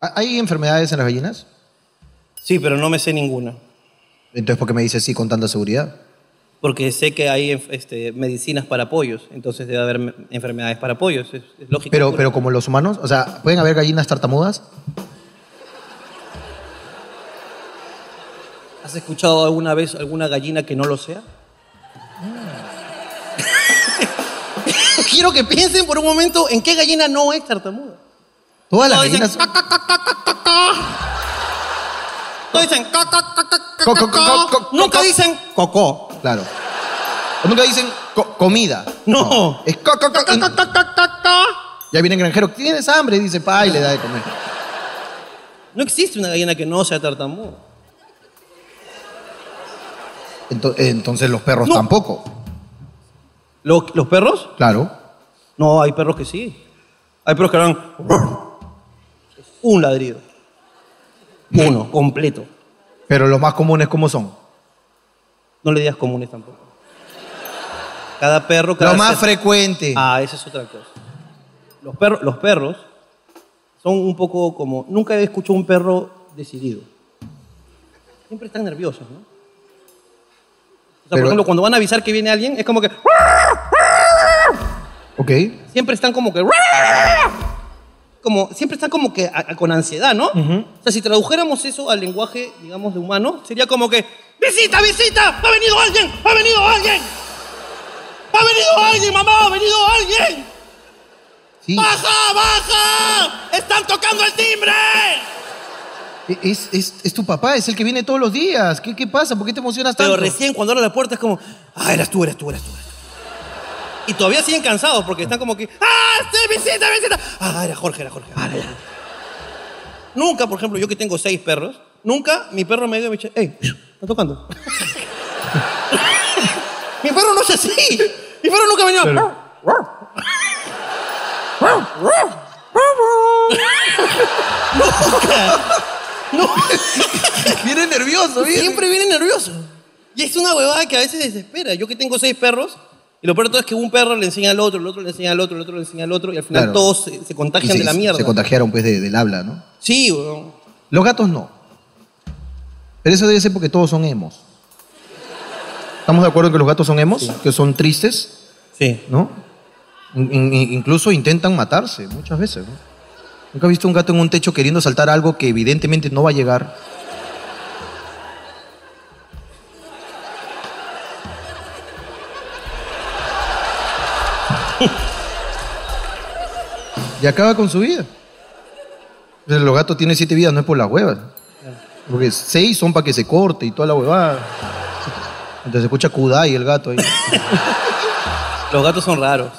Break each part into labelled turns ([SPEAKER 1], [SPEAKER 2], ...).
[SPEAKER 1] ¿Hay enfermedades en las gallinas?
[SPEAKER 2] Sí, pero no me sé ninguna.
[SPEAKER 1] Entonces, ¿por qué me dices sí con tanta seguridad?
[SPEAKER 2] Porque sé que hay enf- este, medicinas para pollos, entonces debe haber me- enfermedades para pollos, es, es lógico.
[SPEAKER 1] Pero,
[SPEAKER 2] pura.
[SPEAKER 1] pero como los humanos, o sea, ¿pueden haber gallinas tartamudas?
[SPEAKER 2] ¿Has escuchado alguna vez alguna gallina que no lo sea?
[SPEAKER 1] Mm.
[SPEAKER 2] Quiero que piensen por un momento en qué gallina no es tartamuda.
[SPEAKER 1] Todas las
[SPEAKER 2] Todos dicen,
[SPEAKER 1] gallinas.
[SPEAKER 2] "Ca, ca, ca, ca, ca, ca, ca". Todos dicen, "Ca, ca, ca, ca, ca,
[SPEAKER 1] Co-
[SPEAKER 2] ca,
[SPEAKER 1] co- co-
[SPEAKER 2] ca".
[SPEAKER 1] co-
[SPEAKER 2] Nunca
[SPEAKER 1] co-
[SPEAKER 2] dicen,
[SPEAKER 1] Cocó, claro. O nunca dicen co- comida.
[SPEAKER 2] No.
[SPEAKER 1] Es co- co- co-
[SPEAKER 2] "Ca, ca, ca, ca, ca".
[SPEAKER 1] Ya viene el granjero. ¿Tienes hambre? Dice, pa, y le da de comer.
[SPEAKER 2] no existe una gallina que no sea tartamuda.
[SPEAKER 1] Ento- Entonces los perros
[SPEAKER 2] No.
[SPEAKER 1] tampoco.
[SPEAKER 2] ¿Lo- ¿Los perros?
[SPEAKER 1] Claro.
[SPEAKER 2] No, hay perros que sí. Hay perros que dan un ladrido. Uno, completo.
[SPEAKER 1] Pero los más comunes, ¿cómo son?
[SPEAKER 2] No le digas comunes tampoco. Cada perro, cada
[SPEAKER 1] Lo más
[SPEAKER 2] ser-
[SPEAKER 1] frecuente.
[SPEAKER 2] Ah, esa es otra cosa. Los perros, los perros son un poco como. Nunca he escuchado un perro decidido. Siempre están nerviosos, ¿no? O sea, por
[SPEAKER 1] Pero-
[SPEAKER 2] ejemplo, cuando van a avisar que viene alguien, es como que.
[SPEAKER 1] Ok. E-,
[SPEAKER 2] Siempre están como que. Como, siempre están como que a- a- con ansiedad, ¿no? O sea, si tradujéramos eso al lenguaje, digamos, de humano, sería como que. ¡Visita, visita! ¡Ha venido alguien! ¡Ha venido alguien! ¡Ha venido alguien, mamá! ¡Ha venido alguien!
[SPEAKER 1] Sí.
[SPEAKER 2] ¡Baja, baja! ¡Están tocando el timbre!
[SPEAKER 1] Es, es- es tu papá, es el que viene todos los días. ¿Qué, qué pasa? ¿Por qué te emocionas tanto?
[SPEAKER 2] Pero recién cuando abre la puerta es como, ah, eras tú, eras tú, eras tú. eras tú". Y todavía siguen cansados porque están como que, ¡ah, sí, visita, visita! Ah, era Jorge, era Jorge. Ah, era, era". Nunca, por ejemplo, yo que tengo seis perros, nunca mi perro me dio y me dice, ¡ey, está tocando! mi perro no es así. Mi perro nunca ha venido.
[SPEAKER 1] Viene nervioso, viene.
[SPEAKER 2] Siempre viene nervioso. Y es una huevada Ah, que a veces desespera. Yo que tengo seis perros, y lo peor de todo es que un perro le enseña al otro, el otro le enseña al otro, el otro le enseña al otro, y al final
[SPEAKER 1] Claro.
[SPEAKER 2] todos se, se
[SPEAKER 1] Y
[SPEAKER 2] contagian
[SPEAKER 1] se,
[SPEAKER 2] de la mierda.
[SPEAKER 1] se contagiaron pues de- del habla, ¿no?
[SPEAKER 2] sí, weón.
[SPEAKER 1] Los gatos no. Pero eso debe ser porque todos son emos. ¿Estamos de acuerdo en que los gatos son emos? Que son tristes,
[SPEAKER 2] Sí.
[SPEAKER 1] ¿no? In- in- in- incluso intentan matarse muchas veces, ¿no? Nunca he visto un gato en un techo queriendo saltar algo que evidentemente no va a llegar. Y acaba con su vida. Pero Los gatos tienen siete vidas, no es por las huevas. Porque seis son para que se corte y toda la huevada. Entonces escucha Kudai el gato ahí.
[SPEAKER 2] Los gatos son raros.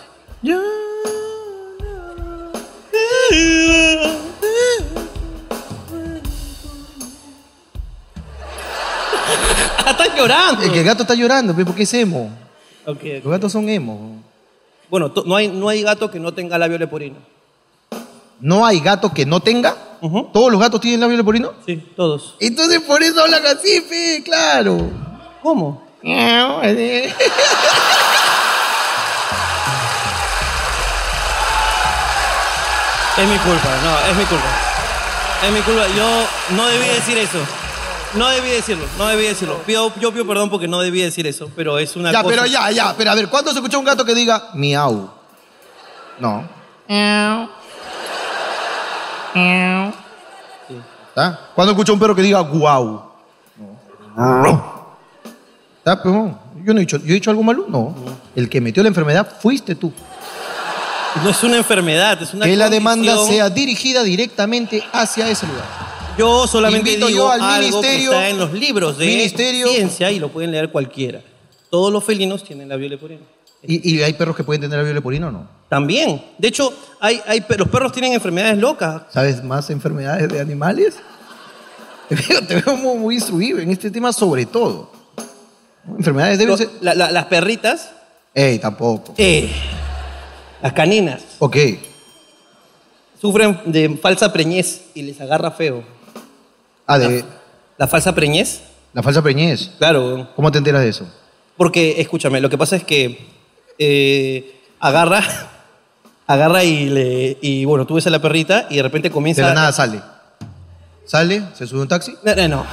[SPEAKER 2] Ah, Están llorando.
[SPEAKER 1] Es que el gato está llorando, pero ¿por qué es emo?
[SPEAKER 2] Ok, ok.
[SPEAKER 1] Los gatos son emo.
[SPEAKER 2] Bueno, to- no hay, no hay gato que no tenga labio leporino.
[SPEAKER 1] No hay gato que no tenga.
[SPEAKER 2] Ujú.
[SPEAKER 1] Todos los gatos tienen labio leporino.
[SPEAKER 2] Sí, todos.
[SPEAKER 1] Entonces por eso hablan así, fe, claro.
[SPEAKER 2] ¿Cómo? Es mi culpa, no, es mi culpa. Es mi culpa, yo no debí decir eso. No debí decirlo, no debí decirlo. Pido- yo pido perdón porque no debí decir eso, pero es una
[SPEAKER 1] Ya,
[SPEAKER 2] cosa.
[SPEAKER 1] pero ya, ya. Pero a ver, ¿cuándo se escucha un gato que diga miau? No. ¿Está? ¿Cuándo escucha un perro que diga guau? ¿Está, pero Yo no he dicho, ¿yo he dicho algo malo? No. El que metió la enfermedad fuiste tú.
[SPEAKER 2] No es una enfermedad, es una
[SPEAKER 1] que la demanda
[SPEAKER 2] condición.
[SPEAKER 1] sea dirigida directamente hacia ese lugar.
[SPEAKER 2] Yo solamente
[SPEAKER 1] Invito
[SPEAKER 2] digo
[SPEAKER 1] yo al
[SPEAKER 2] algo que
[SPEAKER 1] ministerio-
[SPEAKER 2] está en los libros de
[SPEAKER 1] Ministerio-
[SPEAKER 2] ciencia y lo pueden leer cualquiera. Todos los felinos tienen labio leporino.
[SPEAKER 1] ¿Y, y hay perros que pueden tener labio leporino o no?
[SPEAKER 2] También. De hecho, hay, hay per- los perros tienen enfermedades locas.
[SPEAKER 1] ¿Sabes más enfermedades de animales? Te veo, te veo muy, muy instruido en este tema, sobre todo. Enfermedades deben
[SPEAKER 2] Lo-
[SPEAKER 1] ser.
[SPEAKER 2] la- la- las perritas,
[SPEAKER 1] ¡Ey, tampoco!
[SPEAKER 2] eh, las caninas,
[SPEAKER 1] Ok.
[SPEAKER 2] sufren de falsa preñez y les agarra feo.
[SPEAKER 1] Ah, de
[SPEAKER 2] ¿La falsa preñez?
[SPEAKER 1] la falsa preñez.
[SPEAKER 2] Claro, weón.
[SPEAKER 1] ¿Cómo te enteras de eso?
[SPEAKER 2] porque escúchame, lo que pasa es que eh, agarra, agarra y le, y bueno, tú ves a la perrita y de repente
[SPEAKER 1] De
[SPEAKER 2] comienza,
[SPEAKER 1] la nada sale. Sale, se sube a un taxi.
[SPEAKER 2] No, no, no.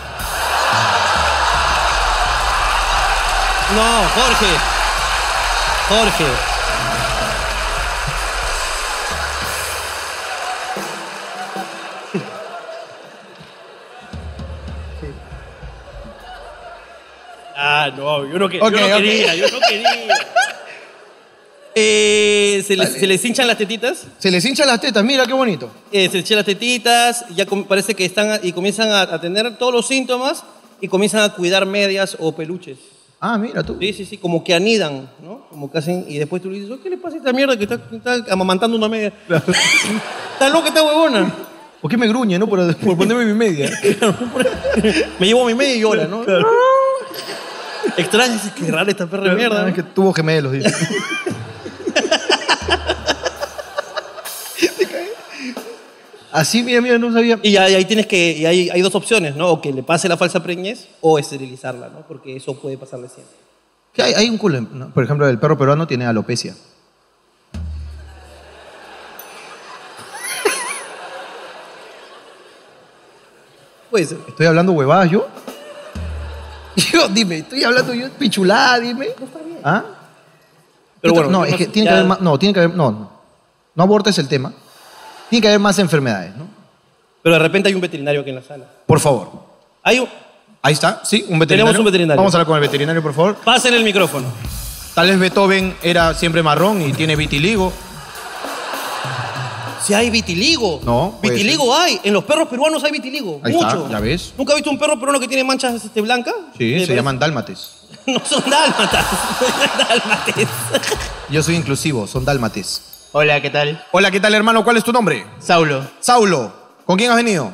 [SPEAKER 2] No, Jorge. Jorge. Ah, no, yo no, que- yo
[SPEAKER 1] Ok,
[SPEAKER 2] no
[SPEAKER 1] ok.
[SPEAKER 2] quería, yo no quería. Eh, ¿se, les, se les hinchan las tetitas?
[SPEAKER 1] Se les hincha las tetas, mira qué bonito.
[SPEAKER 2] eh, se echan las tetitas, ya com- parece que están a- y comienzan a, a tener todos los síntomas y comienzan a cuidar medias o peluches.
[SPEAKER 1] Ah, mira tú.
[SPEAKER 2] Sí, sí, sí, como que anidan, ¿no? Como que hacen, y después tú le dices, "Oh, ¿qué le pasa a esta mierda que está, está amamantando una media? está loca esta huevona.
[SPEAKER 1] ¿Por qué me gruñe, no? Por, por ponerme mi media.
[SPEAKER 2] Me llevo mi media y llora, ¿no? Extraña, dices, qué rara esta perra de mierda.
[SPEAKER 1] Es
[SPEAKER 2] ¿no?
[SPEAKER 1] que tuvo gemelos, dice. Así, mira, mira, no sabía.
[SPEAKER 2] Y ahí, ahí tienes que, y ahí- hay dos opciones, ¿no? O que le pase la falsa preñez o esterilizarla, ¿no? Porque eso puede pasarle siempre.
[SPEAKER 1] Que Hay, hay un culo. ¿no? Por ejemplo, el perro peruano tiene alopecia.
[SPEAKER 2] Puede ser.
[SPEAKER 1] ¿Estoy hablando huevadas yo? Yo, dime, ¿estoy hablando yo pichulada, dime? ¿Ah?
[SPEAKER 2] Pero
[SPEAKER 1] ¿Qué
[SPEAKER 2] bueno,
[SPEAKER 1] otra- no,
[SPEAKER 2] ¿qué
[SPEAKER 1] es que
[SPEAKER 2] más?
[SPEAKER 1] tiene que
[SPEAKER 2] Ya-
[SPEAKER 1] haber más. No, tiene que haber. No, no. No abortes el tema. Tiene que haber más enfermedades, ¿no?
[SPEAKER 2] Pero de repente hay un veterinario aquí en la sala.
[SPEAKER 1] Por favor.
[SPEAKER 2] Hay un...
[SPEAKER 1] Ahí está, sí, un veterinario.
[SPEAKER 2] Tenemos un veterinario.
[SPEAKER 1] Vamos a hablar con el veterinario, por favor.
[SPEAKER 2] Pasen el micrófono.
[SPEAKER 1] Tal vez Beethoven era siempre marrón y tiene vitiligo.
[SPEAKER 2] Si hay vitiligo.
[SPEAKER 1] No, puede
[SPEAKER 2] Vitiligo hay. En los perros peruanos hay vitiligo.
[SPEAKER 1] Ahí está,
[SPEAKER 2] mucho.
[SPEAKER 1] ya ves.
[SPEAKER 2] ¿Nunca has visto un perro peruano que tiene manchas este, blancas?
[SPEAKER 1] Sí,
[SPEAKER 2] Eh,
[SPEAKER 1] se
[SPEAKER 2] pero-
[SPEAKER 1] llaman dálmates.
[SPEAKER 2] No son dálmatas. No son dálmates.
[SPEAKER 1] Yo soy inclusivo, son dálmates.
[SPEAKER 3] Hola, ¿qué tal?
[SPEAKER 1] Hola, ¿qué tal, hermano? ¿Cuál es tu nombre?
[SPEAKER 3] Saulo,
[SPEAKER 1] Saulo. ¿Con quién has venido?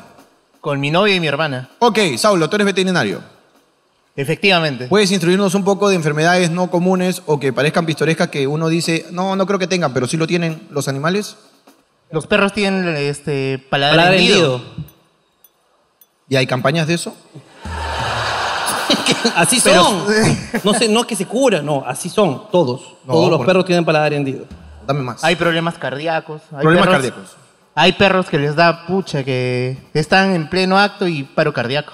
[SPEAKER 3] con mi novia y mi hermana.
[SPEAKER 1] Ok, Saulo, tú eres veterinario.
[SPEAKER 3] Efectivamente.
[SPEAKER 1] ¿Puedes instruirnos un poco de enfermedades no comunes o que parezcan pistorescas que uno dice, no, no creo que tengan, pero sí lo tienen los animales?
[SPEAKER 3] Los perros tienen este paladar,
[SPEAKER 2] Paladar
[SPEAKER 3] hendido.
[SPEAKER 2] hendido.
[SPEAKER 1] ¿Y hay campañas de eso?
[SPEAKER 2] Así
[SPEAKER 3] Pero-
[SPEAKER 2] son. No, sé, no es que se cura, no. Así son todos.
[SPEAKER 1] No,
[SPEAKER 2] todos los
[SPEAKER 1] por-
[SPEAKER 2] perros tienen paladar hendido.
[SPEAKER 1] Dame más.
[SPEAKER 3] Hay problemas cardíacos. hay
[SPEAKER 1] Problemas
[SPEAKER 3] perros-
[SPEAKER 1] cardíacos.
[SPEAKER 3] Hay perros que les da pucha, que están en pleno acto y paro cardíaco.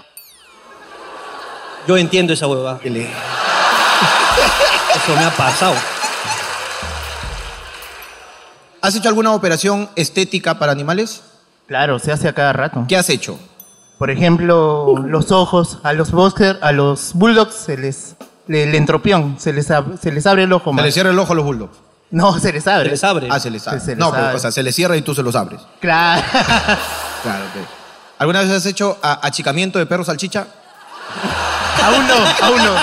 [SPEAKER 2] Yo entiendo esa hueva.
[SPEAKER 1] Que le-
[SPEAKER 2] Eso me ha pasado.
[SPEAKER 1] ¿Has hecho alguna operación estética para animales?
[SPEAKER 3] Claro, se hace a cada rato.
[SPEAKER 1] ¿Qué has hecho?
[SPEAKER 3] Por ejemplo, los ojos. A los boxer, a los bulldogs se les... Le, el entropión, se les, ab- se les abre el ojo
[SPEAKER 1] Se
[SPEAKER 3] más.
[SPEAKER 1] les cierra el ojo a los bulldogs.
[SPEAKER 3] No, se les abre.
[SPEAKER 2] Se les abre.
[SPEAKER 1] Ah, se les abre.
[SPEAKER 3] Se les
[SPEAKER 1] no, pero
[SPEAKER 3] abre.
[SPEAKER 1] o sea, se les cierra y tú se los abres.
[SPEAKER 3] Claro.
[SPEAKER 1] Claro, ok. ¿Alguna vez has hecho a- achicamiento de perro salchicha?
[SPEAKER 3] aún no, aún no.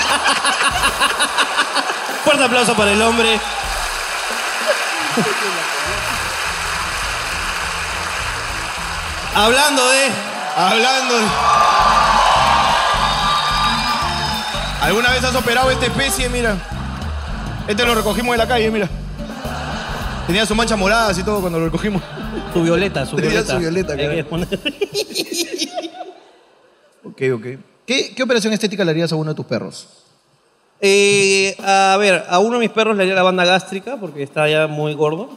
[SPEAKER 2] Fuerte aplauso para el hombre. Hablando de.
[SPEAKER 1] Hablando. de- ¿Alguna vez has operado esta especie? Mira. Este lo recogimos de la calle, mira. Tenía sus manchas moradas y todo cuando lo recogimos.
[SPEAKER 2] Su violeta, su
[SPEAKER 1] Tenía
[SPEAKER 2] violeta.
[SPEAKER 1] su violeta,
[SPEAKER 2] Hay
[SPEAKER 1] claro.
[SPEAKER 2] que poner-
[SPEAKER 1] Ok, ok. ¿Qué, qué operación estética le harías a uno de tus perros?
[SPEAKER 2] Eh, a ver, a uno de mis perros le haría la banda gástrica porque está ya muy gordo.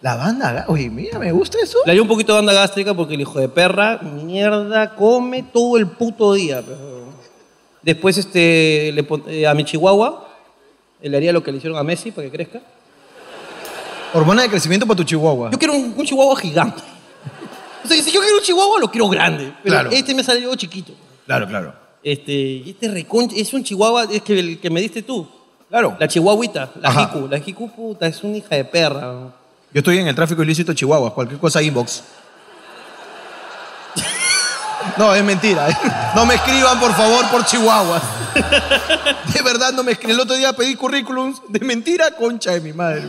[SPEAKER 1] La banda, ga- oye, mira, me gusta eso.
[SPEAKER 2] Le haría un poquito de banda gástrica porque el hijo de perra, mierda, come todo el puto día. pero- Después este, le pon- eh, a mi chihuahua eh, le haría lo que le hicieron a Messi para que crezca.
[SPEAKER 1] Hormona de crecimiento para tu chihuahua.
[SPEAKER 2] Yo quiero un, un chihuahua gigante. O sea, si yo quiero un chihuahua, lo quiero grande. Pero
[SPEAKER 1] Claro.
[SPEAKER 2] este me salió chiquito.
[SPEAKER 1] Claro, claro.
[SPEAKER 2] Este, y este recon... es un chihuahua, es que el que me diste tú.
[SPEAKER 1] Claro.
[SPEAKER 2] La chihuahuita, la
[SPEAKER 1] Ajá.
[SPEAKER 2] jicu. La jicu, puta, es una hija de perra. ¿no?
[SPEAKER 1] Yo estoy en el tráfico ilícito de Chihuahua. Cualquier cosa, inbox. No, es mentira. ¿eh? No me escriban, por favor, por Chihuahua. De verdad, no me escriban. El otro día pedí currículums de mentira, concha de mi madre.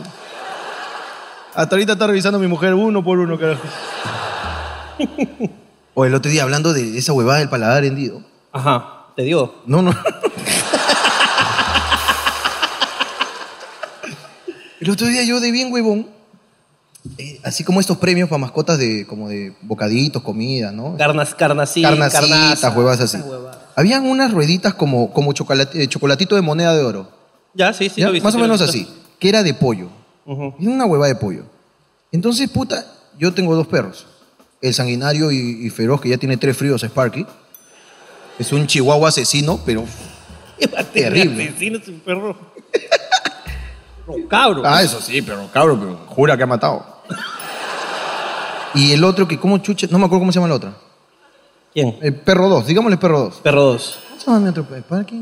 [SPEAKER 1] Hasta ahorita está revisando mi mujer uno por uno, carajo. O el otro día, hablando de esa huevada del paladar hendido.
[SPEAKER 2] Ajá, te dio.
[SPEAKER 1] No, no. El otro día yo de bien huevón, eh, así como estos premios para mascotas de como de bocaditos, comida, ¿no?
[SPEAKER 2] Carnas, carnacita,
[SPEAKER 1] Carnacitas, huevas así.
[SPEAKER 2] esas huevadas.
[SPEAKER 1] Habían unas rueditas como, como chocolate- eh, chocolatito de moneda de oro.
[SPEAKER 2] Ya, sí, sí,
[SPEAKER 1] ¿ya?
[SPEAKER 2] lo viste,
[SPEAKER 1] Más o
[SPEAKER 2] sí lo
[SPEAKER 1] menos
[SPEAKER 2] viste.
[SPEAKER 1] así, que era de pollo.
[SPEAKER 2] Ujú.
[SPEAKER 1] Era una hueva de pollo. Entonces, puta, yo tengo dos perros. el sanguinario y, y feroz, que ya tiene tres fríos, Sparky. Es un chihuahua asesino, pero. Terrible.
[SPEAKER 2] Asesino es un perro. Perro Cabro.
[SPEAKER 1] Ah, eso sí, pero cabrón, pero jura que ha matado. Y el otro que, ¿cómo chucha? No me acuerdo cómo se llama la otra.
[SPEAKER 2] ¿Quién?
[SPEAKER 1] El perro 2, digámosle perro 2.
[SPEAKER 2] Perro 2.
[SPEAKER 1] ¿Cómo se llama mi otro pe- ¿Para qué?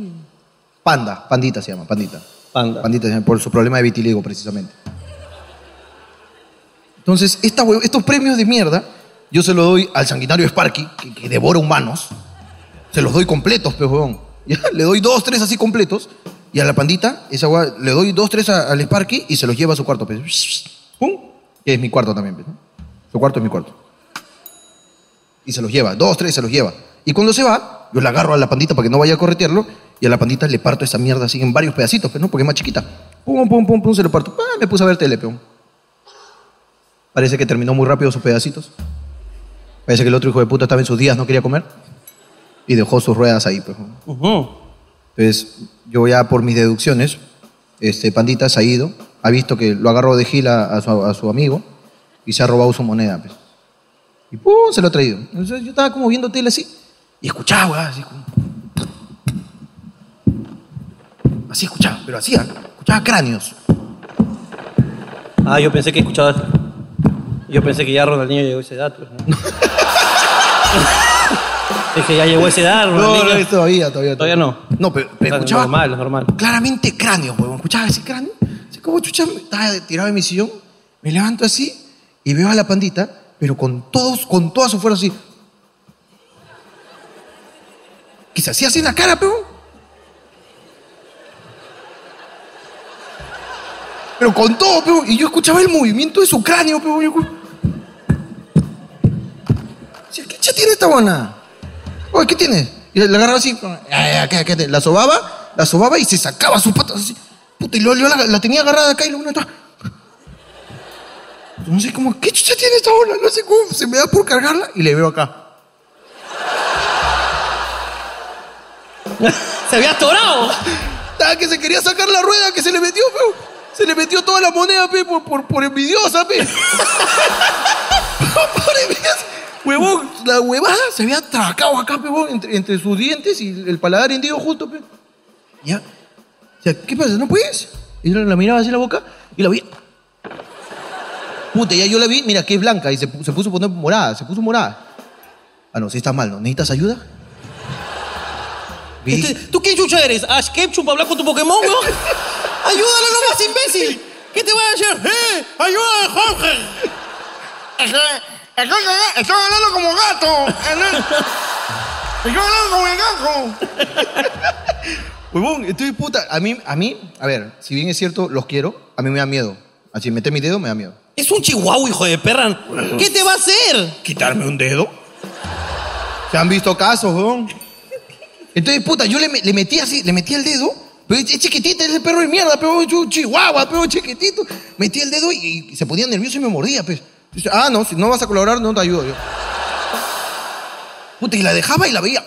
[SPEAKER 1] Panda, pandita se llama, pandita.
[SPEAKER 2] Panda.
[SPEAKER 1] Pandita se llama, por su problema de vitiligo, precisamente. Entonces, esta hue- estos premios de mierda, yo se los doy al sanguinario Sparky, que, que devora humanos. Se los doy completos, pe huevón. Ya, Le doy dos, tres así completos. Y a la pandita, esa hueá, le doy dos, tres a- al Sparky y se los lleva a su cuarto. pe. ¡Pum! Que es mi cuarto también. pe, ¿no? Su cuarto es mi cuarto y se los lleva. Dos, tres, se los lleva. Y cuando se va, yo la agarro a la pandita para que no vaya a corretearlo y a la pandita le parto esa mierda así en varios pedacitos, pues, ¿no? Porque es más chiquita. Pum, pum, pum, pum, se lo parto. Ah, me puse a ver tele, peón. Parece que terminó muy rápido sus pedacitos. Parece que el otro hijo de puta estaba en sus días, no quería comer. Y dejó sus ruedas ahí, pues. ¿no?
[SPEAKER 2] Ujú.
[SPEAKER 1] Entonces, yo ya por mis deducciones, este, Pandita se ha ido, ha visto que lo agarró de gila a, su, a su amigo y se ha robado su moneda. pues. Y ¡pum! se lo ha traído. Entonces, yo estaba como viendo tele así y escuchaba, weá, así como... Así escuchaba, pero así, escuchaba cráneos.
[SPEAKER 2] Ah, yo pensé que escuchabas. Yo pensé que ya Ronaldinho llegó a esa edad. pues, ¿no? es que ya llegó a esa edad,
[SPEAKER 1] No,
[SPEAKER 2] Ronaldinho.
[SPEAKER 1] no, todavía, todavía.
[SPEAKER 2] Todavía no.
[SPEAKER 1] No, pero, pero
[SPEAKER 2] Ah,
[SPEAKER 1] escuchaba
[SPEAKER 2] Normal, normal.
[SPEAKER 1] claramente cráneos, huevón. ¿Escuchaba ese cráneo? Así como chucha, estaba tirado en mi sillón, me levanto así y veo a la pandita, pero con todos, con toda su fuerza así. Que se hacía así en la cara, peón. Pero con todo, peón. Y yo escuchaba el movimiento de su cráneo, peón. Yo... escu- Decía, ¿Qué ya tiene esta buena? Oye, ¿qué tiene? Y la agarraba así, ay, acá, acá, la sobaba, la sobaba y se sacaba sus patas así. Puta, y luego yo la, la tenía agarrada acá y luego una atrás. No sé cómo, ¿qué chucha tiene esta bola? No sé cómo, se me da por cargarla y le veo acá.
[SPEAKER 2] ¡Se había atorado!
[SPEAKER 1] Estaba que se quería sacar la rueda que se le metió, feo. Se le metió toda la moneda, pe, por, por, por envidiosa, pe. por envidiosa. Huevón, la huevada se había atracado acá, pe, huevón, entre, entre sus dientes y el paladar hendido justo, pe. Ya. O sea, ¿qué pasa? ¿No puedes? Y yo la miraba así la boca y la vi. Puta, ya yo la vi, mira, que es blanca y se, pu- se puso poner morada, se puso morada. Ah, no, si estás mal, ¿no? ¿Necesitas ayuda? Vi-
[SPEAKER 2] Este, ¿Tú quién chucha eres? ¿Ash Ketchum para hablar con tu Pokémon, weón? ¡Ayúdalo nomás, imbécil! ¿Qué te voy a hacer? ¡Eh! ¡Ayúdame, Jorge!
[SPEAKER 4] Estoy, estoy hablando como gato. Estoy hablando como el gato.
[SPEAKER 1] Huevón, estoy puta. A mí, a mí, a ver, si bien es cierto, los quiero, a mí me da miedo. Así, meter mi dedo me da miedo.
[SPEAKER 2] Es un chihuahua, hijo de perra. ¿Qué te va a hacer?
[SPEAKER 1] ¿Quitarme un dedo? ¿Se han visto casos, huevón? Entonces, puta, yo le, me- le metí así, le metí el dedo, pero es, es chiquitita, es el perro de mierda, pero es un chihuahua, pero chiquitito. Metí el dedo y, y se ponía nervioso y me mordía, pues. Dice, ah, no, si no vas a colaborar, no te ayudo yo. Puta, y la dejaba y la veía.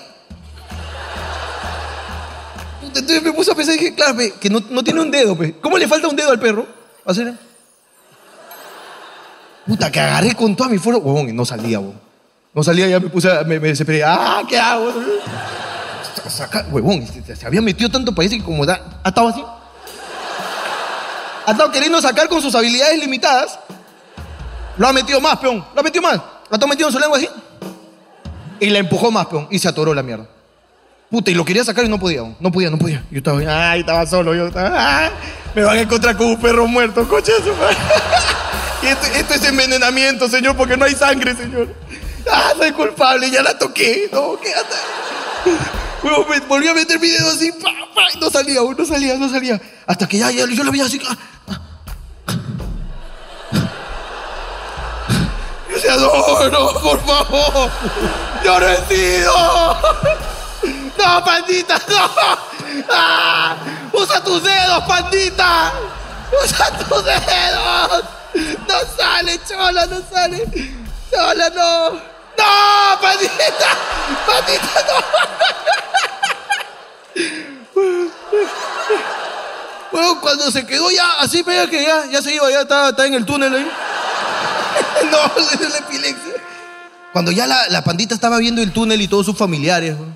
[SPEAKER 1] Puta, entonces me puse a pensar y dije, claro, pe, que no, no tiene un dedo, pues. ¿Cómo le falta un dedo al perro? Hacer. Puta, que agarré con toda mi fuerza, huevón, y no salía, huevón. No salía, ya me puse, a- me, me desesperé. ¡Ah, qué hago! Sa- saca- huevón, este, se, se había metido tanto país que como da, ha estado así. Ha estado queriendo sacar con sus habilidades limitadas. Lo ha metido más, peón. Lo ha metido más. Lo ha estado metido en su lengua así. Y la empujó más, peón. Y se atoró la mierda. Puta, y lo quería sacar y no podía, huevón. no podía, no podía. Yo estaba, ay, estaba solo, yo estaba, ah, me van a encontrar con un perro muerto, coche de su madre. Y Esto, esto es envenenamiento, señor, porque no hay sangre, señor. Ah, soy culpable, ya la toqué. No, ¿qué hace? Huevón, me volví a meter mi dedo así, pa, pa, y no salía, huevón, no salía, no salía. Hasta que ya, ya yo lo vi así. ah, ah. Yo decía, no, no, por favor. Yo no he sido. No, pandita, no. Ah, usa tus dedos, pandita. Usa tus dedos. No sale, chola, no sale. Chola, no. No, pandita. Pandita, no. Bueno, cuando se quedó ya, así pega que ya, ya se iba, ya estaba, estaba en el túnel ahí. No, le dio la epilepsia. Cuando ya la, la pandita estaba viendo el túnel y todos sus familiares, weón.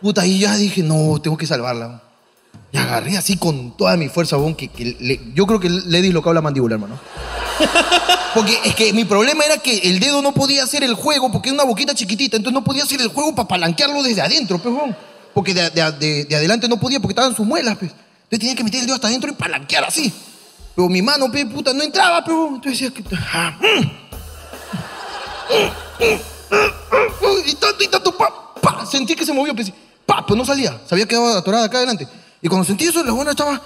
[SPEAKER 1] puta, ahí ya dije, no, tengo que salvarla. weón. Y agarré así con toda mi fuerza, weón, que, que le- yo creo que le he dislocado la mandíbula, hermano. Porque es que mi problema era que el dedo no podía hacer el juego porque era una boquita chiquitita, entonces no podía hacer el juego para palanquearlo desde adentro, pues, weón. Porque de, de- de- de adelante no podía porque estaban sus muelas, pues. Entonces tenía que meter el dedo hasta adentro y palanquear así. Pero mi mano, pe, puta, no entraba, pues, weón. Entonces decía que... ah, y tanto, y tanto, pa, pa, sentí que se movió, pensé, pa, pero no salía, se había quedado atorada acá adelante. Y cuando sentí eso, la buena estaba,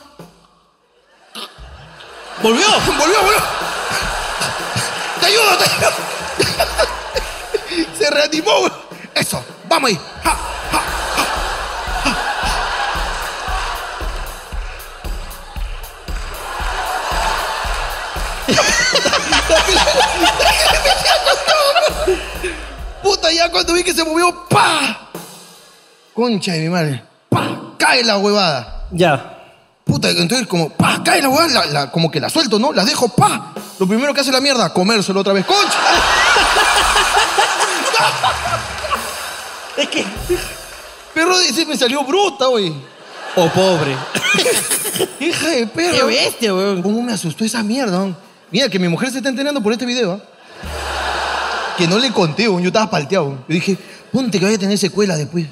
[SPEAKER 2] ¡Volvió!
[SPEAKER 1] volvió, volvió. Te ayudo, te ayudo. se reanimó, güey. Eso, vamos ahí. Ja, ja, ja, ja. Puta, ya cuando vi que se movió, ¡pa! Concha de mi madre, ¡pa! Cae la huevada.
[SPEAKER 2] Ya.
[SPEAKER 1] Puta, entonces como, pa, cae la weá, la- la- como que la suelto, ¿no? La dejo, pa. Lo primero que hace la mierda, comérselo otra vez. ¡Concha!
[SPEAKER 2] Es que.
[SPEAKER 1] Perro dice, me salió bruta, güey.
[SPEAKER 2] O Oh, pobre.
[SPEAKER 1] Hija de perro.
[SPEAKER 2] Qué bestia, weón.
[SPEAKER 1] ¿Cómo me asustó esa mierda, weón? Mira, que mi mujer se está enterando por este video, ¿ah? Que no le conté, weón. Yo estaba palteado, weón. Yo dije, ponte que vaya a tener secuela después.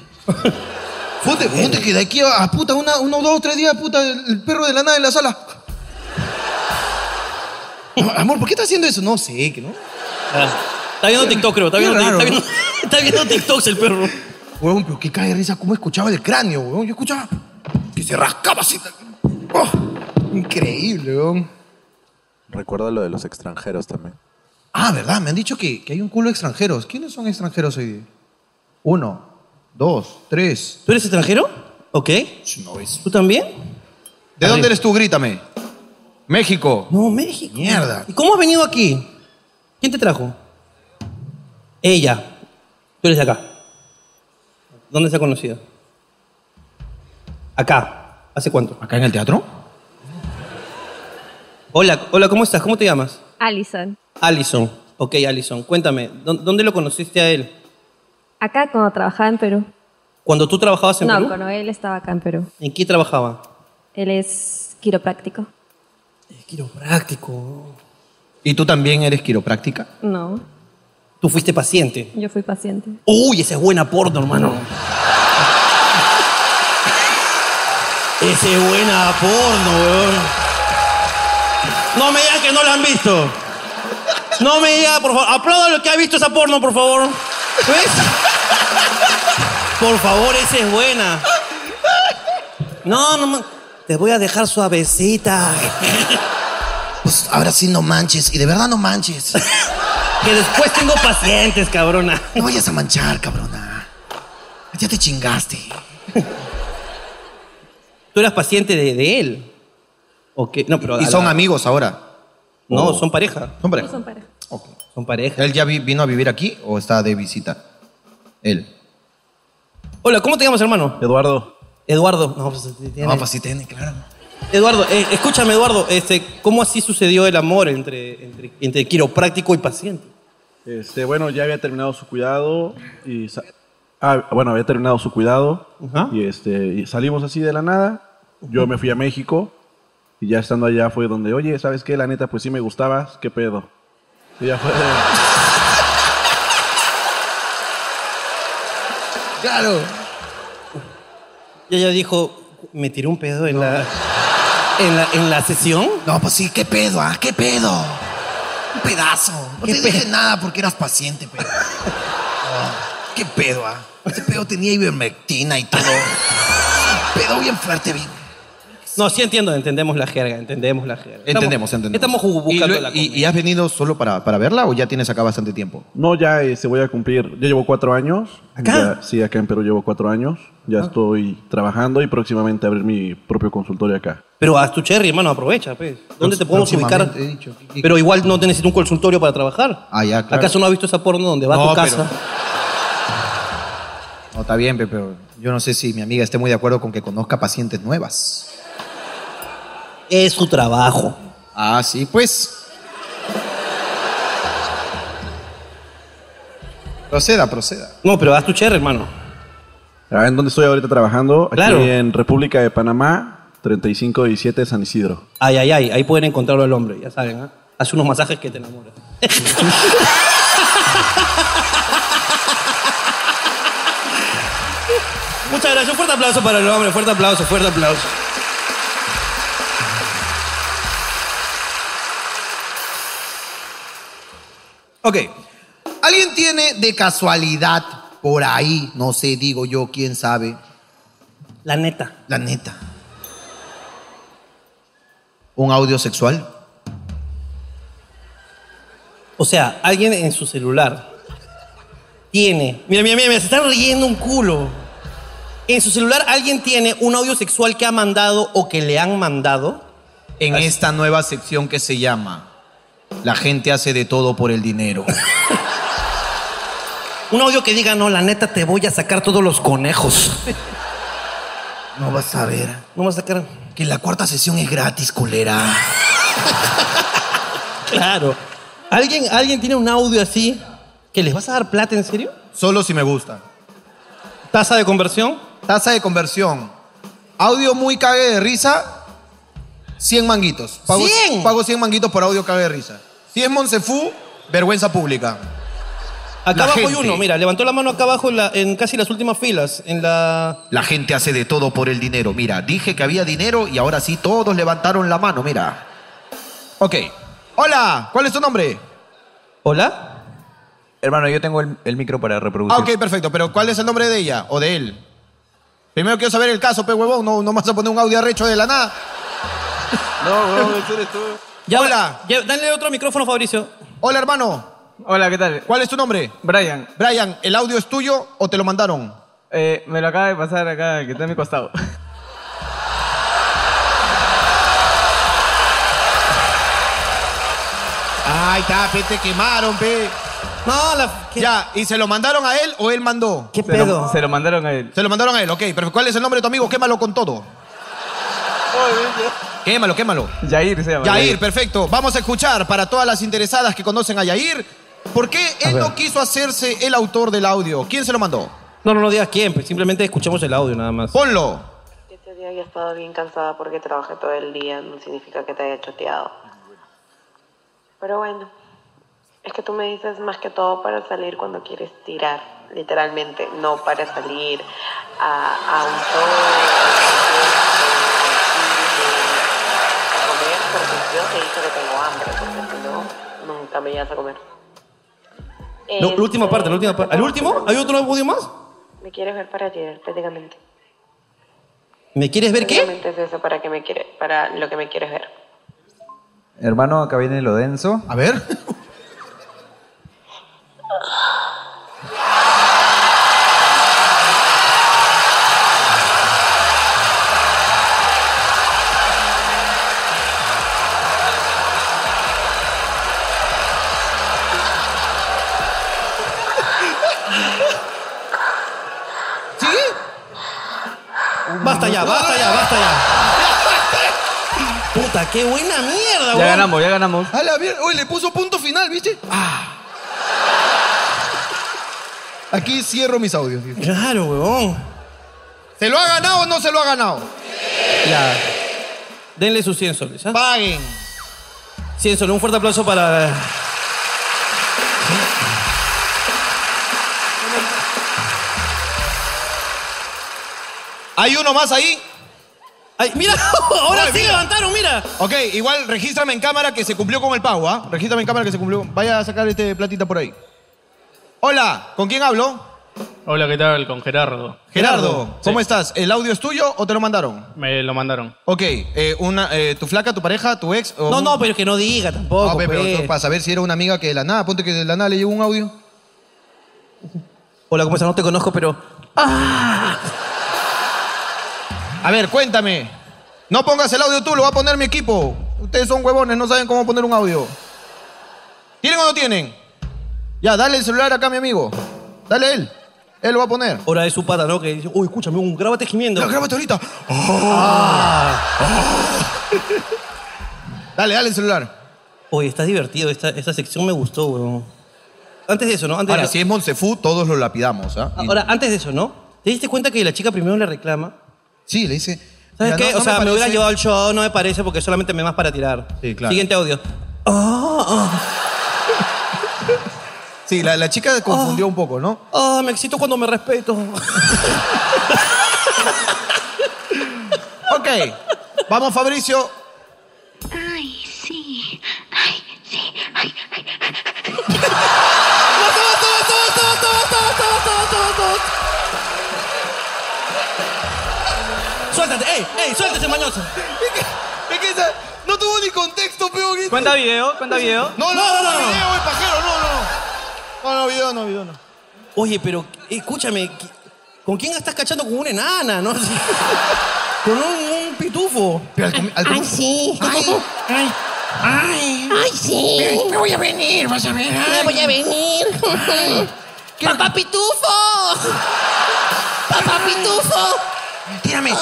[SPEAKER 1] Ponte, ponte que de aquí a, a puta, una, uno, dos, tres días, puta, el, el perro de la nada en la sala. Amor, ¿por qué estás haciendo eso? No sé, que no.
[SPEAKER 2] Ah, Está viendo TikTok, creo. Está
[SPEAKER 1] Qué
[SPEAKER 2] viendo,
[SPEAKER 1] raro,
[SPEAKER 2] está viendo, está viendo TikToks el perro.
[SPEAKER 1] Huevón, pero qué cae de risa, cómo escuchaba el cráneo, huevón. Yo escuchaba que se rascaba así. Oh, increíble, huevón.
[SPEAKER 5] Recuerda lo de los extranjeros también.
[SPEAKER 1] Ah, ¿verdad? Me han dicho que, que hay un culo de extranjeros. ¿Quiénes son extranjeros hoy día? Uno, dos, tres.
[SPEAKER 2] ¿Tú eres extranjero? Ok. ¿Tú también?
[SPEAKER 1] ¿De dónde eres tú? Grítame. México.
[SPEAKER 2] No, México.
[SPEAKER 1] Mierda.
[SPEAKER 2] ¿Y cómo has venido aquí? ¿Quién te trajo? Ella. Tú eres de acá. ¿Dónde se ha conocido? Acá. ¿Hace cuánto?
[SPEAKER 1] ¿Acá en el teatro?
[SPEAKER 2] Hola, hola, ¿cómo estás? ¿Cómo te llamas?
[SPEAKER 6] Allison,
[SPEAKER 2] Alison. Ok, Alison, cuéntame, ¿dó- ¿dónde lo conociste a él?
[SPEAKER 6] acá cuando trabajaba en Perú.
[SPEAKER 2] ¿Cuando tú trabajabas en
[SPEAKER 6] No,
[SPEAKER 2] Perú?
[SPEAKER 6] cuando él estaba acá en Perú.
[SPEAKER 2] ¿En qué trabajaba?
[SPEAKER 6] Él es quiropráctico.
[SPEAKER 2] Quiropráctico.
[SPEAKER 1] ¿Y tú también eres quiropráctica?
[SPEAKER 6] No,
[SPEAKER 2] Tú fuiste paciente.
[SPEAKER 6] yo fui paciente.
[SPEAKER 2] Uy, esa es buena porno, hermano. esa es buena porno, weón. No me digas que no la han visto. No me digas, por favor. Aplauda lo que ha visto esa porno, por favor. ¿Ves? Por favor, esa es buena. No, no, ma- te voy a dejar suavecita.
[SPEAKER 1] Pues ahora sí no manches. Y de verdad no manches.
[SPEAKER 2] Que después tengo pacientes, cabrona.
[SPEAKER 1] No vayas a manchar, cabrona. Ya te chingaste.
[SPEAKER 2] Tú eras paciente de, de él. ¿O qué? No, pero a
[SPEAKER 1] Y
[SPEAKER 2] la-
[SPEAKER 1] son amigos ahora.
[SPEAKER 2] No, son pareja.
[SPEAKER 1] Son
[SPEAKER 6] No
[SPEAKER 1] pareja.
[SPEAKER 6] son pareja.
[SPEAKER 1] Ok.
[SPEAKER 2] Son pareja.
[SPEAKER 1] ¿Él ya vi- vino a vivir aquí o está de visita? Él.
[SPEAKER 2] Hola, ¿cómo te llamas, hermano?
[SPEAKER 5] Eduardo,
[SPEAKER 2] Eduardo. No, pues, tiene-
[SPEAKER 1] No, pues sí tiene, claro.
[SPEAKER 2] Eduardo, eh, escúchame, Eduardo. Este, ¿Cómo así sucedió el amor entre, Eh, entre, entre quiropráctico y paciente?
[SPEAKER 5] este, bueno, ya había terminado su cuidado y sa- ah, bueno, había terminado su cuidado
[SPEAKER 2] Ajá.
[SPEAKER 5] y este y salimos así de la nada. Yo me fui a México y ya estando allá fue donde, "Oye, ¿sabes qué? La neta pues sí me gustabas, qué pedo." Y ya fue de-
[SPEAKER 1] Claro.
[SPEAKER 2] Y ella dijo, me tiré un pedo en, la, en, la, en la sesión.
[SPEAKER 1] No, pues sí, qué pedo, ¿ah? ¿Qué pedo? Un pedazo. No
[SPEAKER 2] ¿Qué
[SPEAKER 1] te dije nada porque eras paciente, pero. Ah, ¿Qué pedo, ah? Este pedo tenía ivermectina y todo. Un pedo bien fuerte, bien.
[SPEAKER 2] No, sí entiendo, entendemos la jerga, entendemos la jerga.
[SPEAKER 1] Entendemos, entendemos.
[SPEAKER 2] Estamos- Estamos ju- buscando la comida.
[SPEAKER 1] has venido solo para, para verla o ya tienes acá bastante tiempo?
[SPEAKER 5] No, ya se voy a cumplir. Ya llevo cuatro años.
[SPEAKER 2] ¿Acá? Ah.
[SPEAKER 5] Ya- sí, acá en Perú llevo cuatro años. Ya estoy trabajando y próximamente abrir mi propio consultorio acá.
[SPEAKER 2] Pero haz tu cherry, hermano, aprovecha, pues. ¿Dónde te
[SPEAKER 1] Prox-
[SPEAKER 2] podemos ubicar?
[SPEAKER 1] próximamente, he dicho. ¿Qué- qué-
[SPEAKER 2] Pero igual no te necesito un consultorio para trabajar.
[SPEAKER 1] Ah, ya, claro.
[SPEAKER 2] ¿Acaso no has visto esa porno donde va a
[SPEAKER 1] No,
[SPEAKER 2] tu casa?
[SPEAKER 1] No, está bien, pe- pero yo no sé si mi amiga esté muy de acuerdo con que conozca pacientes nuevas.
[SPEAKER 2] Es su trabajo.
[SPEAKER 1] Ah, sí, pues. Proceda, proceda.
[SPEAKER 2] No, pero haz tu cherry, hermano.
[SPEAKER 7] Ah, ¿En dónde estoy ahorita trabajando? Aquí
[SPEAKER 2] Claro.
[SPEAKER 7] en República de Panamá, 3517 San Isidro.
[SPEAKER 2] Ay, ay, ay, ahí pueden encontrarlo al hombre, ya saben, ¿ah? Hace unos masajes que te enamoras. Muchas gracias, fuerte aplauso para el hombre, fuerte aplauso, fuerte aplauso.
[SPEAKER 1] Ok. ¿Alguien tiene de casualidad por ahí? No sé, digo yo, quién sabe.
[SPEAKER 2] La neta.
[SPEAKER 1] La neta. ¿Un audio sexual?
[SPEAKER 2] O sea, alguien en su celular tiene. Mira, mira, mira, mira, se está riendo un culo. En su celular alguien tiene un audio sexual que ha mandado o que le han mandado.
[SPEAKER 1] En esta nueva sección que se llama La gente hace de todo por el dinero.
[SPEAKER 2] Un audio que diga, no, la neta, te voy a sacar todos los conejos.
[SPEAKER 1] No vas a ver
[SPEAKER 2] No vas a sacar.
[SPEAKER 1] que la cuarta sesión es gratis, culera.
[SPEAKER 2] Claro. ¿Alguien, ¿Alguien tiene un audio así que les vas a dar plata en serio?
[SPEAKER 1] Solo si me gusta.
[SPEAKER 2] ¿Tasa de conversión?
[SPEAKER 1] Tasa de conversión. Audio muy cague de risa, 100 manguitos. Pago,
[SPEAKER 2] ¡Cien!
[SPEAKER 1] pago 100 manguitos por audio cague de risa. Si es Monsefú, vergüenza pública.
[SPEAKER 2] Acá
[SPEAKER 1] La
[SPEAKER 2] abajo hay
[SPEAKER 1] gente.
[SPEAKER 2] uno, mira, levantó la mano acá abajo en, la- en casi las últimas filas, en la...
[SPEAKER 1] La gente hace de todo por el dinero. Mira, dije que había dinero y ahora sí todos levantaron la mano, mira. Ok. Hola, ¿cuál es tu nombre?
[SPEAKER 2] ¿Hola?
[SPEAKER 8] Hermano, yo tengo el, el micro para
[SPEAKER 1] Ah,
[SPEAKER 8] reproducir.
[SPEAKER 1] ok, perfecto. Pero ¿cuál es el nombre de ella o de él? Primero quiero saber el caso, pe huevón. No, no me vas a poner un audio arrecho de la nada.
[SPEAKER 2] Ya-
[SPEAKER 1] Hola.
[SPEAKER 2] ya- dale otro micrófono, Fabricio.
[SPEAKER 1] Hola, hermano.
[SPEAKER 8] Hola, ¿qué tal?
[SPEAKER 1] ¿Cuál es tu nombre?
[SPEAKER 8] Brian,
[SPEAKER 1] Brian, ¿el audio es tuyo o te lo mandaron?
[SPEAKER 8] eh, me lo acaba de pasar acá, que está a mi costado.
[SPEAKER 1] Ay, está, pe, te quemaron, pe.
[SPEAKER 2] No, la... ¿qué,
[SPEAKER 1] Ya, ¿y se lo mandaron a él o él mandó?
[SPEAKER 2] qué
[SPEAKER 8] Se lo-
[SPEAKER 2] pedo?
[SPEAKER 8] se lo mandaron a él.
[SPEAKER 1] Se lo mandaron a él, ok. Pero ¿cuál es el nombre de tu amigo? Quémalo con todo. Quémalo, quémalo.
[SPEAKER 8] Jair se llama.
[SPEAKER 1] Yair, perfecto. Vamos a escuchar para todas las interesadas que conocen a Yair. ¿Por qué él
[SPEAKER 8] ver.
[SPEAKER 1] no quiso hacerse el autor del audio? ¿Quién se lo mandó?
[SPEAKER 2] No, no, no digas quién, pues, simplemente escuchemos el audio nada más.
[SPEAKER 1] Ponlo.
[SPEAKER 9] Que Este día haya estado bien cansada porque trabajé todo el día, no significa que te haya choteado. Pero bueno, es que tú me dices más que todo para salir cuando quieres tirar, literalmente, no para salir a, a un show, a comer, porque yo te he dicho que tengo hambre, porque si no, nunca me llegas a comer.
[SPEAKER 2] No, la
[SPEAKER 1] Eh,
[SPEAKER 2] última parte, la última
[SPEAKER 9] Este,
[SPEAKER 2] parte. ¿Al último? ¿Hay otro audio más?
[SPEAKER 9] ¿Me quieres ver para tirar, prácticamente?
[SPEAKER 2] ¿Me quieres ver qué?
[SPEAKER 9] Prácticamente es eso para, que me quiere, para lo que me quieres ver.
[SPEAKER 8] Hermano, acá viene lo denso.
[SPEAKER 1] A ver.
[SPEAKER 2] Basta ya, basta ya, basta ya. Puta, qué buena mierda,
[SPEAKER 8] Ya
[SPEAKER 2] weón.
[SPEAKER 8] ganamos, ya ganamos.
[SPEAKER 1] A la mierda. Uy, le puso punto final, ¿viste? Ah. Aquí cierro mis audios.
[SPEAKER 2] Claro, weón.
[SPEAKER 1] ¿Se lo ha ganado o no se lo ha ganado?
[SPEAKER 2] Ya. Denle sus 100 soles, ¿ah?
[SPEAKER 1] Paguen.
[SPEAKER 2] 100 soles, un fuerte aplauso para...
[SPEAKER 1] ¿Hay uno más ahí?
[SPEAKER 2] ¡Ay, mira! Oh, ¡Ahora sí levantaron, mira!
[SPEAKER 1] Ok, igual regístrame en cámara que se cumplió con el pago, ¿ah? Regístrame en cámara que se cumplió. Vaya a sacar este platita por ahí. Hola, ¿con quién hablo?
[SPEAKER 10] Hola, ¿qué tal? Con Gerardo.
[SPEAKER 1] Gerardo,
[SPEAKER 10] Sí,
[SPEAKER 1] ¿cómo estás? ¿El audio es tuyo o te lo mandaron?
[SPEAKER 10] Me lo mandaron.
[SPEAKER 1] Ok, eh, una, eh, ¿tu flaca, tu pareja, tu ex? o
[SPEAKER 2] No,
[SPEAKER 1] un-
[SPEAKER 2] no, pero que no diga tampoco. pues.
[SPEAKER 1] Ah, pe, pero
[SPEAKER 2] pe.
[SPEAKER 1] tú, para saber si era una amiga que de la nada, ponte que de la nada le llegó un audio.
[SPEAKER 2] Hola, ¿cómo estás? No te conozco, pero...
[SPEAKER 1] ¡Ah! A ver, cuéntame. No pongas el audio tú, lo va a poner mi equipo. Ustedes son huevones, no saben cómo poner un audio. ¿Tienen o no tienen? Ya, dale el celular acá, mi amigo. Dale a él. Él lo va a poner.
[SPEAKER 2] Ahora es su pata, ¿no? Que dice, uy, escúchame, un grábate gimiendo.
[SPEAKER 1] No, grábate ahorita. Ah. Dale, dale el celular.
[SPEAKER 2] Oye, está divertido, esta, esta sección me gustó, weón. antes de eso, ¿no? Antes de
[SPEAKER 11] Ahora,
[SPEAKER 2] eso.
[SPEAKER 11] si es Monsefú, todos lo lapidamos, ¿ah? Y-
[SPEAKER 2] Ahora, antes de eso, ¿no? ¿Te diste cuenta que la chica primero le reclama?
[SPEAKER 11] Sí, le dice.
[SPEAKER 2] ¿Sabes
[SPEAKER 11] mira,
[SPEAKER 2] qué?
[SPEAKER 11] no- no
[SPEAKER 2] o sea, me,
[SPEAKER 11] parece-
[SPEAKER 2] hubiera llevado al show, no me parece, porque solamente me más para tirar.
[SPEAKER 11] Sí, claro.
[SPEAKER 2] Siguiente audio. Ah,
[SPEAKER 11] Sí, la, la chica confundió un poco, ¿no?
[SPEAKER 2] ah, ah, me excito cuando me respeto.
[SPEAKER 11] Ok. Vamos, Fabricio.
[SPEAKER 12] Ay, sí. Ay, sí. Ay, ay.
[SPEAKER 2] Suéltate, ey, ey, suéltate, mañoso.
[SPEAKER 1] Es que esa- no tuvo ni contexto, peón. este.
[SPEAKER 10] ¿Cuenta video? ¿Cuenta video?
[SPEAKER 1] No, no, no, no, video, eh, pajero, no, no, no. No, no, video, no, video, no.
[SPEAKER 2] Oye, pero escúchame, ¿qui- ¿con quién estás cachando? Con una enana, ¿no? Con un, un pitufo.
[SPEAKER 11] Pero al comi- al comi-
[SPEAKER 12] sí. Ay, ay. Ay, sí.
[SPEAKER 4] Me voy a venir, vas a ver.
[SPEAKER 12] Me
[SPEAKER 4] ay.
[SPEAKER 12] voy a venir. Papá Pitufo. Papá Pitufo. Ah.
[SPEAKER 4] Tírame.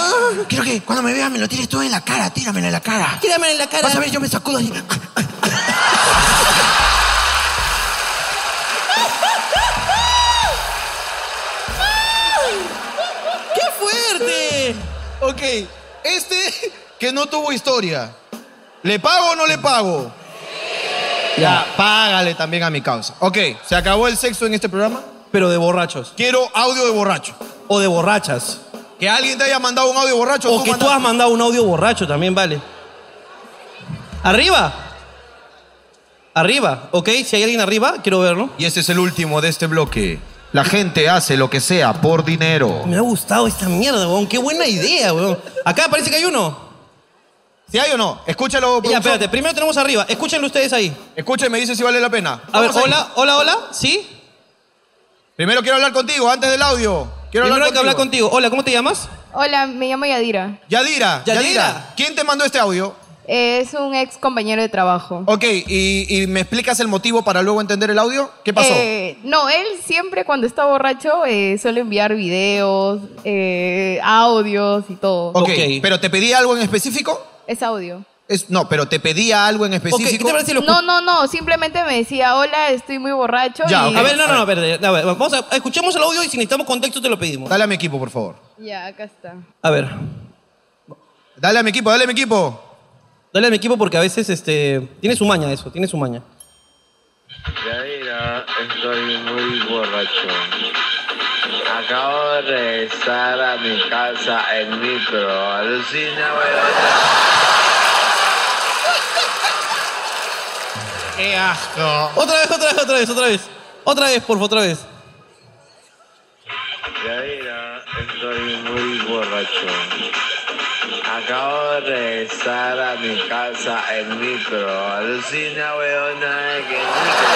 [SPEAKER 4] Quiero que cuando me veas me lo tires todo en la cara. Tíramelo en la cara.
[SPEAKER 12] Tírame en la cara.
[SPEAKER 4] Vas a ver, yo me sacudo así.
[SPEAKER 2] ¡Qué fuerte!
[SPEAKER 1] ¡Ah! Ok, este que no tuvo historia, ¿le pago o no le pago? Ya, págale también a mi causa. Ok, ¿se acabó el sexo en este programa?
[SPEAKER 2] Pero de borrachos.
[SPEAKER 1] Quiero audio de borracho.
[SPEAKER 2] O de borrachas.
[SPEAKER 1] Que alguien te haya mandado un audio de borracho.
[SPEAKER 2] O que tú
[SPEAKER 1] mandas-
[SPEAKER 2] has mandado un audio borracho también, vale. Arriba. Arriba, ok. Si hay alguien arriba, quiero verlo.
[SPEAKER 11] Y este es el último de este bloque. La gente hace lo que sea por dinero.
[SPEAKER 2] Me ha gustado esta mierda, weón. Qué buena idea, weón. Acá parece que hay uno.
[SPEAKER 1] Si hay o no, escúchalo.
[SPEAKER 2] Ya,
[SPEAKER 1] producción.
[SPEAKER 2] espérate. Primero tenemos arriba. Escúchenlo ustedes ahí.
[SPEAKER 1] Escucha y me dice si vale la pena.
[SPEAKER 2] A ver,
[SPEAKER 1] Vamos ahí.
[SPEAKER 2] hola, hola, hola. ¿Sí?
[SPEAKER 1] Primero quiero hablar contigo, antes del audio. Quiero
[SPEAKER 2] Primero hay
[SPEAKER 1] hablar
[SPEAKER 2] que hablar contigo. Hola, ¿cómo te llamas?
[SPEAKER 13] Hola, me llamo Yadira.
[SPEAKER 1] Yadira, Yadira,
[SPEAKER 2] Yadira.
[SPEAKER 1] ¿quién te mandó este audio?
[SPEAKER 13] Eh, es un ex compañero de trabajo.
[SPEAKER 1] Ok, y, y me explicas el motivo para luego entender el audio? ¿Qué pasó?
[SPEAKER 13] Eh, no, él siempre cuando está borracho eh, suele enviar videos, eh, audios y todo.
[SPEAKER 11] ok.
[SPEAKER 1] ok, pero ¿te pedía algo en específico?
[SPEAKER 13] Es audio.
[SPEAKER 1] Es- no, pero te pedía algo en
[SPEAKER 2] Ok, ¿qué
[SPEAKER 1] específico.
[SPEAKER 2] te parece si lo
[SPEAKER 13] No, no, no, simplemente me decía, hola, estoy muy borracho.
[SPEAKER 1] Ya,
[SPEAKER 13] y...
[SPEAKER 2] A ver, no, no, no, a ver, a ver, vamos a escuchemos el audio y si necesitamos contexto te lo pedimos.
[SPEAKER 1] Dale a mi equipo, por favor.
[SPEAKER 13] Ya, acá está.
[SPEAKER 2] A ver,
[SPEAKER 1] Dale a mi equipo, dale a mi equipo.
[SPEAKER 2] dale a mi equipo porque a veces este tiene su maña eso, tiene su maña.
[SPEAKER 9] Yadira, estoy muy borracho. Acabo de regresar a mi casa en micro. Alucina, weón.
[SPEAKER 4] Qué asco.
[SPEAKER 2] Otra vez, otra vez, otra vez, otra vez. Otra vez, por favor, otra vez.
[SPEAKER 9] Yadira, estoy muy borracho. Acabo de regresar a mi casa en micro. Alucina, weón. Que micro.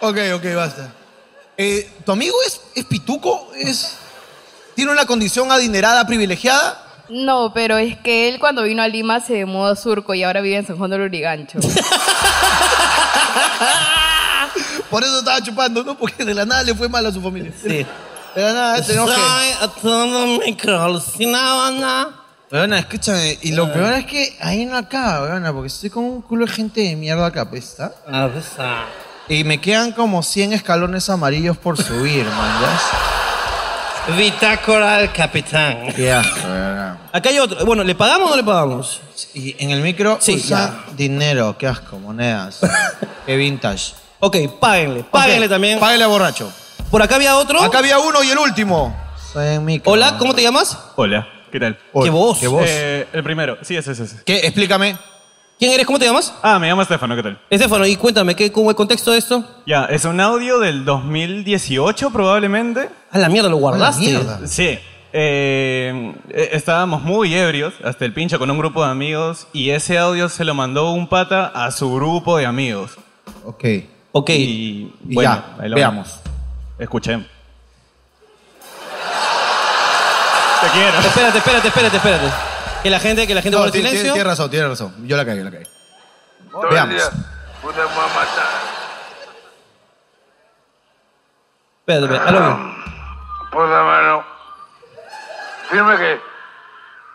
[SPEAKER 1] Ok, ok, basta. Eh, ¿Tu amigo es, es pituco? ¿Es, ¿Tiene una condición adinerada, privilegiada?
[SPEAKER 13] No, pero es que él cuando vino a Lima se mudó a Surco y ahora vive en San Juan del Urigancho.
[SPEAKER 1] Por eso estaba chupando, ¿no? Porque de la nada le fue mal a su familia.
[SPEAKER 2] Sí.
[SPEAKER 1] De la nada, tenemos que...
[SPEAKER 2] Soy a todo micro, alucinaba.
[SPEAKER 11] Weona,
[SPEAKER 1] Eh,
[SPEAKER 11] escúchame. Y lo peor es que ahí no acaba, weona, porque estoy con un culo de gente de mierda acá, pues, ¿está?
[SPEAKER 2] A ver, esa.
[SPEAKER 11] Y me quedan como 100 escalones amarillos por subir, man. ¿ya?
[SPEAKER 2] Bitácora del capitán.
[SPEAKER 11] Qué asco, weona.
[SPEAKER 2] Acá hay otro. Bueno, ¿le pagamos o no le pagamos?
[SPEAKER 11] Y en el micro
[SPEAKER 2] Sí,
[SPEAKER 11] usa dinero, qué asco, monedas. qué vintage.
[SPEAKER 2] Ok, páguenle, páguenle también.
[SPEAKER 1] Páguele a borracho.
[SPEAKER 2] Por acá había otro.
[SPEAKER 1] Acá había uno y el último.
[SPEAKER 11] Soy en micro.
[SPEAKER 2] Hola, ¿cómo te llamas?
[SPEAKER 7] Hola, ¿qué tal?
[SPEAKER 2] ¿Qué voz?
[SPEAKER 11] ¿Qué voz?
[SPEAKER 7] Eh, el primero, sí, ese, ese, ese.
[SPEAKER 1] ¿Qué? Explícame.
[SPEAKER 2] ¿Quién eres? ¿Cómo te llamas?
[SPEAKER 7] Ah, me llamo Estefano, ¿qué tal?
[SPEAKER 2] Estefano, y cuéntame, ¿qué, ¿cómo el contexto de esto?
[SPEAKER 7] Ya, es un audio del 2018 probablemente.
[SPEAKER 2] A la mierda, lo guardaste.
[SPEAKER 11] mierda.
[SPEAKER 7] Sí. eh, eh, estábamos muy ebrios, hasta el pincho, con un grupo de amigos y ese audio se lo mandó un pata a su grupo de amigos.
[SPEAKER 11] Ok.
[SPEAKER 2] Ok.
[SPEAKER 7] Y,
[SPEAKER 11] Y
[SPEAKER 7] bueno,
[SPEAKER 11] ya,
[SPEAKER 7] ahí lo-
[SPEAKER 11] veamos.
[SPEAKER 7] Escuchen. Te quiero.
[SPEAKER 2] Espérate, espérate, espérate, espérate. Que la gente, que la gente
[SPEAKER 11] No,
[SPEAKER 2] guarde
[SPEAKER 11] tiene,
[SPEAKER 2] silencio.
[SPEAKER 11] tiene- tiene razón, tiene razón. Yo la caí, yo la caí.
[SPEAKER 9] Todo el
[SPEAKER 11] Veamos.
[SPEAKER 9] día, Una mamata.
[SPEAKER 2] Espérate, espérate, hazlo bien.
[SPEAKER 9] Por la mano. Firme que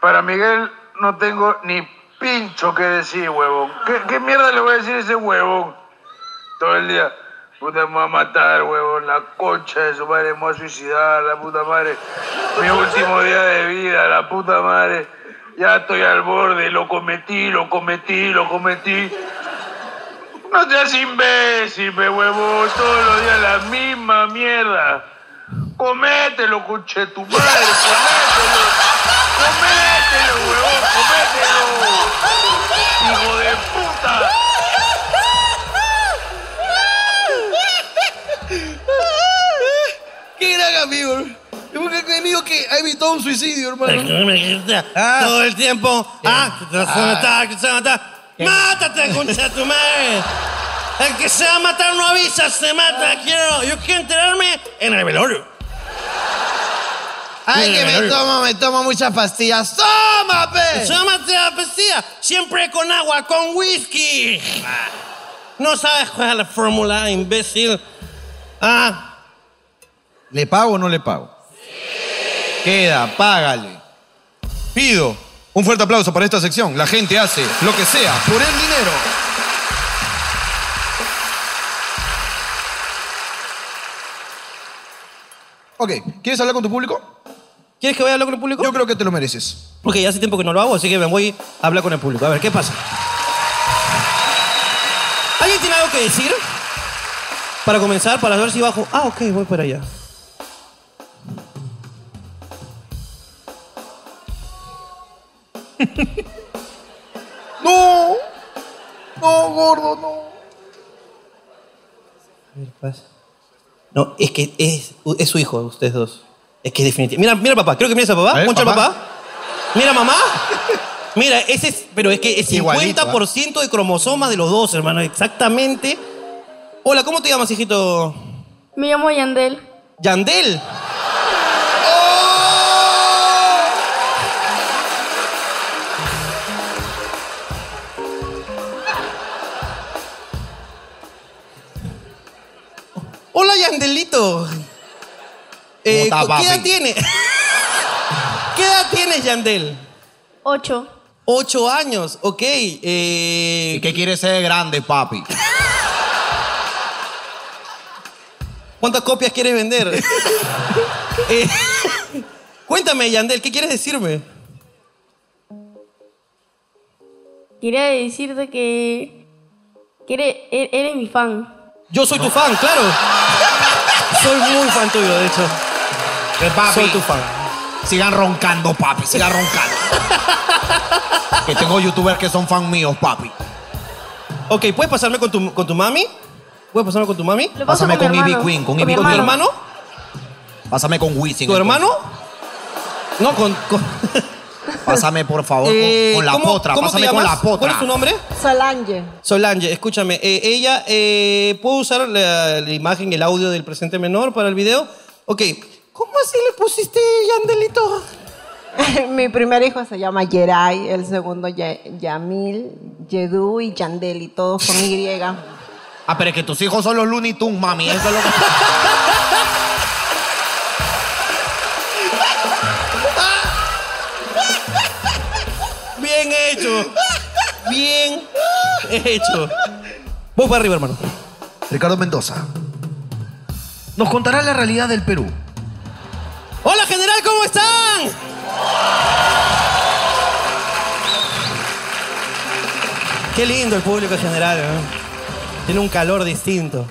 [SPEAKER 9] para Miguel no tengo ni pincho que decir, huevón. ¿Qué, qué mierda le voy a decir a ese huevón? Todo el día. Puta, me va a matar, huevón. La concha de su madre me va a suicidar, la puta madre. Mi último día de vida, la puta madre. Ya estoy al borde, lo cometí, lo cometí, lo cometí. No seas imbécil, pe huevón. Todos los días la misma mierda. Comételo, conche tu madre, comételo. Comételo, huevón, comételo. Hijo de puta.
[SPEAKER 14] Qué gran amigo. Es un gran amigo que ha evitado un suicidio, hermano.
[SPEAKER 2] Todo el tiempo. Ah, que te vas a matar, que te vas a matar. ¡Mátate, concha de tu madre! El que se va a matar no avisa, se mata. Quiero, yo quiero enterarme en el velorio.
[SPEAKER 15] Ay, que me tomo, me tomo muchas pastillas. ¡Toma, pe!
[SPEAKER 2] Tómate la pastilla, siempre con agua, con whisky. No sabes cuál es la fórmula, imbécil. Ah,
[SPEAKER 1] ¿Le pago o no le pago? Queda, págale. Pido un fuerte aplauso para esta sección. La gente hace lo que sea por el dinero. Ok, ¿quieres hablar con tu público?
[SPEAKER 2] ¿Quieres que vaya a hablar con el público? Yo
[SPEAKER 1] creo que te lo mereces.
[SPEAKER 2] porque ya hace tiempo que no lo hago, así que me voy a hablar con el público. A ver, ¿qué pasa? ¿Alguien tiene algo que decir? Para comenzar, para ver si bajo. Ah, ok, voy para allá.
[SPEAKER 14] No. No, gordo, no.
[SPEAKER 2] No, es que es, es su hijo, ustedes dos. Es que es definitivo. Mira, mira al papá, creo que mira al papá.
[SPEAKER 1] A ver,
[SPEAKER 2] Concha al
[SPEAKER 1] papá.
[SPEAKER 2] papá. Mira mamá. Mira, ese es, pero es que es 50%
[SPEAKER 1] Igualito, ¿ah?
[SPEAKER 2] de cromosoma de los dos, hermano, exactamente. Hola, ¿cómo te llamas, hijito?
[SPEAKER 16] Me llamo Yandel.
[SPEAKER 2] Yandel. Oh. Hola, Yandelito. Eh,
[SPEAKER 15] está,
[SPEAKER 2] ¿cu- ¿Qué edad
[SPEAKER 15] papi?
[SPEAKER 2] tiene? ¿Qué edad tienes, Yandel?
[SPEAKER 16] Ocho.
[SPEAKER 2] Ocho años, ok. Eh,
[SPEAKER 1] ¿Y qué quieres ser de grande, papi?
[SPEAKER 2] ¿Cuántas copias quieres vender? Eh, cuéntame, Yandel, ¿qué quieres decirme?
[SPEAKER 16] Quería decirte que. que eres, e- eres mi fan.
[SPEAKER 2] Yo soy tu fan, claro. Soy muy fan tuyo, de hecho. Soy tu fan.
[SPEAKER 1] Sigan roncando, papi, sigan roncando. que tengo youtubers que son fan míos, papi.
[SPEAKER 2] Ok, ¿puedes pasarme con tu, con tu mami? ¿Puedes pasarme con tu mami?
[SPEAKER 16] Lo paso
[SPEAKER 1] Pásame con Ivy Queen, con Ivy
[SPEAKER 2] ¿Con tu
[SPEAKER 1] Queen.
[SPEAKER 2] hermano?
[SPEAKER 1] Pásame con Wisin.
[SPEAKER 2] ¿Tu hermano? No, con... con-
[SPEAKER 1] Pásame, por favor, con-
[SPEAKER 2] Eh,
[SPEAKER 1] con, la
[SPEAKER 2] ¿cómo-
[SPEAKER 1] potra.
[SPEAKER 2] cómo te
[SPEAKER 1] Pásame con
[SPEAKER 2] llamas?
[SPEAKER 1] la potra.
[SPEAKER 9] Ah.
[SPEAKER 2] ¿Cuál es tu nombre?
[SPEAKER 17] Solange.
[SPEAKER 2] Solange, escúchame. eh, ella, eh, ¿puedo usar la, la imagen, el audio del presente menor para el video? Ok. ¿Cómo así le pusiste Yandelito?
[SPEAKER 17] Mi primer hijo se llama Yeray, el segundo Ye- Yamil, Yedu y Yandel y todos con Y.
[SPEAKER 1] Ah, pero es que tus hijos son los Looney Tunes, mami. Eso es lo que...
[SPEAKER 9] Ah.
[SPEAKER 2] Bien hecho. Bien hecho. Vos para arriba, hermano.
[SPEAKER 1] Ricardo Mendoza. Nos contará la realidad del Perú.
[SPEAKER 2] Hola, general, ¿cómo están? Qué lindo el público en general. ¿no? Tiene un calor distinto.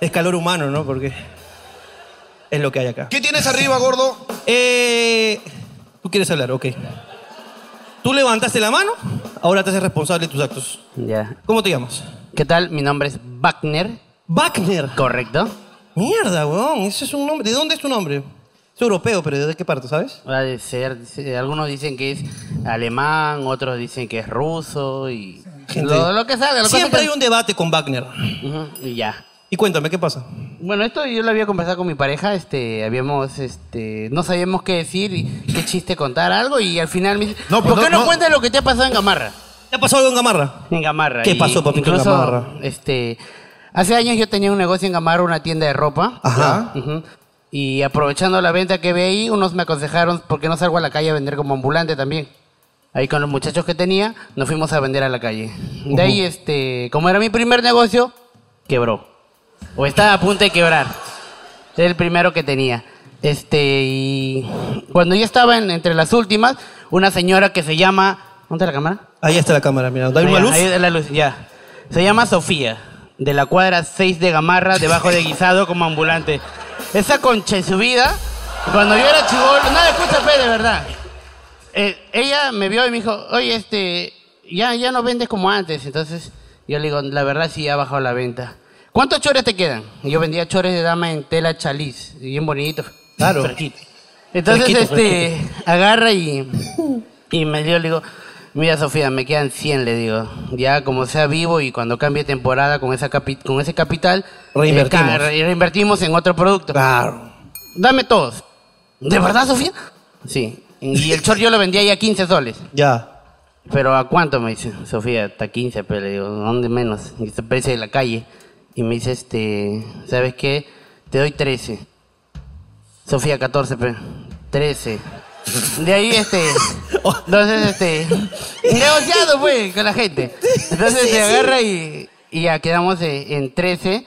[SPEAKER 2] Es calor humano, ¿no? Porque es lo que hay acá.
[SPEAKER 1] ¿Qué tienes arriba, gordo?
[SPEAKER 2] Eh, Tú quieres hablar, ok. Tú levantaste la mano, ahora te haces responsable de tus actos.
[SPEAKER 18] Ya.
[SPEAKER 2] ¿Cómo te llamas?
[SPEAKER 18] ¿Qué tal? Mi nombre es Wagner.
[SPEAKER 2] Wagner.
[SPEAKER 18] Correcto.
[SPEAKER 2] Mierda, weón. Ese es un nombre. ¿De dónde es tu nombre? Es europeo, pero ¿de qué parte, sabes?
[SPEAKER 18] Va de ser, dice- algunos dicen que es alemán, otros dicen que es ruso y
[SPEAKER 2] Gente-
[SPEAKER 18] lo, lo que salga. Lo que
[SPEAKER 2] Siempre hay
[SPEAKER 18] salga.
[SPEAKER 2] un debate con Wagner.
[SPEAKER 18] y ya.
[SPEAKER 2] Y cuéntame, ¿qué pasa?
[SPEAKER 18] Bueno, esto yo lo había conversado con mi pareja, este, habíamos, este, no sabíamos qué decir y qué chiste contar algo y al final me dice,
[SPEAKER 1] no,
[SPEAKER 18] ¿por
[SPEAKER 2] no,
[SPEAKER 18] qué no,
[SPEAKER 2] no.
[SPEAKER 18] cuentas lo que te ha pasado en Gamarra?
[SPEAKER 2] ¿Te ha pasado algo en Gamarra?
[SPEAKER 18] En Gamarra.
[SPEAKER 2] ¿Qué
[SPEAKER 18] y
[SPEAKER 2] pasó, papito, en
[SPEAKER 18] incluso,
[SPEAKER 2] Gamarra?
[SPEAKER 18] Este, hace años yo tenía un negocio en Gamarra, una tienda de ropa.
[SPEAKER 2] Ajá.
[SPEAKER 18] Ujú. Y aprovechando la venta que ve ahí, unos me aconsejaron por qué no salgo a la calle a vender como ambulante también. Ahí con los muchachos que tenía, nos fuimos a vender a la calle. De ahí, este, como era mi primer negocio, quebró. O estaba a punto de quebrar. Era el primero que tenía. Este, y cuando yo estaba en- entre las últimas, una señora que se llama. ¿Dónde está la cámara?
[SPEAKER 2] Ahí está la cámara, mira. ¿Da
[SPEAKER 18] Ahí,
[SPEAKER 2] una luz?
[SPEAKER 18] ahí da la luz, ya. Se llama Sofía, de la cuadra 6 de Gamarra, debajo de guisado como ambulante. Esa concha en su vida, cuando yo era chivolo, nada, escucha, fe, de verdad. Eh, ella me vio y me dijo, oye, este, ya, ya no vendes como antes. Entonces yo le digo, la verdad sí ha bajado la venta. ¿Cuántos chores te quedan? Y yo vendía chores de dama en tela chaliz, bien bonito.
[SPEAKER 2] Claro.
[SPEAKER 18] fresquito. Entonces,
[SPEAKER 2] Fresquito,
[SPEAKER 18] este, agarra y, y me dio, le digo, mira Sofía, me quedan 100, le digo. Ya como sea vivo y cuando cambie temporada con, esa capi- con ese capital,
[SPEAKER 2] Reinvertimos.
[SPEAKER 18] eh, ca- re- reinvertimos en otro producto. Claro. Dame todos. ¿De verdad, Sofía? Sí. Y el short yo lo vendía ya 15 soles.
[SPEAKER 2] Ya.
[SPEAKER 18] ¿Pero a cuánto? Me dice, Sofía, hasta 15, pero le digo, ¿dónde menos? Y se precio de la calle. Y me dice, este, ¿sabes qué? Te doy 13. Sofía, 14, pero 13. De ahí, este, entonces, este, negociado, pues, con la gente. Entonces
[SPEAKER 12] Sí,
[SPEAKER 18] se
[SPEAKER 12] sí.
[SPEAKER 18] agarra y, y ya quedamos eh, en 13.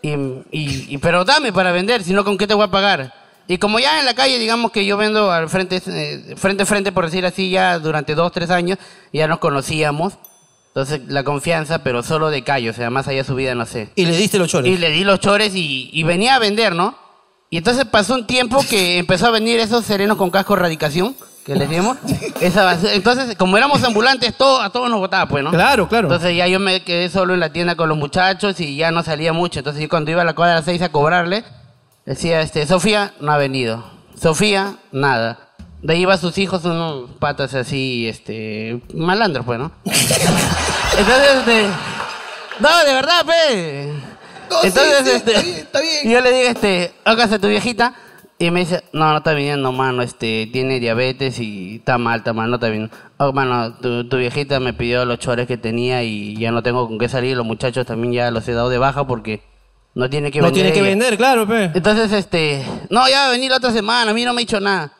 [SPEAKER 18] Y, y- y- pero dame para vender, si no, ¿con qué te voy a pagar? Y como ya en la calle, digamos que yo vendo al frente, eh, frente a frente, por decir así, ya durante dos, tres años, ya nos conocíamos. Entonces, la confianza, pero solo de callo, o sea, más allá de su vida, no sé.
[SPEAKER 2] Y le diste los chores.
[SPEAKER 18] Y le di los chores y, y venía a vender, ¿no? Y entonces pasó un tiempo que empezó a venir esos serenos con casco radicación que les dimos. Esa basura. entonces, como éramos ambulantes, todo, a todos nos botaba, pues, ¿no?
[SPEAKER 2] Claro, claro.
[SPEAKER 18] Entonces ya yo me quedé solo en la tienda con los muchachos y ya no salía mucho. Entonces yo cuando iba a la cuadra 6 a cobrarle, decía, este, Sofía no ha venido. Sofía, nada. De ahí iba sus hijos, unos patas así, este, malandros, pues, ¿no? Entonces, este, no, de verdad, pe.
[SPEAKER 12] No, sí,
[SPEAKER 18] Entonces,
[SPEAKER 12] sí,
[SPEAKER 18] este,
[SPEAKER 12] está bien, está bien.
[SPEAKER 18] y yo le digo, este, acá está tu viejita. Y me dice, no, no está viniendo, mano, este, tiene diabetes y está mal, está mal, no está viniendo. Oh, mano, tu, tu viejita me pidió los chores que tenía y ya no tengo con qué salir. Los muchachos también ya los he dado de baja porque no tiene que
[SPEAKER 2] No
[SPEAKER 18] vender.
[SPEAKER 2] tiene que
[SPEAKER 18] ella".
[SPEAKER 2] vender, claro, pe.
[SPEAKER 18] Entonces, este, no, ya va a venir la otra semana, a mí no me ha dicho nada.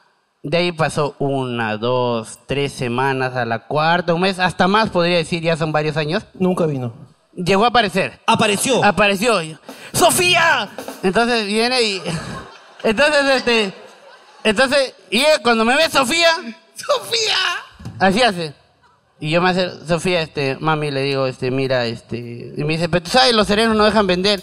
[SPEAKER 18] De ahí pasó una, dos, tres semanas, a la cuarta, un mes, hasta más podría decir, ya son varios años.
[SPEAKER 2] Nunca vino.
[SPEAKER 18] Llegó a aparecer.
[SPEAKER 2] Apareció.
[SPEAKER 18] Apareció. ¡Sofía! Entonces viene y. Entonces, este. Entonces, y ella, cuando me ve Sofía. ¡Sofía! Así hace. Y yo me hace, Sofía, este, mami, le digo, este, mira, este. Y me dice, pero tú sabes, los serenos no dejan vender.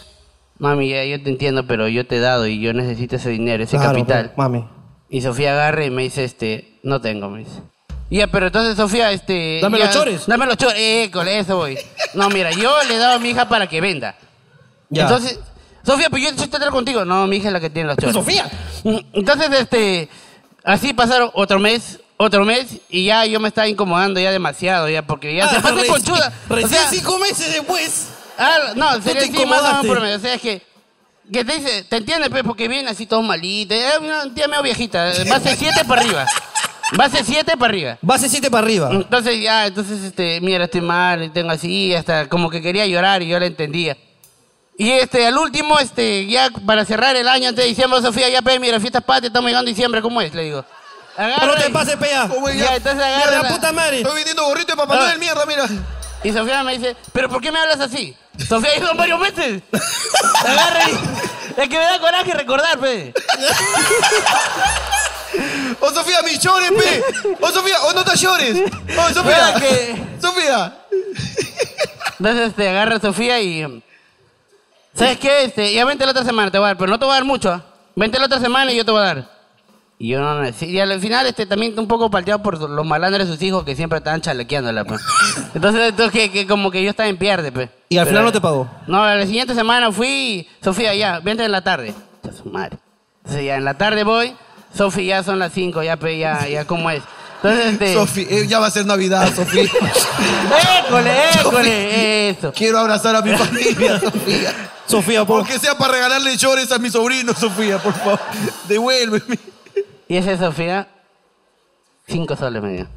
[SPEAKER 18] Mami, ya yo te entiendo, pero yo te he dado y yo necesito ese dinero, ese
[SPEAKER 2] Claro,
[SPEAKER 18] capital.
[SPEAKER 2] pe, mami.
[SPEAKER 18] Y Sofía agarra y me dice, este, no tengo, me dice. Ya, pero entonces, Sofía, este...
[SPEAKER 2] Dame
[SPEAKER 18] ya,
[SPEAKER 2] los chores.
[SPEAKER 18] Dame los chores. Eh, con eso voy. No, mira, yo le he dado a mi hija para que venda.
[SPEAKER 2] Ya.
[SPEAKER 18] Entonces, Sofía, pues yo estoy tratar contigo. No, mi hija es la que tiene los chores.
[SPEAKER 2] Sofía.
[SPEAKER 18] Entonces, este... Así pasaron otro mes, otro mes, y ya yo me estaba incomodando ya demasiado, ya, porque ya se pasa conchuda.
[SPEAKER 2] Ah, Recién
[SPEAKER 18] O sea,
[SPEAKER 2] cinco meses después.
[SPEAKER 18] Ah, no,
[SPEAKER 2] te
[SPEAKER 18] sería así, más o menos
[SPEAKER 2] incomodaste.
[SPEAKER 18] promedio. O sea, es que, que te dice, te entiendes, pues, porque viene así todo malito. Eh, una tía medio viejita, eh, base 7 para arriba. Base 7 para arriba.
[SPEAKER 2] Base 7 para arriba.
[SPEAKER 18] Entonces, ya, entonces, este, mira, estoy mal, y tengo así, hasta como que quería llorar y yo la entendía. Y este, al último, este, ya para cerrar el año antes de diciembre, Sofía, ya, pe, mira, fiestas patria, estamos llegando a diciembre, ¿cómo es? Le digo. Agarra
[SPEAKER 2] No te
[SPEAKER 18] y-
[SPEAKER 2] pases, pea.
[SPEAKER 18] Ya, entonces agarra.
[SPEAKER 2] Mira, la puta madre.
[SPEAKER 18] Estoy vendiendo gorrito de papá Noel, mierda, mira. Y Sofía me dice, ¿pero por qué me hablas así? Sofía, ha ido varios meses. Agarra y... Es que me da coraje recordar, pe.
[SPEAKER 1] ¡Oh, Sofía, mis chores, pe! ¡Oh, Sofía, oh, no te llores! ¡Oh, Sofía!
[SPEAKER 18] Mira que-
[SPEAKER 1] ¡Sofía!
[SPEAKER 18] Entonces este, agarra a Sofía y. ¿Sabes qué? Este, ya vente la otra semana, te voy a dar, pero no te voy a dar mucho. ¿ah? Vente la otra semana y yo te voy a dar. Y yo no neces- Y al final, este, también un poco palteado por su- los malandres de sus hijos que siempre estaban chalequeándola, pues. Entonces, entonces que, que como que yo estaba en pierde, pues.
[SPEAKER 2] Y al
[SPEAKER 18] Pero-
[SPEAKER 2] final no te pagó.
[SPEAKER 18] No, la siguiente semana fui, Sofía, ya, vente en la tarde. Ya su madre. Entonces ya en la tarde voy, Sofía, ya son las 5, ya, pe, ya, ya, ¿cómo es? Entonces, este...
[SPEAKER 1] Sofi, eh, ya va a ser Navidad, Sofía.
[SPEAKER 18] ¡École, école! Eso.
[SPEAKER 1] Quiero abrazar a mi familia, Sofía. Sofía, por Aunque sea para regalarle chores a mi sobrino, Sofía, por favor. Devuélveme.
[SPEAKER 18] Y esa es Sofía, 5 soles me dio.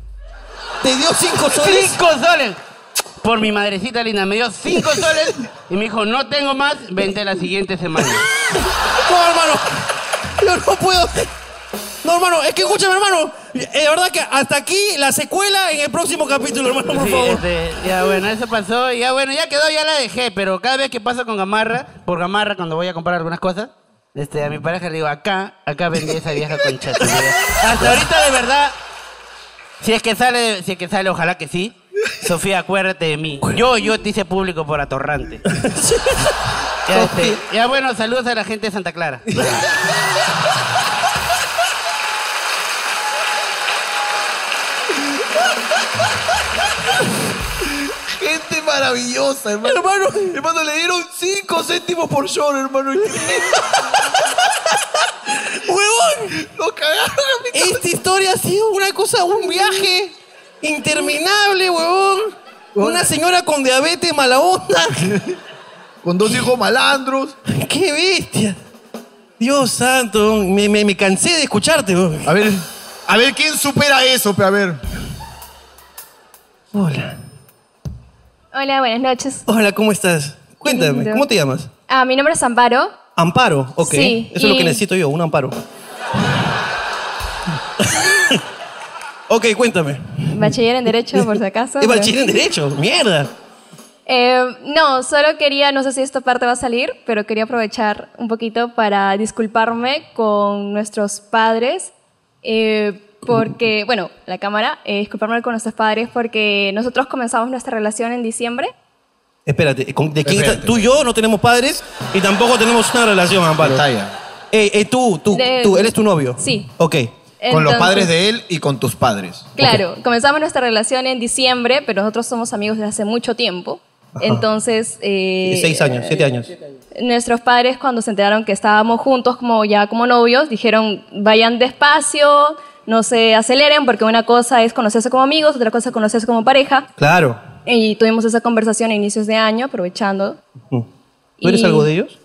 [SPEAKER 2] ¿Te dio cinco soles?
[SPEAKER 18] ¡Cinco soles! Por mi madrecita linda, me dio cinco soles y me dijo, no tengo más, vente la siguiente semana.
[SPEAKER 2] No, hermano. Yo no puedo. No, hermano, es que escúchame, hermano. Es Eh, verdad que hasta aquí la secuela en el próximo capítulo, hermano, por
[SPEAKER 18] Sí,
[SPEAKER 2] favor.
[SPEAKER 18] este, ya bueno, eso pasó. Ya bueno, ya quedó, ya la dejé. Pero cada vez que paso con Gamarra, por Gamarra, cuando voy a comprar algunas cosas, este, a mi pareja le digo, acá, acá vendí esa vieja concha. de tu madre. Hasta ahorita, de verdad, si es que sale, si es que sale, ojalá que sí. Sofía, acuérdate de mí. Yo, yo te hice público por atorrante. Ya, este, ya bueno, saludos a la gente de Santa Clara.
[SPEAKER 9] Gente maravillosa, hermano. Hermano, le dieron 5 céntimos por short, hermano.
[SPEAKER 2] ¡Huevón!
[SPEAKER 9] ¡Lo cagaron a mi
[SPEAKER 2] Esta historia ha sido una cosa, un viaje interminable, huevón. Una señora con diabetes mala onda.
[SPEAKER 9] con dos hijos malandros.
[SPEAKER 2] ¡Qué bestia! Dios santo, me, me- me cansé de escucharte, huevón.
[SPEAKER 9] A ver,
[SPEAKER 1] a ver quién supera eso, pe, a ver.
[SPEAKER 2] Hola.
[SPEAKER 6] Hola, buenas noches.
[SPEAKER 2] Hola, ¿cómo estás? Cuéntame,
[SPEAKER 6] lindo.
[SPEAKER 2] ¿cómo te llamas?
[SPEAKER 6] Ah, mi nombre es Amparo.
[SPEAKER 2] Amparo, ok.
[SPEAKER 6] Sí,
[SPEAKER 2] Eso es lo que
[SPEAKER 6] y-
[SPEAKER 2] necesito yo, un amparo. ok, cuéntame.
[SPEAKER 6] Bachiller en Derecho, por si acaso.
[SPEAKER 2] Es bachiller en Derecho, mierda.
[SPEAKER 6] Eh, no, solo quería, no sé si esta parte va a salir, pero quería aprovechar un poquito para disculparme con nuestros padres, eh, porque, bueno, la cámara, eh, disculparme con nuestros padres porque nosotros comenzamos nuestra relación en diciembre.
[SPEAKER 2] Espérate, ¿con- ¿de quién está- Tú y yo no tenemos padres y tampoco tenemos una relación, Amparo. Eh, eh, tú, tú,
[SPEAKER 6] De-
[SPEAKER 2] tú, él es tu novio.
[SPEAKER 6] Sí,
[SPEAKER 2] Ok.
[SPEAKER 1] Con los
[SPEAKER 6] Entonces-
[SPEAKER 1] padres de él y con tus padres.
[SPEAKER 6] claro, comenzamos nuestra relación en diciembre, pero nosotros somos amigos desde hace mucho tiempo. Entonces... eh,
[SPEAKER 2] Seis años, siete años.
[SPEAKER 6] nuestros padres cuando se enteraron que estábamos juntos como ya como novios dijeron vayan despacio no se aceleren porque una cosa es conocerse como amigos otra cosa es conocerse como pareja
[SPEAKER 2] Claro.
[SPEAKER 6] y tuvimos esa conversación a inicios de año aprovechando
[SPEAKER 2] ¿Tú eres
[SPEAKER 6] Y-
[SPEAKER 2] algo de ellos?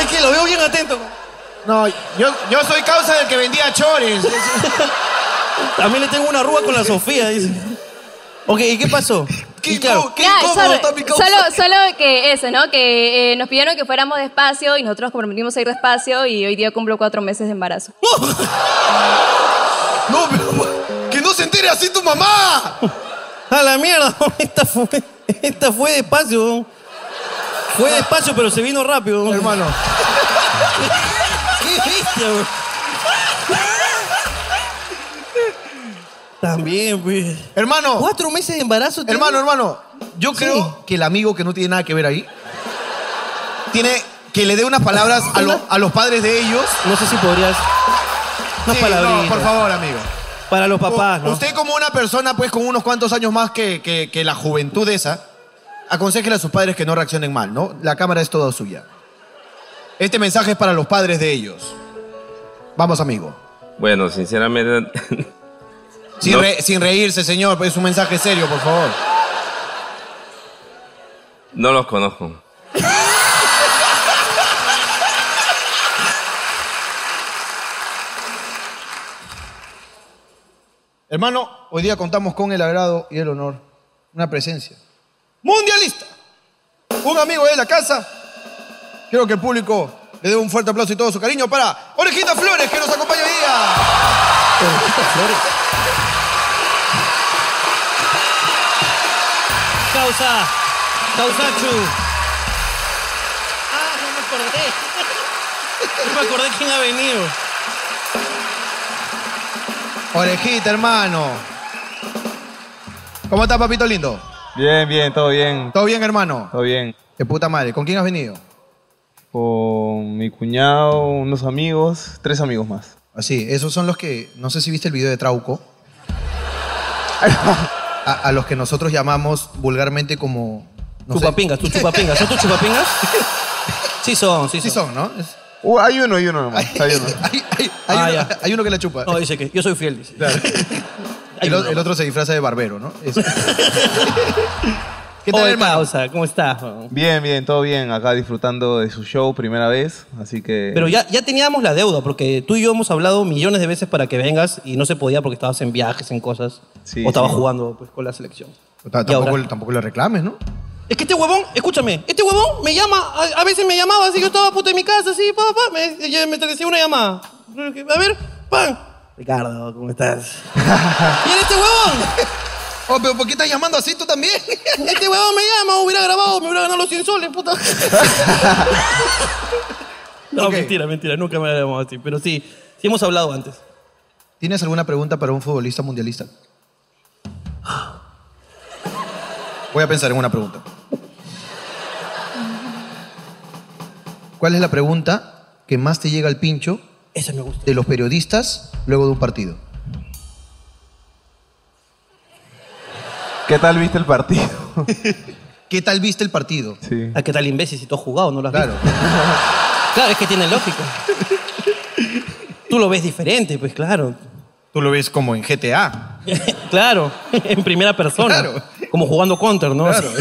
[SPEAKER 2] es que lo veo bien atento.
[SPEAKER 19] No, yo, yo soy causa del que vendía chores.
[SPEAKER 2] También le tengo una arruga con la Sofía, dice. Ok, ¿y qué pasó? Y claro,
[SPEAKER 6] Ya, solo, solo, solo que eso, ¿no? Que eh, nos pidieron que fuéramos despacio y nosotros comprometimos a ir despacio y hoy día cumplo cuatro meses de embarazo.
[SPEAKER 9] No, pero que no se entere así tu mamá.
[SPEAKER 2] A la mierda, esta fue, esta fue despacio. Fue despacio, pero se vino rápido. Hermano. ¿Qué bestia, bro? También, pues.
[SPEAKER 1] Hermano.
[SPEAKER 2] Cuatro meses de embarazo. tiene?
[SPEAKER 1] Hermano, hermano. Yo creo que el amigo que no tiene nada que ver ahí tiene que le dé unas palabras a, lo- a los padres de ellos.
[SPEAKER 2] No sé si podrías.
[SPEAKER 1] Unas
[SPEAKER 2] palabritas.
[SPEAKER 1] No, por favor, amigo.
[SPEAKER 2] Para los papás,
[SPEAKER 1] U-
[SPEAKER 2] ¿no?
[SPEAKER 1] Usted como una persona, pues, con unos cuantos años más que, que- que la juventud esa, aconsejele a sus padres que no reaccionen mal, ¿no? La cámara es toda suya. Este mensaje es para los padres de ellos. Vamos, amigo.
[SPEAKER 5] Bueno, sinceramente.
[SPEAKER 1] Sin,
[SPEAKER 5] no-
[SPEAKER 1] re- sin reírse, señor, pues, es un mensaje serio, por favor.
[SPEAKER 5] No los conozco.
[SPEAKER 19] Hermano, hoy día contamos con el agrado y el honor. Una presencia. Mundialista.
[SPEAKER 1] Un amigo de la casa. Quiero que el público le dé un fuerte aplauso y todo su cariño para Orejita Flores, que nos acompaña hoy día.
[SPEAKER 2] Causa. Causachu. Ah, no me acordé. No me acordé quién ha venido.
[SPEAKER 1] Orejita, hermano. ¿Cómo estás, papito lindo?
[SPEAKER 10] Bien, bien, todo bien.
[SPEAKER 1] ¿Todo bien, hermano?
[SPEAKER 10] Todo bien.
[SPEAKER 1] De puta madre. ¿Con quién has venido?
[SPEAKER 10] Con mi cuñado, unos amigos, tres amigos más.
[SPEAKER 1] Así, Ah, esos son los que, no sé si viste el video de Trauco. A, a los que nosotros llamamos vulgarmente como... no sé.
[SPEAKER 2] chupapingas, tus chupapingas. ¿Son tus chupapingas? Sí son, sí son.
[SPEAKER 1] ¿no?
[SPEAKER 10] Uh, hay uno, hay uno nomás. Hay uno.
[SPEAKER 1] Hay,
[SPEAKER 2] Ah,
[SPEAKER 1] uno,
[SPEAKER 2] ya.
[SPEAKER 1] hay uno que la chupa.
[SPEAKER 2] No, dice que yo soy fiel, dice.
[SPEAKER 1] el, o- el otro se disfraza de barbero, ¿no? Es-
[SPEAKER 2] ¿Qué tal, hermano? ¿Cómo estás? weón?
[SPEAKER 10] Bien, bien, todo bien. Acá disfrutando de su show, primera vez. Así que.
[SPEAKER 2] Pero ya, ya teníamos la deuda, porque tú y yo hemos hablado millones de veces para que vengas y no se podía porque estabas en viajes, en cosas. o estabas
[SPEAKER 10] sí.
[SPEAKER 2] jugando pues, con la selección.
[SPEAKER 1] Ta-
[SPEAKER 2] Y ahora-
[SPEAKER 1] tampoco, tampoco le reclames, ¿no?
[SPEAKER 2] Es que este huevón, escúchame, este huevón me llama, a, a veces me llamaba, así yo estaba puto en mi casa, así, pa, pa, me, y- me decía una llamada. A ver, pan. Ricardo, ¿cómo estás? ¡Mira este huevón!
[SPEAKER 1] Oh, pero ¿por qué estás llamando así tú también?
[SPEAKER 2] Este huevón me llama, hubiera grabado, me hubiera ganado los 100 soles, puta. No, mentira, mentira, nunca me habíamos así, pero sí, sí hemos hablado antes.
[SPEAKER 1] ¿Tienes alguna pregunta para un futbolista mundialista?
[SPEAKER 20] Voy a pensar en una pregunta. ¿Cuál es la pregunta que más te llega al pincho de los periodistas luego de un partido?
[SPEAKER 10] ¿Qué tal viste el partido?
[SPEAKER 1] ¿Qué tal viste el partido?
[SPEAKER 10] Sí.
[SPEAKER 2] ¿A Ah, qué tal imbécil si tú has jugado, no lo has claro. claro, es que tiene lógica. Tú lo ves diferente, pues claro.
[SPEAKER 20] Tú lo ves como en GTA.
[SPEAKER 2] claro, en primera persona. Como jugando counter, ¿no? Claro.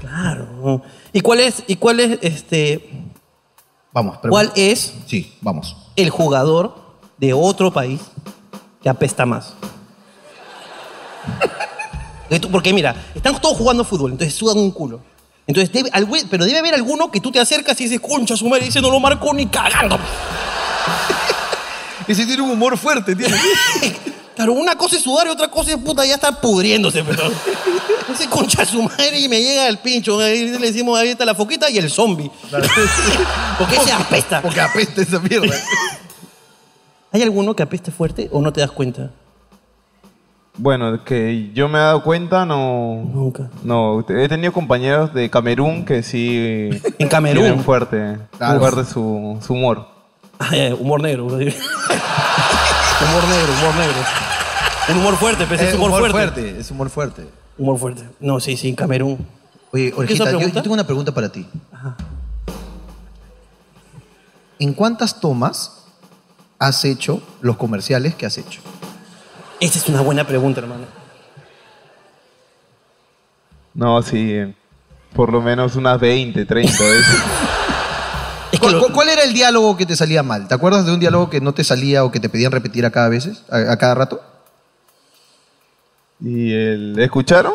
[SPEAKER 2] claro. ¿Y cuál es, y cuál es este.
[SPEAKER 20] Vamos,
[SPEAKER 2] ¿Cuál es
[SPEAKER 20] Sí, vamos.
[SPEAKER 2] el jugador de otro país que apesta más? Que tú- Porque mira, están todos jugando fútbol, entonces sudan un culo. Entonces, debe- al güey- pero debe haber alguno que tú te acercas y dices, concha, su madre, y dice, no lo marco ni cagando.
[SPEAKER 1] Ese tiene un humor fuerte, tiene.
[SPEAKER 2] Claro, una cosa es sudar y otra cosa es puta, ya está pudriéndose, pero. Ese concha su madre y me llega el pincho. Ahí le decimos, ahí está la foquita y el zombie. Porque se apesta. Porque
[SPEAKER 1] apesta esa mierda.
[SPEAKER 2] ¿Hay alguno que apeste fuerte o no te das cuenta?
[SPEAKER 10] Bueno, que yo me he dado cuenta, no.
[SPEAKER 2] Nunca.
[SPEAKER 10] No, he tenido compañeros de Camerún que sí.
[SPEAKER 2] En Camerún.
[SPEAKER 10] tienen fuerte,
[SPEAKER 2] Claro.
[SPEAKER 10] fuerte su, su humor.
[SPEAKER 2] Ah, eh, humor negro. humor negro, humor negro. Un humor fuerte, pero pues, es
[SPEAKER 20] Eh,
[SPEAKER 2] humor, fuerte.
[SPEAKER 20] Es humor fuerte.
[SPEAKER 2] Humor fuerte. No, sí, sí, en Camerún.
[SPEAKER 20] Oye, Orejita, yo,
[SPEAKER 2] pregunta?
[SPEAKER 20] yo tengo una pregunta para ti. ¿En cuántas tomas has hecho los comerciales que has hecho?
[SPEAKER 2] Esa es una buena pregunta, hermano.
[SPEAKER 10] No, sí. eh, Por lo menos unas 20, 30 veces.
[SPEAKER 20] ¿Cuál, cuál- cuál era el diálogo que te salía mal? ¿Te acuerdas de un diálogo que no te salía o que te pedían repetir a cada veces, a, a cada rato?
[SPEAKER 10] ¿Y el escucharon?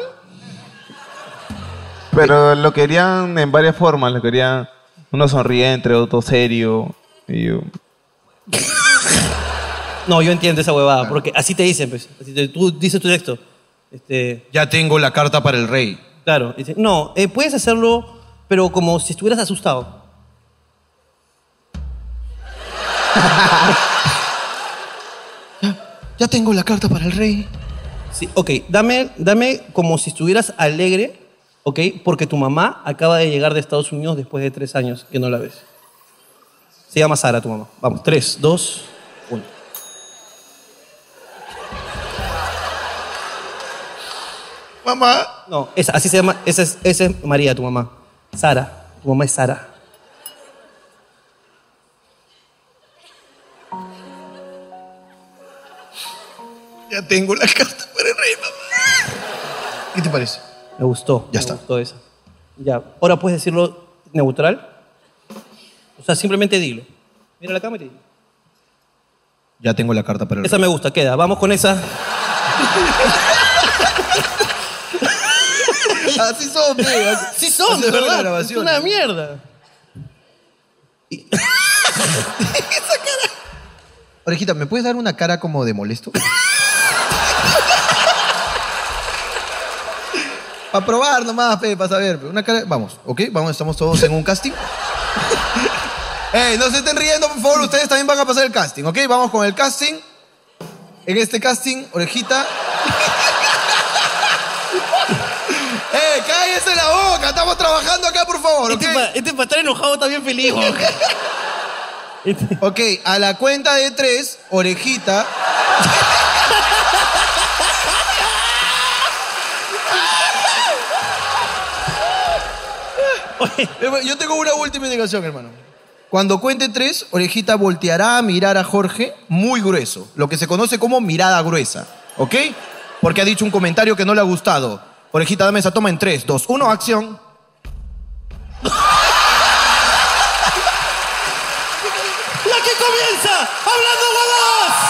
[SPEAKER 10] Pero lo querían en varias formas. Lo querían uno sonriente, otro serio. Y yo,
[SPEAKER 2] No, yo entiendo esa huevada, porque así te dicen, pues. Así te- tú dices tu texto. Este,
[SPEAKER 20] Ya tengo la carta para el rey.
[SPEAKER 2] Claro, dice, no, eh, puedes hacerlo, pero como si estuvieras asustado.
[SPEAKER 11] Ya tengo la carta para el rey.
[SPEAKER 2] Sí, ok, dame, dame como si estuvieras alegre, ok, porque tu mamá acaba de llegar de Estados Unidos después de tres años que no la ves. Se llama Sara tu mamá. Vamos, tres, dos, uno.
[SPEAKER 1] Mamá.
[SPEAKER 2] No, esa, así se llama, esa es, esa es María tu mamá. Sara, tu mamá es Sara.
[SPEAKER 1] Ya tengo la carta para el rey, mamá. ¿Qué te parece?
[SPEAKER 2] Me gustó. Ya está. Me gustó esa. Ya, ahora puedes decirlo neutral. O sea, simplemente dilo. Mira la cámara y dilo.
[SPEAKER 20] Ya tengo la carta para el
[SPEAKER 2] Esa
[SPEAKER 20] rey.
[SPEAKER 2] me gusta, queda. Vamos con esa.
[SPEAKER 1] Así son, pe, así-
[SPEAKER 2] Sí son,
[SPEAKER 1] así
[SPEAKER 2] de
[SPEAKER 1] son las
[SPEAKER 2] verdad. Es
[SPEAKER 1] grabaciones.
[SPEAKER 2] una mierda.
[SPEAKER 20] Orejita, ¿me puedes dar una cara como de molesto? Para probar nomás, pe, para saber. pe. Una cara. Vamos, ¿ok? Vamos, estamos todos en un casting.
[SPEAKER 1] Ey, no se estén riendo, por favor. Ustedes también van a pasar el casting, ¿ok? Vamos con el casting. En este casting, orejita. ¡Eh, cállese la boca! Estamos trabajando acá, por favor.
[SPEAKER 2] Este para estar enojado está bien feliz.
[SPEAKER 1] ok, a la cuenta de tres, orejita. Yo tengo una última indicación, hermano.
[SPEAKER 20] Cuando cuente tres, Orejita volteará a mirar a Jorge muy grueso, lo que se conoce como mirada gruesa, ¿ok? Porque ha dicho un comentario que no le ha gustado. Orejita, dame esa toma en tres, dos, uno, acción.
[SPEAKER 2] ¡La que comienza! ¡Hablando huevas!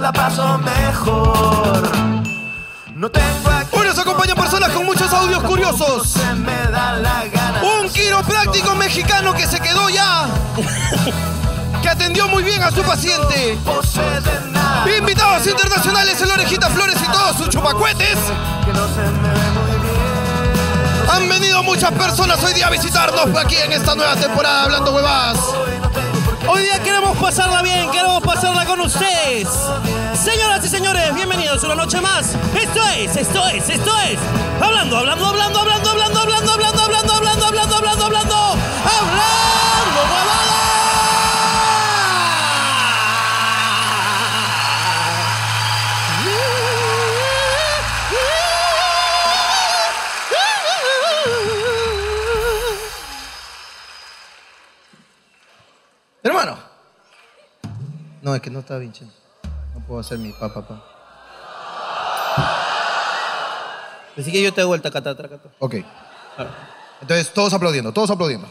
[SPEAKER 21] la paso mejor. No tengo aquí.
[SPEAKER 9] Hoy nos acompañan personas con muchos audios curiosos. Un quiropráctico mexicano que se quedó ya. Que atendió muy bien a su paciente. Invitados internacionales en la orejita Flores y todos sus chupacuetes. Han venido muchas personas hoy día a visitarnos aquí en esta nueva temporada hablando huevadas.
[SPEAKER 2] Hoy día queremos pasarla bien, queremos pasarla con ustedes. Señoras y señores, bienvenidos una noche más. Esto es, esto es, esto es. Hablando, hablando, hablando, hablando, hablando, hablando, hablando, hablando, hablando, hablando, hablando, hablando. Hablando,
[SPEAKER 22] Hermano. No, es que no está bien, chino. No puedo hacer mi papá. Pa, pa.
[SPEAKER 2] Así que yo te hago el tacatá, tacatá.
[SPEAKER 1] Ok. Entonces, todos aplaudiendo, todos aplaudiendo.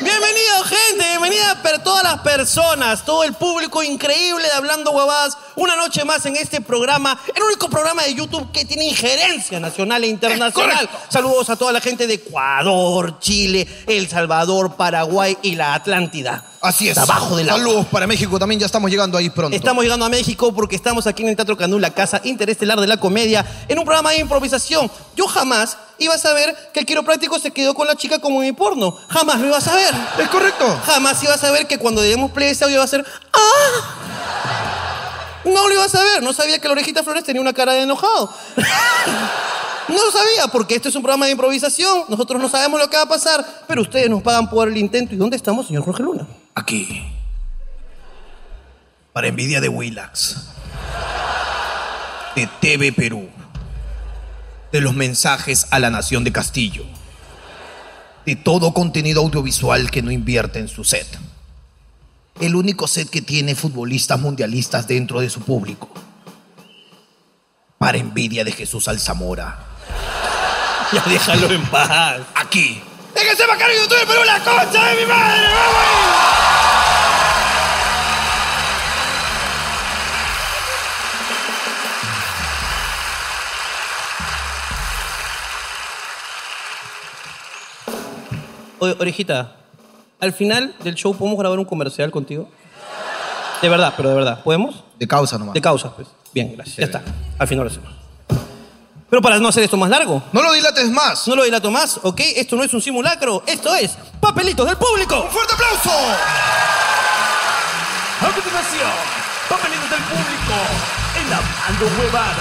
[SPEAKER 2] Bienvenido, gente. Bienvenida para todas las personas, todo el público increíble de Hablando Huevadas. Una noche más en este programa, el único programa de YouTube que tiene injerencia nacional e internacional. Saludos a toda la gente de Ecuador, Chile, El Salvador, Paraguay y la Atlántida.
[SPEAKER 9] Así es.
[SPEAKER 2] Abajo del agua.
[SPEAKER 9] Saludos para México también, ya estamos llegando ahí pronto.
[SPEAKER 2] Estamos llegando a México porque estamos aquí en el Teatro Canú, la casa interestelar de la comedia, en un programa de improvisación. Yo jamás iba a saber que el quiropráctico se quedó con la chica como en el porno. Jamás lo iba a saber.
[SPEAKER 9] Es correcto.
[SPEAKER 2] Jamás iba a saber que cuando demos play a ese audio iba a ser ¡Ah! No lo iba a saber. No sabía que la orejita Flores tenía una cara de enojado. No lo sabía, porque este es un programa de improvisación. Nosotros no sabemos lo que va a pasar, pero ustedes nos pagan por el intento. ¿Y dónde estamos, señor Jorge Luna?
[SPEAKER 23] Aquí. Para envidia de Willax. De TV Perú.
[SPEAKER 1] de los mensajes a la nación de Castillo, de todo contenido audiovisual que no invierte en su set. El único set que tiene futbolistas mundialistas dentro de su público. Para envidia de Jesús Alzamora.
[SPEAKER 2] Ya déjalo en paz.
[SPEAKER 1] Aquí.
[SPEAKER 23] ¡Déjense bajar en YouTube Perú la concha de mi madre! ¡Vamos!
[SPEAKER 2] Oye, orejita, al final del show podemos grabar un comercial contigo. De verdad, pero de verdad. ¿Podemos?
[SPEAKER 1] De causa nomás.
[SPEAKER 2] De causa, pues. Bien, gracias. Ya está. Al final lo hacemos. Pero para no hacer esto más largo.
[SPEAKER 9] No lo dilates más.
[SPEAKER 2] No lo dilato más, ¿ok? Esto no es un simulacro. Esto es Papelitos del Público. ¡Un
[SPEAKER 9] fuerte aplauso!
[SPEAKER 21] A continuación, papelitos del público en Hablando Huevada.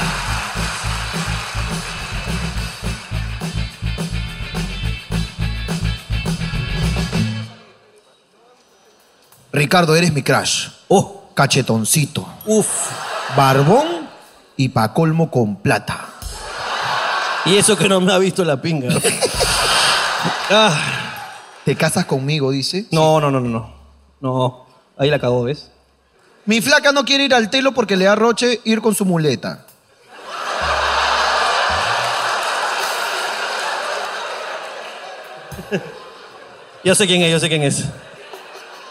[SPEAKER 1] Ricardo, eres mi crush.
[SPEAKER 2] Oh.
[SPEAKER 1] Cachetoncito.
[SPEAKER 2] Uf.
[SPEAKER 1] Barbón y pa' colmo con plata.
[SPEAKER 2] Y eso que no me ha visto la pinga.
[SPEAKER 9] Ah.
[SPEAKER 1] ¿Te casas conmigo, dice?
[SPEAKER 2] No, no, no, no, no. No. Ahí la cagó, ¿ves?
[SPEAKER 9] Mi flaca no quiere ir al telo porque le da roche ir con su muleta.
[SPEAKER 2] Yo sé quién es, yo sé quién es.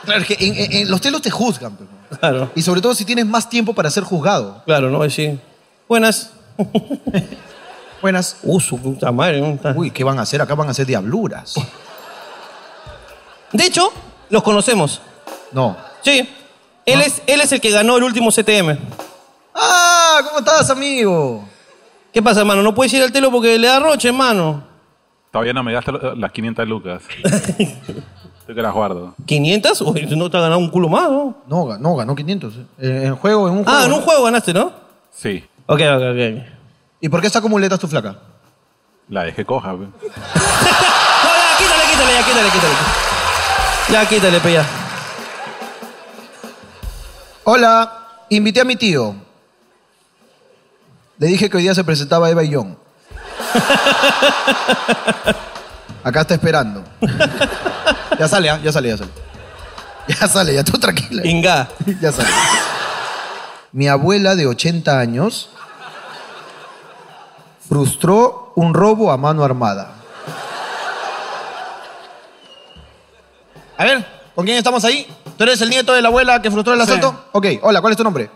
[SPEAKER 9] Claro, es que en, en- en los telos te juzgan. pe.
[SPEAKER 2] Claro.
[SPEAKER 9] Y sobre todo si tienes más tiempo para ser juzgado.
[SPEAKER 2] Claro, ¿no? Ahí Sí. Buenas.
[SPEAKER 9] Buenas.
[SPEAKER 2] Uh, su puta madre.
[SPEAKER 9] Uy, ¿qué van a hacer? Acá van a hacer diabluras.
[SPEAKER 2] De hecho, los conocemos.
[SPEAKER 1] No.
[SPEAKER 2] Sí. Él, es, él es el que ganó el último CTM.
[SPEAKER 9] ¡Ah! ¿Cómo estás, amigo?
[SPEAKER 2] ¿Qué pasa, hermano? No puedes ir al telo porque le da roche, hermano.
[SPEAKER 7] Todavía no me das lo- las 500 lucas. Yo que las guardo.
[SPEAKER 2] ¿500? Uy, no te ha ganado un culo más, ¿no?
[SPEAKER 9] No, ganó, ganó eh. 500. En juego, en un
[SPEAKER 2] Ah,
[SPEAKER 9] juego,
[SPEAKER 2] en un
[SPEAKER 9] ¿no?
[SPEAKER 2] juego ganaste, ¿no?
[SPEAKER 7] Sí.
[SPEAKER 2] Ok, ok, ok.
[SPEAKER 9] ¿Y por qué está con muletas tu flaca?
[SPEAKER 7] La dejé coja. pe.
[SPEAKER 2] No, ya, quítale, quítale, ya, quítale, quítale. Ya, quítale, pe, ya.
[SPEAKER 9] Hola, invité a mi tío. Le dije que hoy día se presentaba Eva y John. Acá está esperando. Ya sale, ¿ah? ya sale, ya sale. Ya sale, ya tú tranquila.
[SPEAKER 11] Inga.
[SPEAKER 9] Ya sale.
[SPEAKER 1] Mi abuela de 80 años frustró un robo a mano armada.
[SPEAKER 9] A ver, ¿con quién estamos ahí? ¿Tú eres el nieto de la abuela que frustró el asalto? Ok, hola, ¿cuál es tu nombre?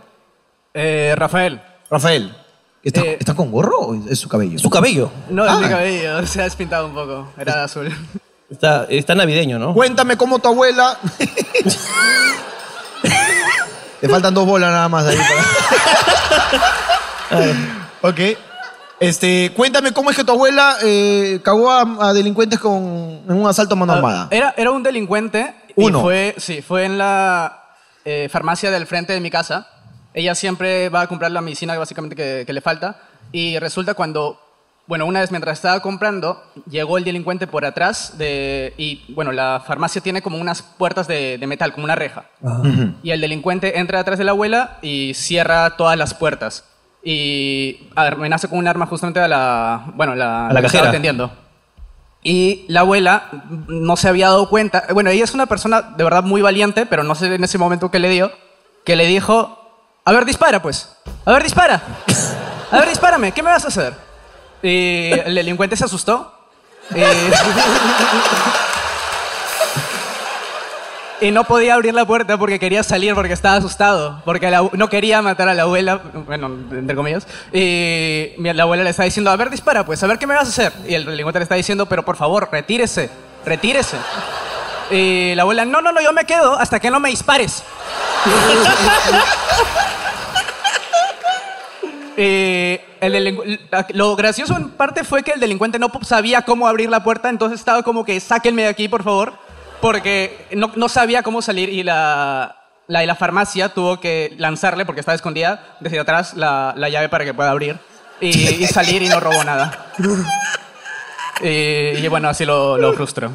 [SPEAKER 11] Eh,
[SPEAKER 24] Rafael.
[SPEAKER 9] Rafael. ¿Está,
[SPEAKER 2] Eh.
[SPEAKER 9] está con gorro o es su cabello? Su cabello.
[SPEAKER 24] No,
[SPEAKER 18] Ah.
[SPEAKER 24] es mi cabello, se ha despintado un poco. Era azul.
[SPEAKER 11] Está, está navideño, ¿no?
[SPEAKER 9] Cuéntame cómo tu abuela. Te faltan dos bolas nada más de ahí. para- ok. Este, cuéntame cómo es que tu abuela eh, cagó a, a delincuentes con, en un asalto a
[SPEAKER 11] Ah,
[SPEAKER 9] mano armada.
[SPEAKER 8] Ah,
[SPEAKER 11] eh.
[SPEAKER 8] Era, era un delincuente.
[SPEAKER 9] Uno.
[SPEAKER 8] Y fue, sí, fue en la eh, farmacia del frente de mi casa. Ella siempre va a comprar la medicina básicamente que, que le falta. Y resulta cuando, bueno, una vez mientras estaba comprando, llegó el delincuente por atrás de, y bueno, la farmacia tiene como unas puertas de, de metal, como una reja. Y el delincuente entra atrás de la abuela y cierra todas las puertas. Y amenaza con un arma justamente a la, bueno, la,
[SPEAKER 11] A la
[SPEAKER 8] que estaba
[SPEAKER 11] cajera.
[SPEAKER 8] atendiendo. Y la abuela no se había dado cuenta. Bueno, ella es una persona de verdad muy valiente, pero no sé en ese momento qué le dio. Que le dijo, a ver, dispara pues. A ver, dispara. A ver, dispárame. ¿Qué me vas a hacer? Y el delincuente se asustó. Y, y no podía abrir la puerta porque quería salir porque estaba asustado. Porque la- no quería matar a la abuela, bueno, entre comillas. Y mi- la abuela le está diciendo, a ver, dispara pues, a ver qué me vas a hacer. Y el delincuente le está diciendo, pero por favor, retírese, retírese. Y Eh, la abuela, no, no, no, yo me quedo hasta que no me dispares. Eh, el delincu- la- lo gracioso en parte fue que el delincuente no sabía cómo abrir la puerta, entonces estaba como que sáquenme de aquí, por favor, porque no, no sabía cómo salir y la, la de la farmacia tuvo que lanzarle, porque estaba escondida, desde atrás la, la llave para que pueda abrir y, y salir y no robó nada. Eh, y bueno, así lo, lo frustró.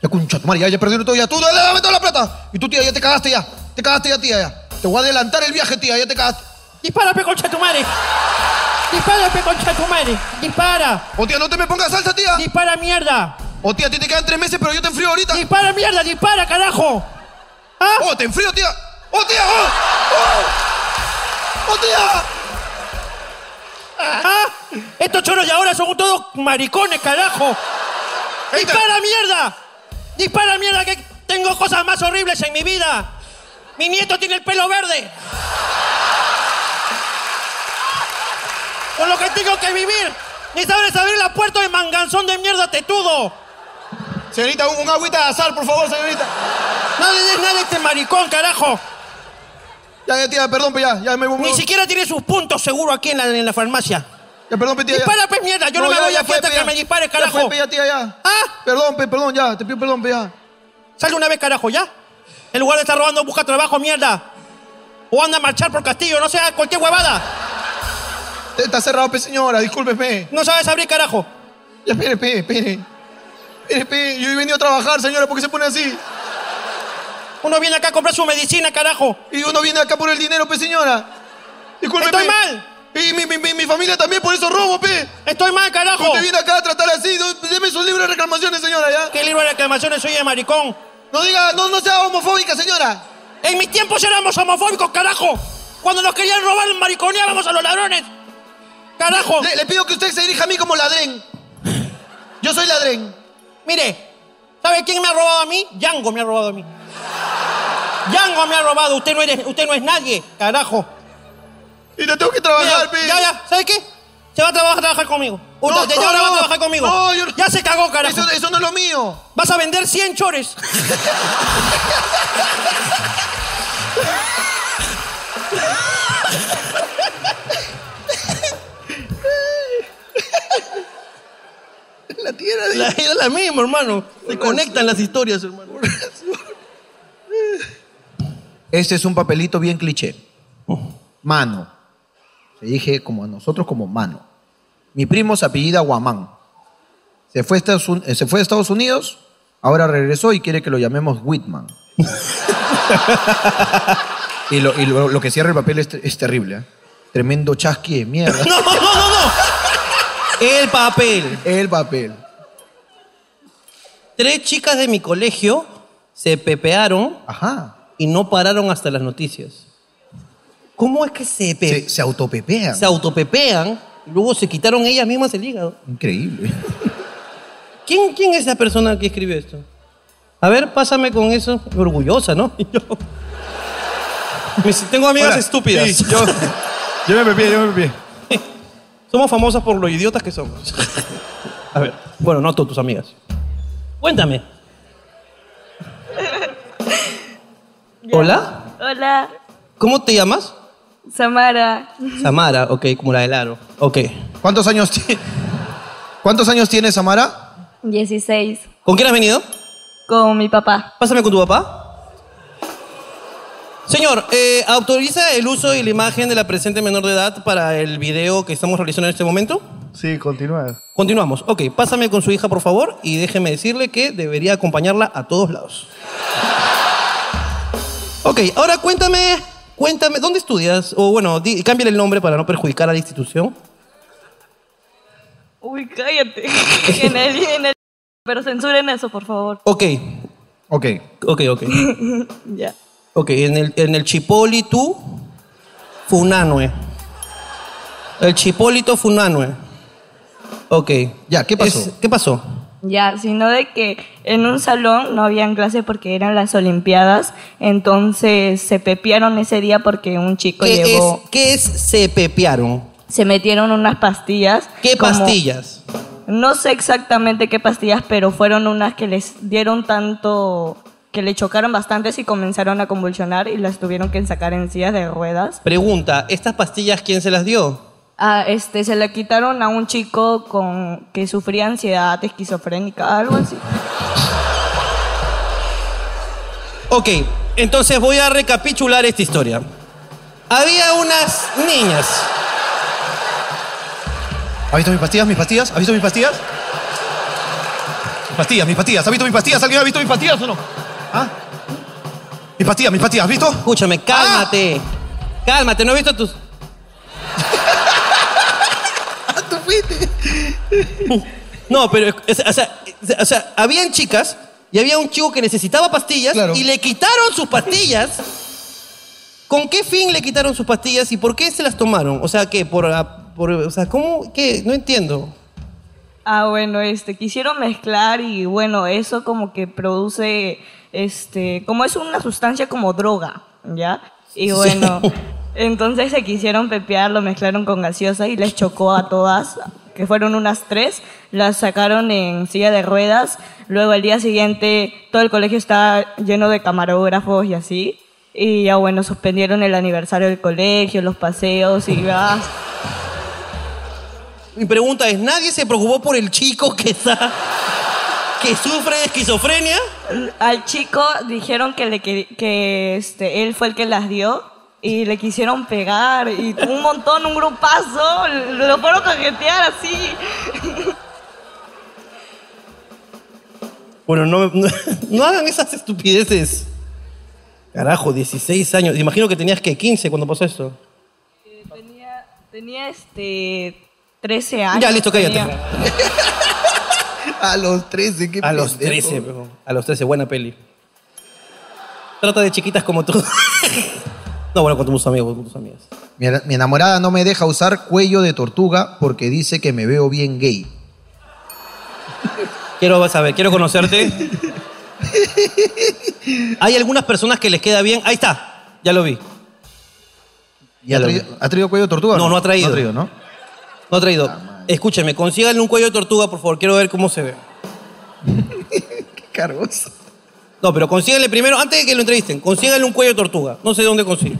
[SPEAKER 9] Ya, concha, tu madre, ya, ya perdieron todo, ya. Tú, dale, dame toda la plata. Y tú, tía, ya te cagaste, ya. Te cagaste, ya, tía, ya. Te voy a adelantar el viaje, tía, ya te cagaste.
[SPEAKER 2] Dispara, pe concha tu madre. Dispara, pe concha tu madre. Dispara.
[SPEAKER 9] O Oh, tía, no te me pongas salsa, tía.
[SPEAKER 2] Dispara, mierda.
[SPEAKER 9] O tía, a ti te quedan tres meses, pero yo te enfrío ahorita.
[SPEAKER 2] Dispara, mierda, dispara, carajo. ¿Ah?
[SPEAKER 9] Oh, te enfrío, tía. Oh, tía, oh. Oh, oh tía.
[SPEAKER 2] ¿Ah? Estos choros de ahora son todos maricones, carajo. ¡Dispara,
[SPEAKER 9] Este-
[SPEAKER 2] mierda! ¡Dispara, mierda! Que tengo cosas más horribles en mi vida. Mi nieto tiene el pelo verde. Con lo que tengo que vivir. Ni sabes abrir la puerta de manganzón de mierda tetudo.
[SPEAKER 9] Señorita, un, agüita de azar, por favor, señorita.
[SPEAKER 2] No le des nada a este maricón, carajo.
[SPEAKER 9] Ya, ya, tía, perdón, pe, ya, ya me voy.
[SPEAKER 2] Ni siquiera tiene sus puntos seguro aquí en la, en la farmacia.
[SPEAKER 9] Ya, perdón, pe, tía. ya.
[SPEAKER 2] Dispara, pues, mierda. Yo no, me
[SPEAKER 9] ya,
[SPEAKER 2] voy
[SPEAKER 9] ya
[SPEAKER 2] aquí
[SPEAKER 9] fue,
[SPEAKER 2] hasta
[SPEAKER 9] pe,
[SPEAKER 2] que
[SPEAKER 9] ya.
[SPEAKER 2] me dispare,
[SPEAKER 9] Ya
[SPEAKER 2] carajo.
[SPEAKER 9] fue, pe, ya, tía, ya.
[SPEAKER 2] ¿Ah?
[SPEAKER 9] Perdón, pe, perdón, ya. Te pido perdón, pe, ya.
[SPEAKER 2] Sale una vez, carajo, ¿ya? En lugar de estar robando, busca trabajo, mierda. O anda a marchar por Castillo, no sea cualquier huevada.
[SPEAKER 9] Te- Está cerrado, pe, señora, discúlpeme.
[SPEAKER 2] No sabes abrir, carajo.
[SPEAKER 9] Ya, espere, pe, espere. Espere, pe, yo he venido a trabajar, señora, ¿por qué se pone así?
[SPEAKER 2] Uno viene acá a comprar su medicina, carajo.
[SPEAKER 9] Y uno viene acá por el dinero, pe, señora. Discúlpeme.
[SPEAKER 2] Estoy
[SPEAKER 9] pe.
[SPEAKER 2] mal.
[SPEAKER 9] Y mi, mi, mi, mi familia también, por eso robo, pe.
[SPEAKER 2] Estoy mal, carajo.
[SPEAKER 9] Usted viene acá a tratar así. no- Deme su libro de reclamaciones, señora, ya.
[SPEAKER 2] ¿Qué libro de reclamaciones soy de maricón?
[SPEAKER 9] No diga, no, no sea homofóbica, señora.
[SPEAKER 2] En mis tiempos éramos homofóbicos, carajo. Cuando nos querían robar, mariconeábamos a los ladrones. Carajo.
[SPEAKER 9] Le, le pido que usted se dirija a mí como ladrén. Yo soy ladrén.
[SPEAKER 2] Mire, ¿sabe quién me ha robado a mí? Django me ha robado a mí. Django me ha robado. Usted no, eres, usted no es nadie, carajo.
[SPEAKER 9] Y te tengo que trabajar,
[SPEAKER 2] Mira,
[SPEAKER 9] pe.
[SPEAKER 2] Ya, ya, ¿sabes qué? Se va a trabajar, trabajar conmigo. Usted
[SPEAKER 9] No,
[SPEAKER 2] desde
[SPEAKER 9] no,
[SPEAKER 2] ahora va
[SPEAKER 9] no.
[SPEAKER 2] a trabajar conmigo.
[SPEAKER 9] No, yo no-
[SPEAKER 2] Ya se cagó, carajo.
[SPEAKER 9] Eso, eso no es lo mío.
[SPEAKER 2] Vas a vender 100 chores.
[SPEAKER 9] La tierra
[SPEAKER 11] La, era la misma, hermano. Se conectan las historias, hermano.
[SPEAKER 1] Este es un papelito bien cliché.
[SPEAKER 2] Oh.
[SPEAKER 1] Mano. Se dije como a nosotros como mano. Mi primo se apellida Guamán. Se fue, a Estados Un- eh, se fue a Estados Unidos, ahora regresó y quiere que lo llamemos Whitman. y lo, y lo- lo que cierra el papel es, te- es terrible. ¿eh? Tremendo chasqui de mierda.
[SPEAKER 2] No, no, no, no.
[SPEAKER 1] El papel. El papel.
[SPEAKER 2] Tres chicas de mi colegio se pepearon y no pararon hasta las noticias. ¿Cómo es que se pe-
[SPEAKER 11] Se, se autopepean.
[SPEAKER 2] se autopepean? y Luego se quitaron ellas mismas el hígado.
[SPEAKER 11] Increíble.
[SPEAKER 2] ¿Quién, ¿Quién es la persona que escribe esto? A ver, pásame con eso. Orgullosa, ¿no? Y yo- Me- tengo amigas
[SPEAKER 25] Hola.
[SPEAKER 2] estúpidas.
[SPEAKER 25] Sí, yo-
[SPEAKER 2] yo me pepié, yo me pepié. Somos famosas por lo idiotas que somos. A ver, bueno, no tú, tus amigas. Cuéntame. ¿Hola?
[SPEAKER 26] Hola,
[SPEAKER 2] ¿Cómo te llamas?
[SPEAKER 26] Samara.
[SPEAKER 2] Samara, ok, como la del aro. Ok.
[SPEAKER 11] ¿Cuántos años, ti- ¿Cuántos años tienes, Samara?
[SPEAKER 26] 16.
[SPEAKER 2] ¿Con quién has venido?
[SPEAKER 26] Con mi papá.
[SPEAKER 2] Pásame con tu papá. Señor, eh, ¿autoriza el uso y la imagen de la presente menor de edad para el video que estamos realizando en este momento?
[SPEAKER 17] Sí, continúa.
[SPEAKER 2] Continuamos. Ok, pásame con su hija, por favor, y déjeme decirle que debería acompañarla a todos lados. Ok, ahora cuéntame, cuéntame, ¿dónde estudias? O bueno, di- cámbiale el nombre para no perjudicar a la institución.
[SPEAKER 26] Uy, cállate. en el, en el- Pero censuren eso, por favor.
[SPEAKER 2] Ok. Ok. Ok, ok.
[SPEAKER 26] ya.
[SPEAKER 2] Ok, en el, en el Chipólito Funanue. El Chipólito Funanue. Ok. Ya, ¿qué
[SPEAKER 26] pasó?
[SPEAKER 2] ¿Qué pasó?
[SPEAKER 26] Ya, sino de que en un salón no habían clase porque eran las Olimpiadas, entonces se pepearon ese día porque un chico
[SPEAKER 2] ¿Qué
[SPEAKER 26] llevó...
[SPEAKER 2] es, ¿Qué es se pepearon?
[SPEAKER 26] Se metieron unas pastillas.
[SPEAKER 2] ¿Qué
[SPEAKER 26] como-
[SPEAKER 2] pastillas?
[SPEAKER 26] No sé exactamente qué pastillas, pero fueron unas que les dieron tanto que le chocaron bastantes y comenzaron a convulsionar y las tuvieron que sacar en sillas de ruedas.
[SPEAKER 2] Pregunta, ¿estas pastillas quién se las dio?
[SPEAKER 26] Ah, este, se la quitaron a un chico con que sufría ansiedad esquizofrénica, algo así.
[SPEAKER 2] Ok, entonces voy a recapitular esta historia. Había unas niñas.
[SPEAKER 11] ¿Has visto mis pastillas? ¿Mis pastillas? ¿Has visto mis pastillas? Mis pastillas, mis pastillas. ¿Has visto mis pastillas? ¿Alguien ha visto mis pastillas o no? ¿Ah? Mis pastillas, mis pastillas. ¿Has visto? ¡Ah!
[SPEAKER 2] Escúchame, cálmate. Cálmate, no he visto tus. No, pero, es- o sea, o sea, habían chicas y había un chico que necesitaba pastillas y le quitaron sus pastillas. ¿Con qué fin le quitaron sus pastillas y por qué se las tomaron? O sea, ¿qué? Por, ah, por- o sea, ¿cómo? ¿Qué? No entiendo.
[SPEAKER 26] Ah, bueno, este, quisieron mezclar y bueno, eso como que produce, este, como es una sustancia como droga, ¿ya? Y bueno, entonces se quisieron pepear, lo mezclaron con gaseosa y les chocó a todas, que fueron unas tres, las sacaron en silla de ruedas, luego al día siguiente todo el colegio estaba lleno de camarógrafos y así, y ya bueno, suspendieron el aniversario del colegio, los paseos y va.
[SPEAKER 2] Mi pregunta es, ¿nadie se preocupó por el chico que está... que sufre de esquizofrenia?
[SPEAKER 26] Al chico dijeron que, le, que, que, este, él fue el que las dio y le quisieron pegar y un montón, un grupazo, lo lo fueron a cajetear así.
[SPEAKER 2] Bueno, no, no, no hagan esas estupideces. Carajo, 16 años. Imagino que tenías que 15 cuando pasó esto.
[SPEAKER 26] Tenía este 13 años.
[SPEAKER 2] Ya, listo, cállate.
[SPEAKER 26] tenía.
[SPEAKER 11] A los 13, qué
[SPEAKER 2] A los
[SPEAKER 11] pendejo.
[SPEAKER 2] 13, bro. A los 13, buena peli. Trata de chiquitas como tú. no, bueno, con tus amigos, con tus amigas.
[SPEAKER 11] Mi, era- mi enamorada no me deja usar cuello de tortuga porque dice que me veo bien gay.
[SPEAKER 2] Quiero saber, quiero conocerte. Hay algunas personas que les queda bien. Ahí está, ya lo vi.
[SPEAKER 11] ¿Y ha, traído, ha traído cuello de tortuga?
[SPEAKER 2] No, no ha traído.
[SPEAKER 11] No ha traído, ¿no? Ah,
[SPEAKER 2] No ha traído. Escúcheme, consíganle un cuello de tortuga, por favor. Quiero ver cómo se ve. Qué cargoso. No, pero consíganle primero, antes de que lo entrevisten, consíganle un cuello de tortuga. No sé dónde consigo.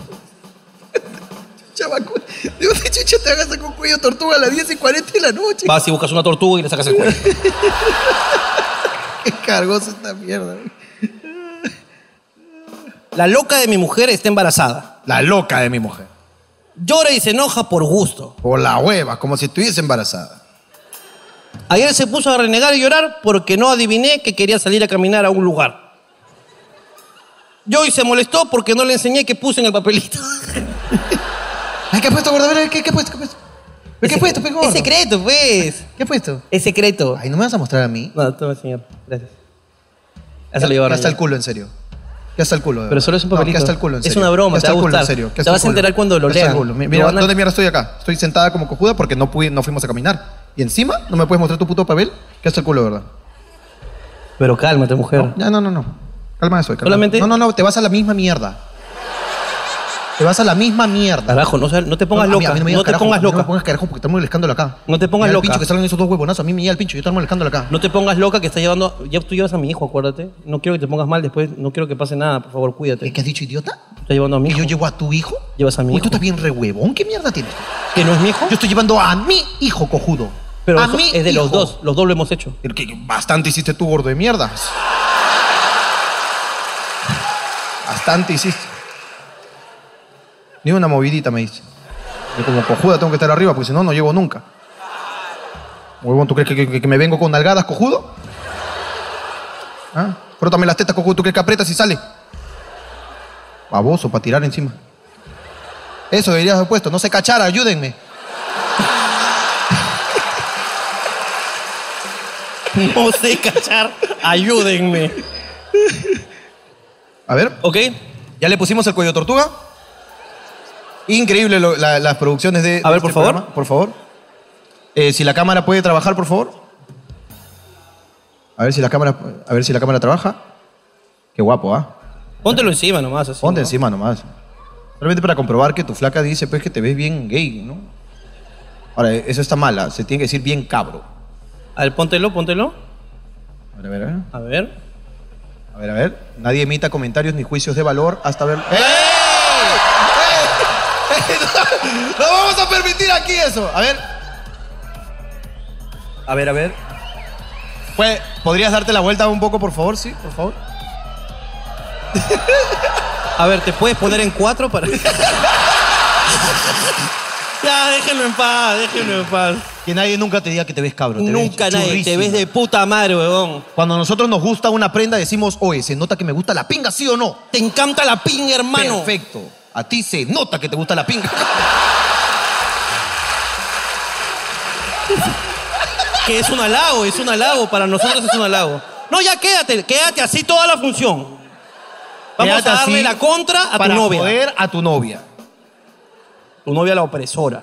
[SPEAKER 1] Chavaco, ¿de dónde chucha te hagas con cuello de tortuga a las 10 y 40 de la noche?
[SPEAKER 2] Vas y buscas una tortuga y le sacas el cuello.
[SPEAKER 1] Qué cargoso esta mierda.
[SPEAKER 2] La loca de mi mujer está embarazada.
[SPEAKER 11] La loca de mi mujer.
[SPEAKER 2] Llora y se enoja por gusto.
[SPEAKER 11] Por la hueva, como si estuviese embarazada.
[SPEAKER 2] Ayer se puso a renegar y llorar porque no adiviné que quería salir a caminar a un lugar. Yo hoy se molestó porque no le enseñé que puse en el papelito.
[SPEAKER 11] Ay, ¿Qué ha puesto, gordo? A ver, ¿Qué, qué ha puesto? ¿Qué ha puesto? ¿Qué ha puesto, pe, gordo?
[SPEAKER 2] Es secreto, pues.
[SPEAKER 11] ¿Qué ha puesto?
[SPEAKER 2] Es secreto.
[SPEAKER 11] Ay, ¿no me vas a mostrar a mí?
[SPEAKER 2] No, te voy a enseñar. Gracias. Ya se lo llevaron.
[SPEAKER 1] Hasta el culo, en serio. Ya hasta el culo. de
[SPEAKER 2] Pero
[SPEAKER 1] verdad.
[SPEAKER 2] solo es un
[SPEAKER 1] No, que
[SPEAKER 2] papelito.
[SPEAKER 1] hasta el culo, en
[SPEAKER 2] Es
[SPEAKER 1] serio.
[SPEAKER 2] una broma,
[SPEAKER 1] Que
[SPEAKER 2] te
[SPEAKER 1] hasta
[SPEAKER 2] va a
[SPEAKER 1] el culo, en
[SPEAKER 2] gustar.
[SPEAKER 1] serio. que
[SPEAKER 2] Te
[SPEAKER 1] hasta el
[SPEAKER 2] vas a
[SPEAKER 1] culo.
[SPEAKER 2] enterar cuando lo
[SPEAKER 1] Que hasta el
[SPEAKER 2] lean.
[SPEAKER 1] culo. Mi-
[SPEAKER 2] Lo
[SPEAKER 1] Mira,
[SPEAKER 2] van a-
[SPEAKER 1] ¿dónde mierda estoy acá? Estoy sentada como cojuda porque no, pude, no fuimos a caminar. Y encima, ¿no me puedes mostrar tu puto papel? Que hasta el culo, de ¿verdad?
[SPEAKER 2] Pero cálmate, mujer.
[SPEAKER 1] No, no, no, no. Calma eso, calma.
[SPEAKER 2] Solamente-
[SPEAKER 1] No, no, no, te vas a la misma mierda. Te vas a la misma mierda.
[SPEAKER 2] Carajo, no, se- no te pongas
[SPEAKER 1] No, a mí-
[SPEAKER 2] loca.
[SPEAKER 1] a mí
[SPEAKER 2] No,
[SPEAKER 1] me digas
[SPEAKER 2] te
[SPEAKER 1] carajo,
[SPEAKER 2] pongas
[SPEAKER 1] a mí No
[SPEAKER 2] loca.
[SPEAKER 1] me pongas carajo porque estamos el escándalo acá.
[SPEAKER 2] No te
[SPEAKER 1] Mira
[SPEAKER 2] pongas
[SPEAKER 1] el
[SPEAKER 2] loca.
[SPEAKER 1] pincho que salgan esos dos huevonazos. A mí me llega el pincho, yo estoy molestando acá.
[SPEAKER 2] No te pongas loca que está llevando. Ya tú llevas a mi hijo, acuérdate. No quiero que te pongas mal después. No quiero que pase nada. Por favor, cuídate. ¿Qué
[SPEAKER 1] has dicho, idiota?
[SPEAKER 2] Está llevando a mi hijo. ¿Y yo
[SPEAKER 1] llevo a tu hijo?
[SPEAKER 2] Llevas a mi
[SPEAKER 1] Uy,
[SPEAKER 2] hijo.
[SPEAKER 1] tú estás bien re huevón. ¿Qué mierda tienes?
[SPEAKER 2] ¿Que no es mi hijo?
[SPEAKER 1] Yo estoy llevando a mi hijo, cojudo.
[SPEAKER 2] Pero
[SPEAKER 1] a
[SPEAKER 2] eso
[SPEAKER 1] mi
[SPEAKER 2] es de los
[SPEAKER 1] hijo.
[SPEAKER 2] dos. Los dos lo hemos hecho.
[SPEAKER 1] Pero que bastante hiciste tú, gordo de mierda. Bastante hiciste. Ni una movidita me dice. Yo como cojuda tengo que estar arriba, porque si no, no llego nunca. Huevón, ¿tú crees que, que- que me vengo con nalgadas, cojudo? ¿Ah? Frótame las tetas, cojudo. ¿Tú crees que aprietas y sale? Baboso, para tirar encima. Eso deberías haber puesto. No se cachara, ayúdenme.
[SPEAKER 2] No sé cachar. Ayúdenme.
[SPEAKER 1] A ver.
[SPEAKER 2] Ok.
[SPEAKER 1] Ya le pusimos el cuello tortuga. Increíble lo- la- las producciones de. A ver, por favor. Por favor. Eh, si la cámara puede trabajar, por favor. A ver si la cámara, a ver si la cámara trabaja. Qué guapo, ¿ah?
[SPEAKER 2] Póntelo encima nomás. Así,
[SPEAKER 1] Ponte
[SPEAKER 2] ¿no?
[SPEAKER 1] encima nomás. Solamente para comprobar que tu flaca dice pues que te ves bien gay, ¿no? Ahora, eso está mala. Se tiene que decir bien cabro.
[SPEAKER 2] A ver, póntelo, póntelo.
[SPEAKER 1] A ver, a ver, a ver.
[SPEAKER 2] A ver.
[SPEAKER 1] A ver, a ver. Nadie emita comentarios ni juicios de valor hasta ver. ¡Eh! No vamos a permitir aquí eso. A ver.
[SPEAKER 2] A ver, a ver.
[SPEAKER 1] Pues, ¿podrías darte la vuelta un poco, por favor? Sí, por favor.
[SPEAKER 2] A ver, ¿te puedes poner en cuatro para.? ya, déjenlo en paz, déjenlo Ah, en paz.
[SPEAKER 1] Que nadie nunca te diga que te ves cabro. te
[SPEAKER 2] Nunca
[SPEAKER 1] ves
[SPEAKER 2] nadie, te ves de puta madre, huevón.
[SPEAKER 1] Cuando a nosotros nos gusta una prenda, decimos, oye, se nota que me gusta la pinga, ¿sí o no?
[SPEAKER 2] Te encanta la pinga, hermano.
[SPEAKER 1] Perfecto. A ti se nota que te gusta la pinga.
[SPEAKER 2] Que es un halago, es un halago. Para nosotros es un halago. No, ya quédate, quédate así toda la función. Vamos
[SPEAKER 1] Quédate
[SPEAKER 2] a darle
[SPEAKER 1] así
[SPEAKER 2] la contra a tu
[SPEAKER 1] para
[SPEAKER 2] novia.
[SPEAKER 1] joder a tu novia.
[SPEAKER 2] Tu novia la opresora.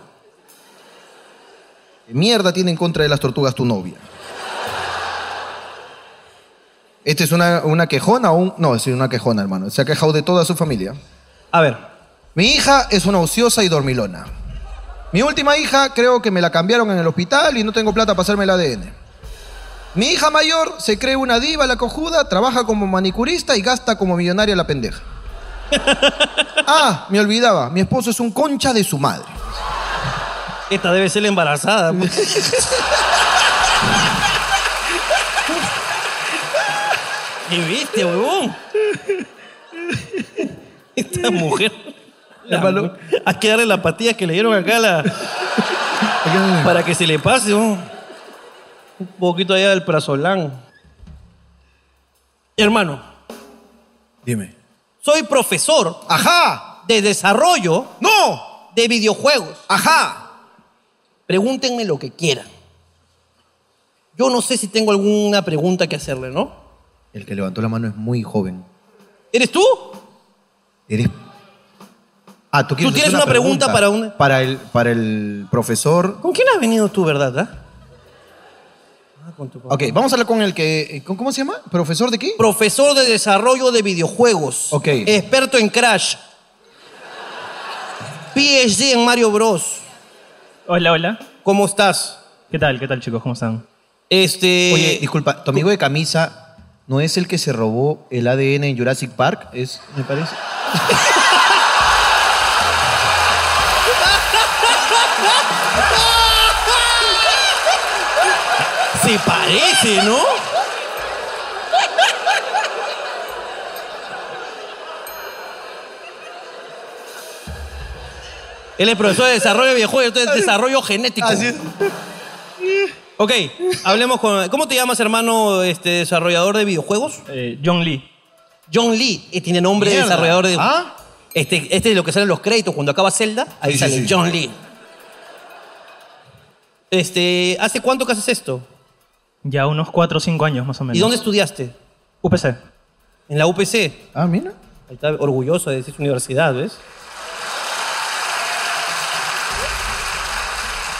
[SPEAKER 1] ¿Qué mierda tiene en contra de las tortugas tu novia? ¿Esta ¿Este es una, una quejona o un.? No, es una quejona, hermano. Se ha quejado de toda su familia.
[SPEAKER 2] A ver.
[SPEAKER 1] Mi hija es una ociosa y dormilona. Mi última hija creo que me la cambiaron en el hospital y no tengo plata para hacerme el ADN. Mi hija mayor se cree una diva la cojuda, trabaja como manicurista y gasta como millonaria la pendeja. Ah, me olvidaba, mi esposo es un concha de su madre.
[SPEAKER 2] Esta debe ser la embarazada. pues. ¿Qué viste, huevón? Esta mujer. La mu- Hay que darle las pastillas que le dieron acá a la. para que se le pase, ¿no? Un poquito allá del prazolán. Hermano.
[SPEAKER 1] Dime.
[SPEAKER 2] Soy profesor.
[SPEAKER 1] Ajá.
[SPEAKER 2] De desarrollo.
[SPEAKER 1] No.
[SPEAKER 2] De videojuegos.
[SPEAKER 1] Ajá.
[SPEAKER 2] Pregúntenme lo que quieran. Yo no sé si tengo alguna pregunta que hacerle, ¿no?
[SPEAKER 1] El que levantó la mano es muy joven.
[SPEAKER 2] ¿Eres tú?
[SPEAKER 1] Eres. Ah, tú quieres
[SPEAKER 2] Tú tienes
[SPEAKER 1] hacer
[SPEAKER 2] una pregunta para un-
[SPEAKER 1] Para el, para el profesor.
[SPEAKER 2] ¿Con quién has venido tú, verdad? ah?
[SPEAKER 10] Ah,
[SPEAKER 1] Ok, vamos a hablar con el que. eh, ¿con- ¿Cómo se llama? ¿Profesor de qué?
[SPEAKER 2] Profesor de desarrollo de videojuegos.
[SPEAKER 1] Ok.
[SPEAKER 2] Experto en Crash. PhD en Mario Bros.
[SPEAKER 9] Hola, hola.
[SPEAKER 2] ¿Cómo estás?
[SPEAKER 9] ¿Qué tal? ¿Qué tal, chicos? ¿Cómo están?
[SPEAKER 2] Este.
[SPEAKER 1] Oye, disculpa, tu amigo de camisa no es el que se robó el ADN en Jurassic Park, es, me parece.
[SPEAKER 2] Se parece, ¿no? Él es profesor de desarrollo de videojuegos, entonces desarrollo genético. Ok, hablemos con. ¿Cómo te llamas, hermano, este desarrollador de videojuegos?
[SPEAKER 9] Eh, John Lee.
[SPEAKER 2] John Lee, eh, tiene nombre de
[SPEAKER 9] Mierda.
[SPEAKER 2] desarrollador de.
[SPEAKER 9] ¿Ah?
[SPEAKER 2] Este, este es lo que sale en los créditos. Cuando acaba Zelda, ahí
[SPEAKER 9] Sí, sí, sí.
[SPEAKER 2] sale John Lee. Este, ¿hace cuánto que haces esto?
[SPEAKER 9] Ya unos 4 o 5 años más o menos.
[SPEAKER 2] ¿Y dónde estudiaste?
[SPEAKER 9] UPC.
[SPEAKER 2] En la UPC.
[SPEAKER 1] Ah, mira.
[SPEAKER 2] Ahí está orgulloso de decir su universidad, ¿ves?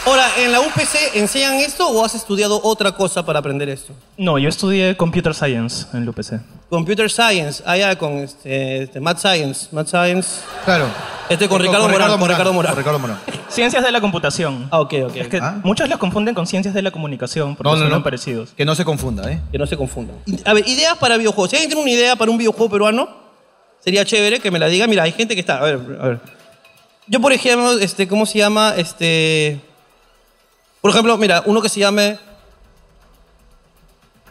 [SPEAKER 2] Ahora, ¿en la UPC enseñan esto o has estudiado otra cosa para aprender esto?
[SPEAKER 10] No, yo estudié Computer Science en la UPC.
[SPEAKER 2] Computer Science, allá con este, este, Math Science, Math Science.
[SPEAKER 1] Claro.
[SPEAKER 2] Este con, Ricardo, Morán, con Ricardo Morán.
[SPEAKER 10] Ciencias de la computación.
[SPEAKER 2] Ah, ok, ok.
[SPEAKER 10] Es que muchos los confunden con ciencias de la comunicación porque
[SPEAKER 2] No, no,
[SPEAKER 10] son
[SPEAKER 2] no.
[SPEAKER 10] parecidos.
[SPEAKER 27] Que no se confunda, ¿eh?
[SPEAKER 2] Que no se confundan. A ver, ideas para videojuegos. Si alguien tiene una idea para un videojuego peruano, sería chévere que me la diga. Mira, hay gente que está. A ver, a ver. Yo, por ejemplo, este, ¿cómo se llama? Este. Por ejemplo, mira, uno que se llame.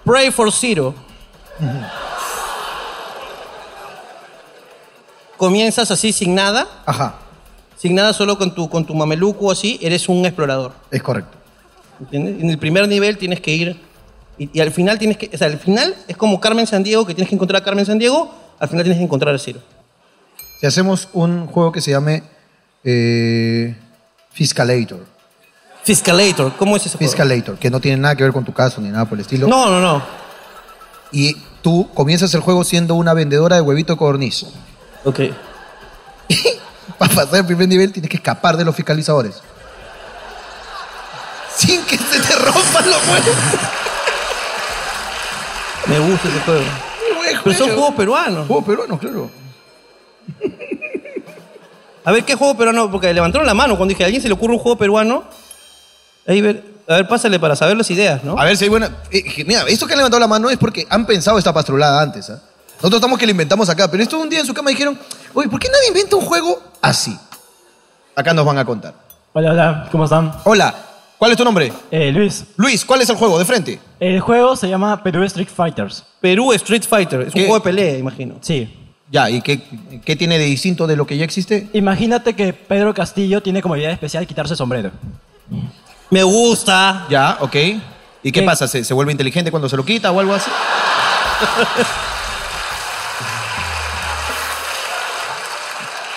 [SPEAKER 2] Pray for Zero. Comienzas así sin nada.
[SPEAKER 1] Ajá.
[SPEAKER 2] Sin nada, solo con tu, con tu mameluco así, eres un explorador.
[SPEAKER 1] Es correcto.
[SPEAKER 2] ¿Entiendes? En el primer nivel tienes que ir. Y, y al final tienes que. O sea, al final es como Carmen Sandiego, que tienes que encontrar a Carmen Sandiego, al final tienes que encontrar a Ciro.
[SPEAKER 1] Si hacemos un juego que se llame eh, Fiscalator.
[SPEAKER 2] Fiscalator, ¿cómo es ese juego?
[SPEAKER 1] Fiscalator, que no tiene nada que ver con tu caso ni nada por el estilo.
[SPEAKER 2] No, no, no.
[SPEAKER 1] Y tú comienzas el juego siendo una vendedora de huevito codorniz.
[SPEAKER 2] Ok.
[SPEAKER 1] Para pasar el primer nivel tienes que escapar de los fiscalizadores. Sin que se te rompan los huevos.
[SPEAKER 2] Me gusta ese juego. Pero son juegos peruanos.
[SPEAKER 1] Juegos peruanos, claro.
[SPEAKER 2] A ver, ¿qué juego peruano? Porque levantaron la mano cuando dije, ¿a alguien se le ocurre un juego peruano? Ahí ver, a ver, pásale para saber las ideas, ¿no?
[SPEAKER 27] A ver si hay buena.
[SPEAKER 1] Eh, que mira, esto que han levantado la mano es porque han pensado esta pastrulada antes. ¿ah? Nosotros estamos que lo inventamos acá, pero esto un día en su cama dijeron, oye, ¿por qué nadie inventa un juego así? Acá nos van a contar.
[SPEAKER 5] Hola, hola, ¿cómo están? Eh,
[SPEAKER 1] Hola, ¿cuál es tu nombre?
[SPEAKER 5] Luis.
[SPEAKER 1] Luis, ¿cuál es el juego? De frente.
[SPEAKER 5] El juego se llama Perú Street Fighters.
[SPEAKER 2] Perú Street Fighter, es un juego de pelea, imagino.
[SPEAKER 5] Sí.
[SPEAKER 1] Ya, ¿y qué, qué tiene de distinto de lo que ya existe?
[SPEAKER 5] Imagínate que Pedro Castillo tiene como idea especial quitarse el sombrero.
[SPEAKER 2] Me gusta.
[SPEAKER 1] Ya, ok. ¿Y qué pasa? ¿Se, se vuelve inteligente cuando se lo quita o algo así?
[SPEAKER 5] Ah,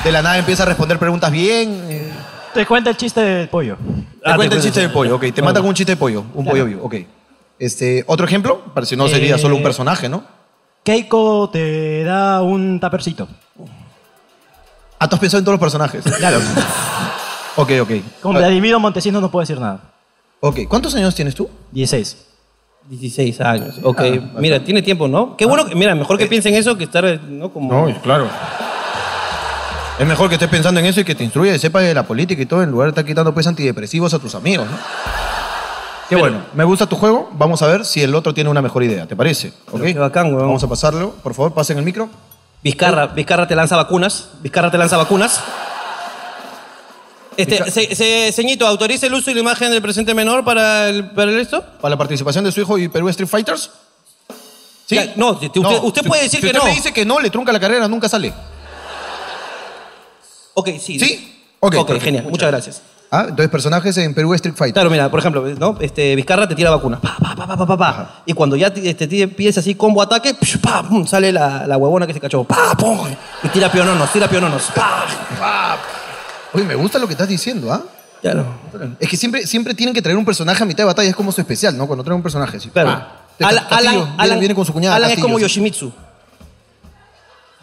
[SPEAKER 1] De la nada empieza a responder preguntas bien. eh.
[SPEAKER 5] Te cuenta el chiste del pollo.
[SPEAKER 1] Te cuenta el chiste de pollo, ok. Te mata con un chiste de pollo, un
[SPEAKER 5] Claro.
[SPEAKER 1] pollo vivo, ok. Este, ¿Otro ejemplo? Para si no sería
[SPEAKER 5] Eh,
[SPEAKER 1] solo un personaje, ¿no?
[SPEAKER 5] Keiko te da un tapercito.
[SPEAKER 1] Ah, tú has pensado en todos los personajes.
[SPEAKER 5] Claro.
[SPEAKER 1] ok, ok.
[SPEAKER 5] Con Vladimiro Montesinos no puedo decir nada.
[SPEAKER 1] Ok, ¿cuántos años tienes tú? Ah,
[SPEAKER 5] 16.
[SPEAKER 2] 16 años. Ok, mira, tiene tiempo, ¿no? Qué bueno, que- mira, mejor que
[SPEAKER 1] Eh.
[SPEAKER 2] piensen eso que estar, ¿no? Como...
[SPEAKER 1] No, claro. Es mejor que estés pensando en eso y que te instruya y sepas de la política y todo, en lugar de estar quitando pues antidepresivos a tus amigos, ¿no? Qué bueno, me gusta tu juego. Vamos a ver si el otro tiene una mejor idea, ¿te parece? ¿Ok? Vamos a pasarlo. Por favor, pasen el micro. Uh.
[SPEAKER 2] Vizcarra, Vizcarra te lanza vacunas. Vizcarra te lanza vacunas. Este, se, se- señito, ¿autoriza el uso y la imagen del presente menor para, el, para el esto?
[SPEAKER 1] ¿Para la participación de su hijo y Perú Street Fighters? Sí.
[SPEAKER 2] Ya, no, usted,
[SPEAKER 1] No,
[SPEAKER 2] usted
[SPEAKER 1] si-
[SPEAKER 2] puede decir
[SPEAKER 1] si
[SPEAKER 2] que
[SPEAKER 1] usted
[SPEAKER 2] no.
[SPEAKER 1] me dice que no, le trunca la carrera, nunca sale.
[SPEAKER 2] Ok, sí.
[SPEAKER 1] ¿Sí? Ok, perfecto.
[SPEAKER 2] genial. Muchas gracias.
[SPEAKER 1] Ah, entonces personajes en Perú Street Fighter.
[SPEAKER 2] Claro, mira, por ejemplo, ¿no? Este, Vizcarra te tira vacunas. Pa, pa, pa, pa, pa, pa, pa. Y cuando ya te- este, te pides así combo ataque, psh, pa, pum, sale la, la huevona que se cachó. Pa, pum, y tira piononos, tira piononos. Pa.
[SPEAKER 1] Oye, me gusta lo que estás diciendo, ¿ah?
[SPEAKER 2] Claro.
[SPEAKER 1] Es que siempre, siempre tienen que traer un personaje a mitad de batalla, es como su especial, ¿no? Cuando traen un personaje. sí.
[SPEAKER 2] Claro.
[SPEAKER 1] Ah,
[SPEAKER 2] Alan,
[SPEAKER 1] Castillo,
[SPEAKER 2] Alan-
[SPEAKER 1] viene-
[SPEAKER 2] Alan-
[SPEAKER 1] viene con su cuñada.
[SPEAKER 2] Alan es
[SPEAKER 1] Castillo,
[SPEAKER 2] como
[SPEAKER 1] sí.
[SPEAKER 2] Yoshimitsu.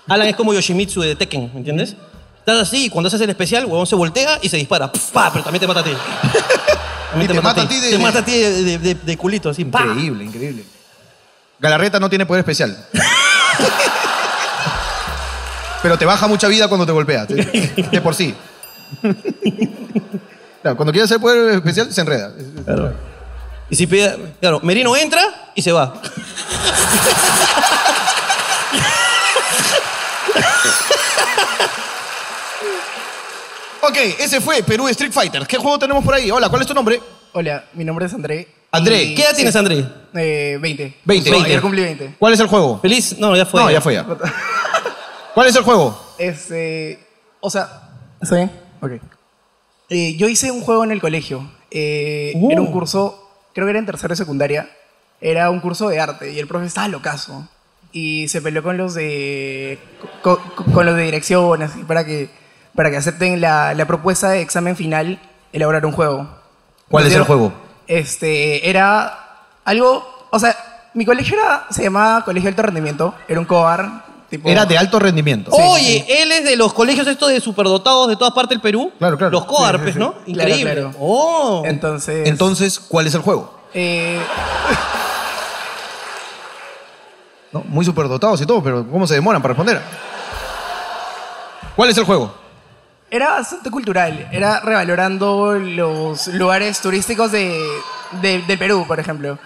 [SPEAKER 2] Alan es como Yoshimitsu de Tekken, ¿me entiendes? Estás así y cuando haces el especial, el huevón se voltea y se dispara. Pf, pa, pero también te mata a ti. También
[SPEAKER 1] te mata a ti de-
[SPEAKER 2] Te mata a ti de, de- de- de culito, así.
[SPEAKER 1] Increíble, increíble. Galarreta no tiene poder especial. Pero te baja mucha vida cuando te golpea, te- de por sí. Claro, cuando quiere hacer poder especial, se enreda.
[SPEAKER 2] Y si pide, claro, Merino entra y se va.
[SPEAKER 1] Ok, ese fue Perú Street Fighter. ¿Qué juego tenemos por ahí? Hola, ¿cuál es tu nombre?
[SPEAKER 11] Hola, mi nombre es André.
[SPEAKER 1] André,
[SPEAKER 11] Y-
[SPEAKER 1] ¿qué edad
[SPEAKER 11] sí.
[SPEAKER 1] tienes, André?
[SPEAKER 11] Eh, 20.
[SPEAKER 1] 20.
[SPEAKER 11] Justo Ayer cumplí 20.
[SPEAKER 1] ¿Cuál es el juego?
[SPEAKER 2] Feliz, no, ya
[SPEAKER 11] fue.
[SPEAKER 1] No, ya fue ya. ¿Cuál es el juego?
[SPEAKER 11] Este, o sea, ¿está bien? Ok. Eh, yo hice un juego en el colegio. Eh,
[SPEAKER 2] Uh.
[SPEAKER 11] Era un curso, creo que era en tercero de secundaria. Era un curso de arte y el profe estaba locazo. Y se peleó con los de, co- co- con los de dirección así, para que, para que acepten la, la propuesta de examen final, elaborar un juego.
[SPEAKER 1] ¿Cuál
[SPEAKER 11] Nos
[SPEAKER 1] es el
[SPEAKER 11] dieron-
[SPEAKER 1] juego?
[SPEAKER 11] Este, era algo, o sea, mi colegio era, se llamaba Colegio de Alto Rendimiento, era un COAR Tipo-
[SPEAKER 1] Era de alto rendimiento.
[SPEAKER 2] Oye, él es de los colegios estos de superdotados de todas partes del Perú. Claro, claro. Los
[SPEAKER 11] Sí, sí,
[SPEAKER 2] Coarpes,
[SPEAKER 11] sí.
[SPEAKER 2] ¿no?
[SPEAKER 11] Claro,
[SPEAKER 2] Increíble.
[SPEAKER 11] claro.
[SPEAKER 2] Oh.
[SPEAKER 11] Entonces.
[SPEAKER 1] Entonces, ¿cuál es el juego?
[SPEAKER 11] eh,
[SPEAKER 1] ¿No? Muy superdotados y todo, pero ¿cómo se demoran para responder? ¿Cuál es el juego?
[SPEAKER 11] era bastante cultural. Era revalorando los lugares turísticos de, de- del Perú, por ejemplo.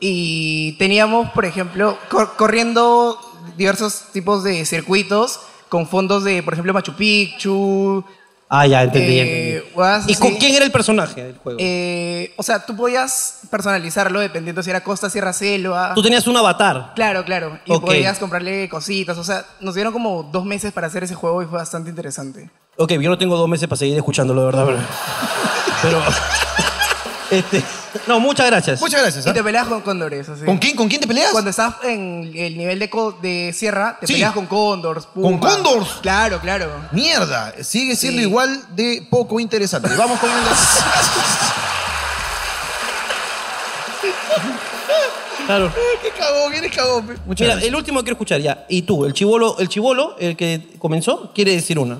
[SPEAKER 11] Y teníamos, por ejemplo, cor- corriendo diversos tipos de circuitos con fondos de, por ejemplo, Machu Picchu.
[SPEAKER 2] Ah, ya, entendí.
[SPEAKER 11] eh,
[SPEAKER 2] entendí.
[SPEAKER 11] huevas
[SPEAKER 2] ¿Y con
[SPEAKER 11] así.
[SPEAKER 2] quién era el personaje del juego?
[SPEAKER 11] Eh, o sea, tú podías personalizarlo dependiendo si era costa, sierra, selva.
[SPEAKER 2] Tú tenías un avatar.
[SPEAKER 11] Claro, claro. Y
[SPEAKER 2] Ok.
[SPEAKER 11] podías comprarle cositas. O sea, nos dieron como dos meses para hacer ese juego y fue bastante interesante.
[SPEAKER 2] Ok, yo no tengo dos meses para seguir escuchándolo, de verdad. Pero. este, no, muchas gracias.
[SPEAKER 11] Muchas gracias. Y te peleas con cóndores. así.
[SPEAKER 2] ¿Con quién?
[SPEAKER 1] ¿Con quién te peleas?
[SPEAKER 11] Cuando estás en el nivel de, co- de sierra, te
[SPEAKER 1] Sí.
[SPEAKER 11] peleas con cóndores.
[SPEAKER 1] ¿Con
[SPEAKER 11] puma.
[SPEAKER 1] cóndores?
[SPEAKER 11] Claro, claro.
[SPEAKER 1] Mierda, sigue siendo
[SPEAKER 11] Sí.
[SPEAKER 1] igual de poco interesante. Vamos con el...
[SPEAKER 2] Claro.
[SPEAKER 1] ¿Qué cagó? ¿Quién es cagó? pe?
[SPEAKER 2] Mira, el último quiero escuchar ya. Y tú, el chivolo, el chivolo, el que comenzó, quiere decir una.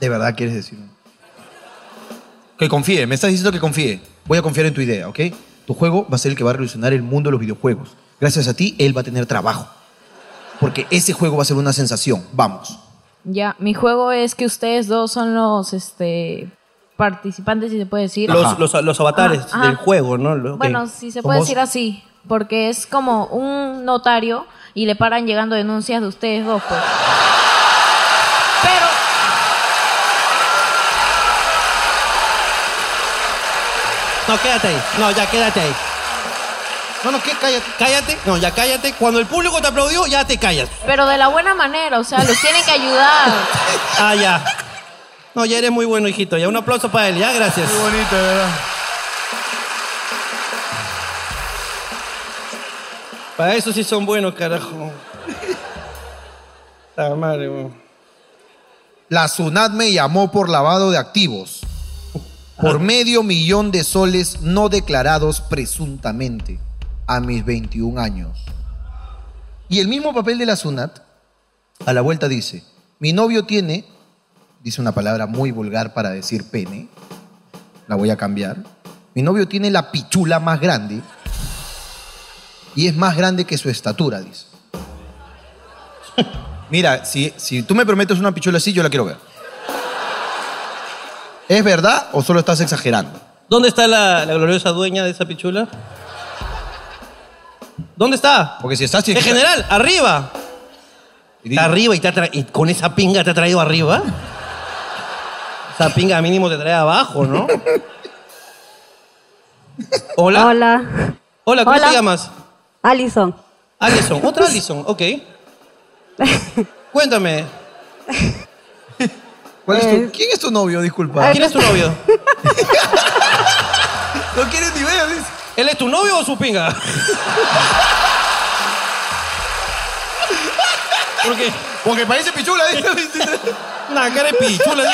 [SPEAKER 1] ¿De verdad quieres decirme? Que confíe, me estás diciendo que confíe. Voy a confiar en tu idea, ¿ok? Tu juego va a ser el que va a revolucionar el mundo de los videojuegos. Gracias a ti, él va a tener trabajo. Porque ese juego va a ser una sensación. Vamos.
[SPEAKER 16] Ya, mi juego es que ustedes dos son los este participantes, si se puede decir.
[SPEAKER 2] Los, los, los avatares
[SPEAKER 16] Ajá, ajá.
[SPEAKER 2] del juego, ¿no? Lo- ok.
[SPEAKER 16] Bueno, si se puede
[SPEAKER 2] Somos-
[SPEAKER 16] decir así, porque es como un notario y le paran llegando denuncias de ustedes dos, pues.
[SPEAKER 2] No, quédate ahí. No, ya quédate ahí. No, no, ¿qué? Cállate. Cállate. No, ya cállate. Cuando el público te aplaudió, ya te callas.
[SPEAKER 16] Pero de la buena manera, o sea, los tienen que ayudar.
[SPEAKER 2] Ah, ya. No, ya eres muy bueno, hijito. Ya un aplauso para él. Ya, gracias. Muy bonito, de verdad. Para eso sí son buenos, carajo. La madre, weón.
[SPEAKER 1] La SUNAT me llamó por lavado de activos. Por medio millón de soles no declarados presuntamente a mis 21 años. Y el mismo papel de la SUNAT a la vuelta dice, mi novio tiene, dice una palabra muy vulgar para decir pene, la voy a cambiar, mi novio tiene la pichula más grande y es más grande que su estatura, dice. Mira, si, si tú me prometes una pichula así, yo la quiero ver. ¿Es verdad o solo estás exagerando?
[SPEAKER 2] ¿Dónde está la, la gloriosa dueña de esa pichula? ¿Dónde está?
[SPEAKER 1] Porque si estás...
[SPEAKER 2] En general, arriba. Está arriba y, te ha tra- y con esa pinga te ha traído arriba. Esa pinga mínimo te trae abajo, ¿no? Hola.
[SPEAKER 17] Hola.
[SPEAKER 2] Hola, ¿cómo
[SPEAKER 17] Hola.
[SPEAKER 2] te llamas?
[SPEAKER 17] Alison.
[SPEAKER 2] Alison, otra Alison, ok. Cuéntame.
[SPEAKER 1] ¿Cuál es tu-
[SPEAKER 17] Eh.
[SPEAKER 1] ¿Quién es tu novio? Disculpa.
[SPEAKER 2] ¿Quién es tu novio?
[SPEAKER 1] no quieres ni ver.
[SPEAKER 2] ¿Él es tu novio o su pinga? ¿Por qué?
[SPEAKER 1] Porque parece pichula.
[SPEAKER 2] Una cara de pichula.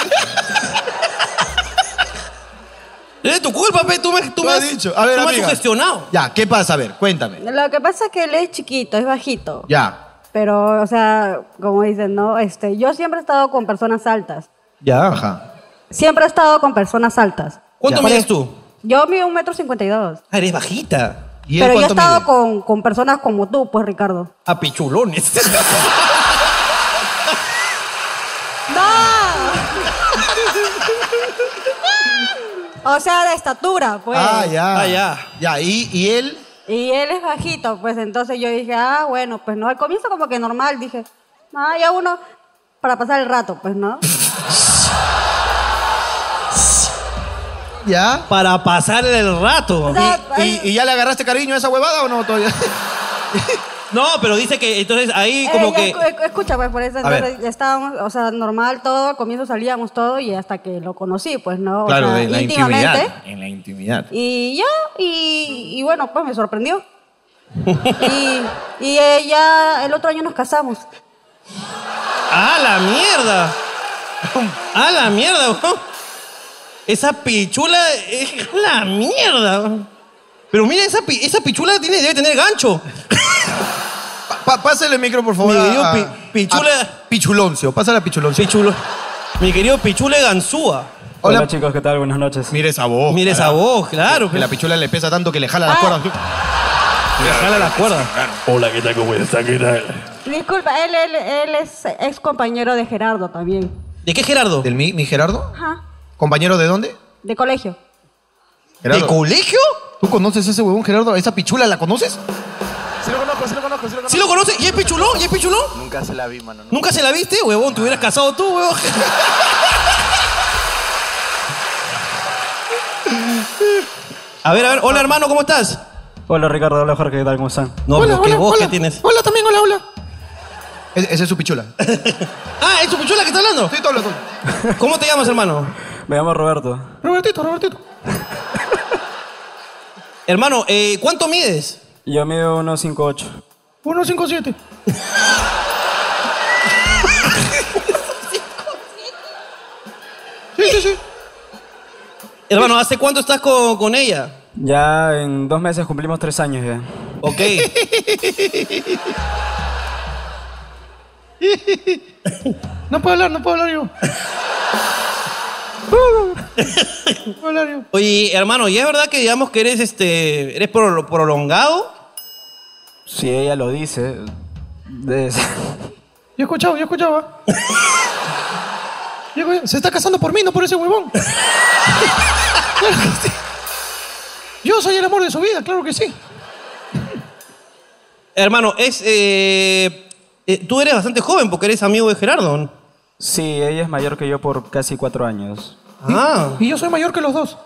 [SPEAKER 2] Es tu culpa, pe. Tú me, tú me has
[SPEAKER 1] dicho. A ver,
[SPEAKER 2] tú me has
[SPEAKER 1] amiga.
[SPEAKER 2] sugestionado.
[SPEAKER 1] Ya, ¿qué pasa? A ver, cuéntame.
[SPEAKER 17] Lo que pasa es que él es chiquito, es bajito.
[SPEAKER 1] Ya.
[SPEAKER 17] Pero, o sea, como dicen, ¿no? Este, yo siempre he estado con personas altas.
[SPEAKER 1] Ya, ajá.
[SPEAKER 17] Siempre he estado con personas altas.
[SPEAKER 2] ¿Cuánto
[SPEAKER 17] Por
[SPEAKER 2] mides
[SPEAKER 17] eso-
[SPEAKER 2] tú?
[SPEAKER 17] Yo mido un metro cincuenta y dos.
[SPEAKER 2] Ah, eres bajita. ¿Y
[SPEAKER 17] Pero yo he estado con, con personas como tú, pues, Ricardo.
[SPEAKER 2] A Ah, pichulones.
[SPEAKER 17] ¡No! o sea, de estatura, pues.
[SPEAKER 1] Ah, ya.
[SPEAKER 2] Ah, ya.
[SPEAKER 1] Ya, ¿y, y él?
[SPEAKER 17] Y él es bajito, pues entonces yo dije, ah, bueno, pues no, al comienzo como que normal, dije, ah, ya uno para pasar el rato, pues no.
[SPEAKER 1] ¿Ya?
[SPEAKER 2] Para pasar el rato.
[SPEAKER 1] ¿Y, y- y ya le agarraste cariño a esa huevada o no todavía?
[SPEAKER 2] No, pero dice que entonces ahí como
[SPEAKER 17] Eh,
[SPEAKER 2] que.
[SPEAKER 17] escu- escu- Escucha, pues por eso
[SPEAKER 2] A ver.
[SPEAKER 17] entonces estábamos, o sea, normal todo, al comienzo salíamos todo y hasta que lo conocí, pues no, O sea, íntimamente.
[SPEAKER 1] En la intimidad.
[SPEAKER 17] Y ya, y, y bueno, pues me sorprendió. y y eh, ya el otro año nos casamos.
[SPEAKER 2] ¡A la mierda! ¡A la mierda, weón! Esa pichula es la mierda. weón. Pero mira, esa, pi- esa pichula tiene, debe tener gancho.
[SPEAKER 1] Pa-
[SPEAKER 20] Pa- pásale el micro, por favor.
[SPEAKER 2] Mi querido
[SPEAKER 20] a-
[SPEAKER 2] Pi-
[SPEAKER 20] a-
[SPEAKER 2] Pichule-
[SPEAKER 20] a Pichuloncio, pásale a Pichuloncio.
[SPEAKER 2] Mi querido Pichule Ganzúa.
[SPEAKER 20] Hola.
[SPEAKER 5] chicos, ¿qué tal? Buenas noches.
[SPEAKER 20] Mire esa voz.
[SPEAKER 2] Mire esa voz, claro. pues. Ah.
[SPEAKER 20] Que la pichula le pesa tanto que le jala las cuerdas.
[SPEAKER 2] Le jala las cuerdas.
[SPEAKER 25] Hola, ¿qué tal? ¿Cómo están? ¿Qué tal?
[SPEAKER 17] Disculpa, él, él, él es ex compañero de Gerardo también.
[SPEAKER 2] ¿De qué Gerardo?
[SPEAKER 20] ¿Del mi, mi Gerardo?
[SPEAKER 17] Ajá.
[SPEAKER 20] ¿Compañero de dónde?
[SPEAKER 17] De colegio.
[SPEAKER 20] ¿De colegio? ¿Tú conoces ese huevón, Gerardo? ¿Esa pichula la conoces?
[SPEAKER 2] Sí lo conozco, sí lo conozco, sí lo conozco. ¿Sí lo conoce? ¿Y es pichulón? ¿Y es pichulón?
[SPEAKER 18] Nunca se la vi, mano.
[SPEAKER 2] ¿Nunca se la viste, huevón? ¿Te hubieras casado tú, huevón? A ver, a ver. Hola, hermano, ¿cómo estás?
[SPEAKER 5] Hola Ricardo, hola Jorge, ¿qué tal? ¿Cómo están?
[SPEAKER 2] No,
[SPEAKER 5] Hola,
[SPEAKER 2] pero qué
[SPEAKER 5] hola,
[SPEAKER 2] voz
[SPEAKER 5] hola.
[SPEAKER 2] que tienes.
[SPEAKER 20] Hola también, hola, hola. Esa es su pichula.
[SPEAKER 2] Ah, ¿es tu pichula que está hablando? Sí,
[SPEAKER 20] todo lo
[SPEAKER 2] ¿Cómo te llamas, hermano?
[SPEAKER 5] Me llamo Roberto.
[SPEAKER 20] Robertito, Robertito.
[SPEAKER 2] Hermano, eh, ¿cuánto mides?
[SPEAKER 5] Yo mido unos 5'8".
[SPEAKER 20] 157. Sí, sí, sí.
[SPEAKER 2] Hermano, ¿hace cuánto estás con, con ella?
[SPEAKER 5] Ya en dos meses cumplimos tres años ya.
[SPEAKER 2] Ok.
[SPEAKER 20] No puedo hablar, no puedo hablar yo.
[SPEAKER 2] Oye, hermano, ¿y es verdad que digamos que eres este. eres pro- prolongado?
[SPEAKER 5] Si ella lo dice.
[SPEAKER 20] Yo escuchaba, yo escuchaba. Yo escuchaba. Se está casando por mí, no por ese huevón. Claro que sí. Yo soy el amor de su vida, claro que sí.
[SPEAKER 2] Hermano, es. eh, eh, tú eres bastante joven porque eres amigo de Gerardo. ¿no?
[SPEAKER 5] Sí, ella es mayor que yo por casi cuatro años.
[SPEAKER 2] Ah.
[SPEAKER 20] Y yo soy mayor que los dos.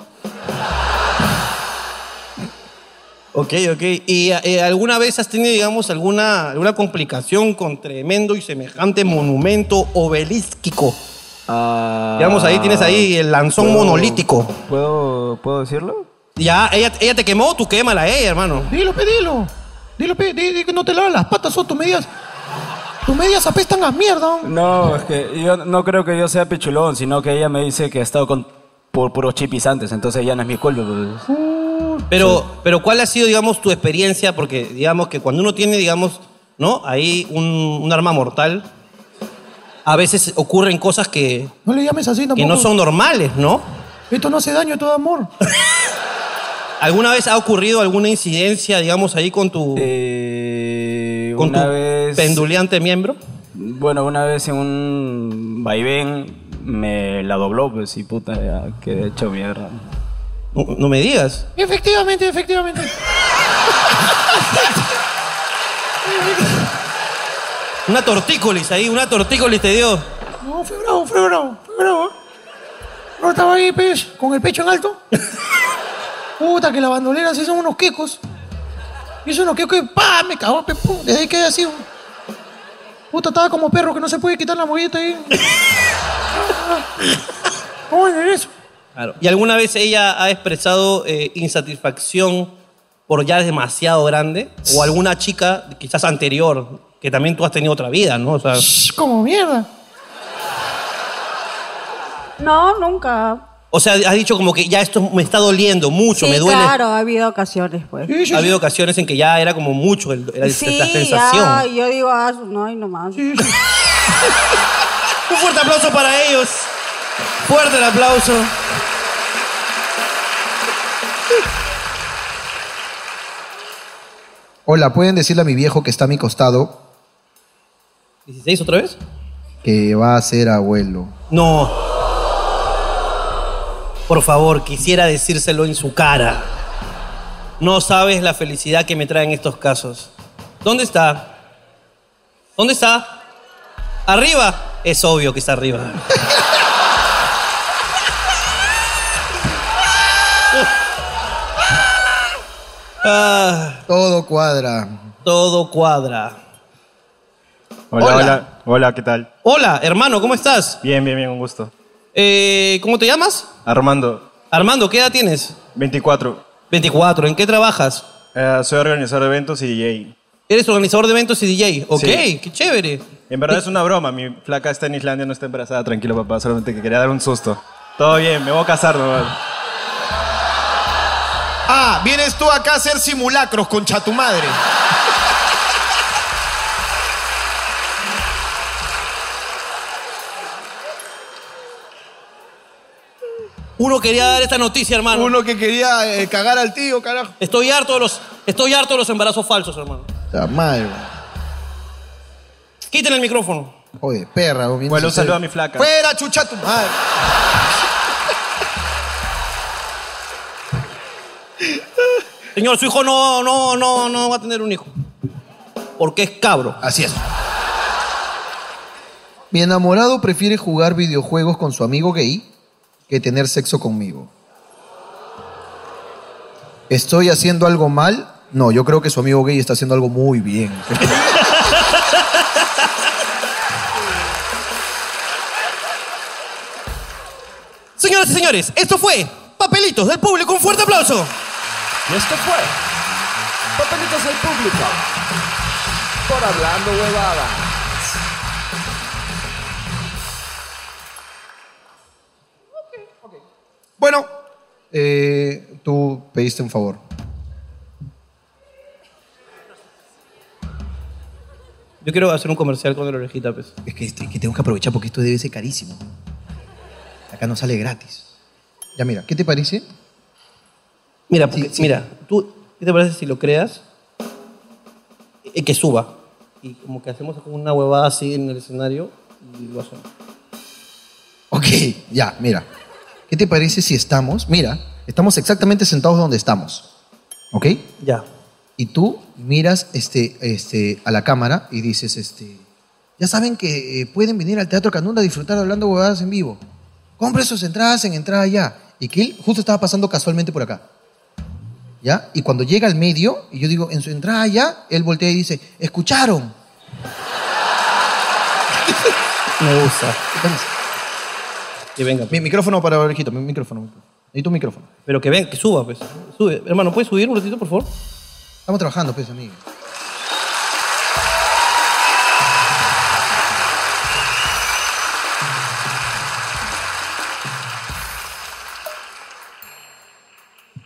[SPEAKER 2] Ok, ok. ¿Y eh, alguna vez has tenido, digamos, alguna, alguna complicación con tremendo y semejante monumento obelisquico? Digamos, ahí tienes ahí el lanzón
[SPEAKER 5] Ah. ¿puedo-
[SPEAKER 2] monolítico.
[SPEAKER 5] ¿Puedo, ¿Puedo decirlo?
[SPEAKER 2] Ya, ella, ella te quemó, tú quémala a ella, hermano.
[SPEAKER 20] Dilo, pedilo. Dilo, pe, di, di que no te lavas las patas, son tus medias. Tus medias apestan a mierda.
[SPEAKER 5] No, es que yo no creo que yo sea pichulón, sino que ella me dice que ha estado con por puros chipis antes, entonces ya no es mi culpa. pues.
[SPEAKER 2] Pero, pero ¿cuál ha sido, digamos, tu experiencia? Porque, digamos, que cuando uno tiene, digamos, ¿no? Ahí un, un arma mortal, a veces ocurren cosas que,
[SPEAKER 20] No le llames así
[SPEAKER 2] que
[SPEAKER 20] tampoco.
[SPEAKER 2] no son normales, ¿no?
[SPEAKER 20] Esto no hace daño, todo amor.
[SPEAKER 2] ¿Alguna vez ha ocurrido alguna incidencia, digamos, ahí con tu, con
[SPEAKER 5] Eh, una
[SPEAKER 2] tu
[SPEAKER 5] vez-
[SPEAKER 2] penduleante miembro?
[SPEAKER 5] Bueno, una vez en un vaivén me la dobló, pues y puta, ya quedé hecho mierda.
[SPEAKER 2] No, me digas.
[SPEAKER 20] Efectivamente, efectivamente.
[SPEAKER 2] Una tortícolis ahí, una tortícolis te dio.
[SPEAKER 20] No, fue bravo, fue bravo, fue bravo. No estaba ahí, pez, con el pecho en alto. Puta, que las bandoleras sí son unos quecos. Hizo unos quecos y ¡pa! Me cagó, pe, pum, desde ahí quedé así. Puta, estaba como perro que no se puede quitar la molleta ahí. ¿Cómo es eso?
[SPEAKER 2] ¿Y alguna vez ella ha expresado eh, insatisfacción por ya demasiado grande? ¿O alguna chica, quizás anterior, que también tú has tenido otra vida, ¿no? O sea,
[SPEAKER 20] Como mierda.
[SPEAKER 17] No, nunca.
[SPEAKER 2] o sea, has dicho como que ya esto me está doliendo mucho,
[SPEAKER 17] Sí,
[SPEAKER 2] me duele.
[SPEAKER 17] claro, ha habido ocasiones, pues.
[SPEAKER 2] Ha habido ocasiones en que ya era como mucho el- la,
[SPEAKER 17] Sí,
[SPEAKER 2] la sensación.
[SPEAKER 17] ya, yo digo, ah, no, y nomás.
[SPEAKER 2] Un fuerte aplauso para ellos. Fuerte el aplauso.
[SPEAKER 11] Hola, ¿pueden decirle a mi viejo que está a mi costado
[SPEAKER 2] ¿16 otra vez?
[SPEAKER 11] que va a ser abuelo?
[SPEAKER 2] No. Por favor, quisiera decírselo en su cara. No sabes la felicidad que me traen estos casos. ¿Dónde está? ¿Dónde está? ¿Arriba? Es obvio que está arriba.
[SPEAKER 11] Todo cuadra.
[SPEAKER 2] Todo cuadra.
[SPEAKER 13] Hola,
[SPEAKER 2] Hola.
[SPEAKER 13] hola, hola, ¿qué tal?
[SPEAKER 2] Hola, hermano, ¿cómo estás?
[SPEAKER 13] Bien, bien, bien, un gusto.
[SPEAKER 2] Eh, ¿Cómo te llamas?
[SPEAKER 13] Armando,
[SPEAKER 2] Armando, ¿qué edad tienes?
[SPEAKER 13] 24.
[SPEAKER 2] 24, ¿en qué trabajas?
[SPEAKER 13] Eh, soy organizador de eventos y DJ.
[SPEAKER 2] Eres organizador de eventos y DJ. Ok,
[SPEAKER 13] Sí.
[SPEAKER 2] qué chévere.
[SPEAKER 13] En verdad es una broma, mi flaca está en Islandia, no está embarazada, tranquilo papá, solamente que quería dar un susto. Todo bien, me voy a casar nomás.
[SPEAKER 20] Ah, vienes tú acá a hacer simulacros, concha tu madre.
[SPEAKER 2] Uno quería dar esta noticia, hermano. Uno que quería
[SPEAKER 13] eh,
[SPEAKER 2] cagar al tío, carajo. Estoy harto de los, estoy harto de los embarazos falsos, hermano.
[SPEAKER 1] La madre.
[SPEAKER 2] Quiten el micrófono.
[SPEAKER 1] Oye, perra.
[SPEAKER 2] Bueno, un saludo a mi flaca.
[SPEAKER 9] Fuera, chucha tu madre.
[SPEAKER 2] Señor, su hijo no, no, no, no va a tener un hijo. Porque es cabro.
[SPEAKER 1] Así es. Mi enamorado prefiere jugar videojuegos con su amigo gay que tener sexo conmigo. ¿Estoy haciendo algo mal? No, yo creo que su amigo gay está haciendo algo muy bien.
[SPEAKER 2] Señoras y señores, esto fue Papelitos del Público. Un fuerte aplauso.
[SPEAKER 5] Y esto fue Papelitos del Público por Hablando Huevada.
[SPEAKER 1] Bueno, eh, tú pediste un favor.
[SPEAKER 2] Yo quiero hacer un comercial con el orejita, pues.
[SPEAKER 1] Es que, este- que tengo que aprovechar porque esto debe ser carísimo. Acá no sale gratis. Ya mira, ¿qué te parece?
[SPEAKER 2] Mira, porque- mira, tú, ¿qué te parece si lo creas? Eh, que suba. Y como que hacemos como una huevada así en el escenario y lo hacemos.
[SPEAKER 1] Ok, ya, mira. ¿Qué te parece si estamos? Mira, estamos exactamente sentados donde estamos. ¿Ok?
[SPEAKER 2] Ya.
[SPEAKER 1] Y tú miras este, este, a la cámara y dices, este, ya saben que eh, pueden venir al Teatro Canunda a disfrutar de hablando huevadas en vivo. Compre sus entradas en entrada ya. Y que él justo estaba pasando casualmente por acá. ¿Ya? Y cuando llega al medio, y yo digo, en su entrada ya, él voltea y dice, ¿escucharon?
[SPEAKER 2] Me gusta.
[SPEAKER 1] Que venga. Mi micrófono para orejito, mi micrófono. Necesito un micrófono.
[SPEAKER 2] Pero que ven, que suba, pues. Sube. Hermano, ¿puedes subir un ratito, por favor?
[SPEAKER 1] Estamos trabajando, pues, amigo.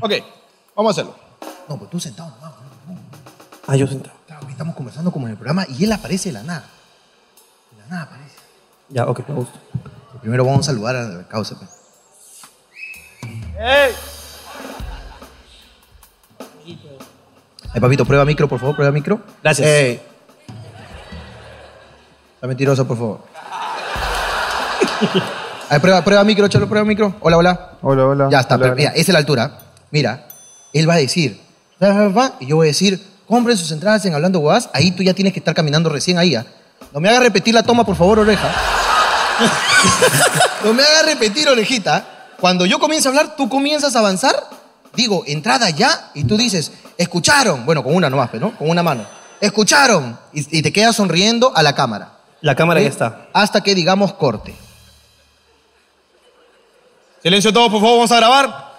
[SPEAKER 9] Ok, vamos a hacerlo.
[SPEAKER 1] No, pues tú sentado nomás.
[SPEAKER 2] Ah, yo sentado.
[SPEAKER 1] Claro, estamos conversando como en el programa y él aparece de la nada. De la nada aparece.
[SPEAKER 2] Ya, ok, me gusta.
[SPEAKER 1] Primero vamos a saludar a la causa. pues. Ay, papito, prueba micro, por favor, prueba micro.
[SPEAKER 2] Gracias.
[SPEAKER 1] Ey. La mentirosa, por favor. Ay, prueba, prueba micro, chalo, prueba micro. Hola, hola. Hola, hola. Ya está,
[SPEAKER 28] Hola,
[SPEAKER 1] pero
[SPEAKER 28] hola.
[SPEAKER 1] mira, esa es la altura. Mira, él va a decir, "Va, va, va", y yo voy a decir, compren sus entradas en Hablando Guas. Ahí tú ya tienes que estar caminando recién ahí. ¿ah? No me hagas repetir la toma, por favor, oreja. no me hagas repetir, orejita. Cuando yo comienzo a hablar, tú comienzas a avanzar. Digo, entrada ya, y tú dices, escucharon. Bueno, con una nomás, pero ¿no? con una mano. Escucharon. Y, y te quedas sonriendo a la cámara.
[SPEAKER 2] La cámara ya
[SPEAKER 1] ¿Sí?
[SPEAKER 2] está.
[SPEAKER 1] Hasta que digamos corte.
[SPEAKER 9] Silencio todos, por favor, vamos a grabar.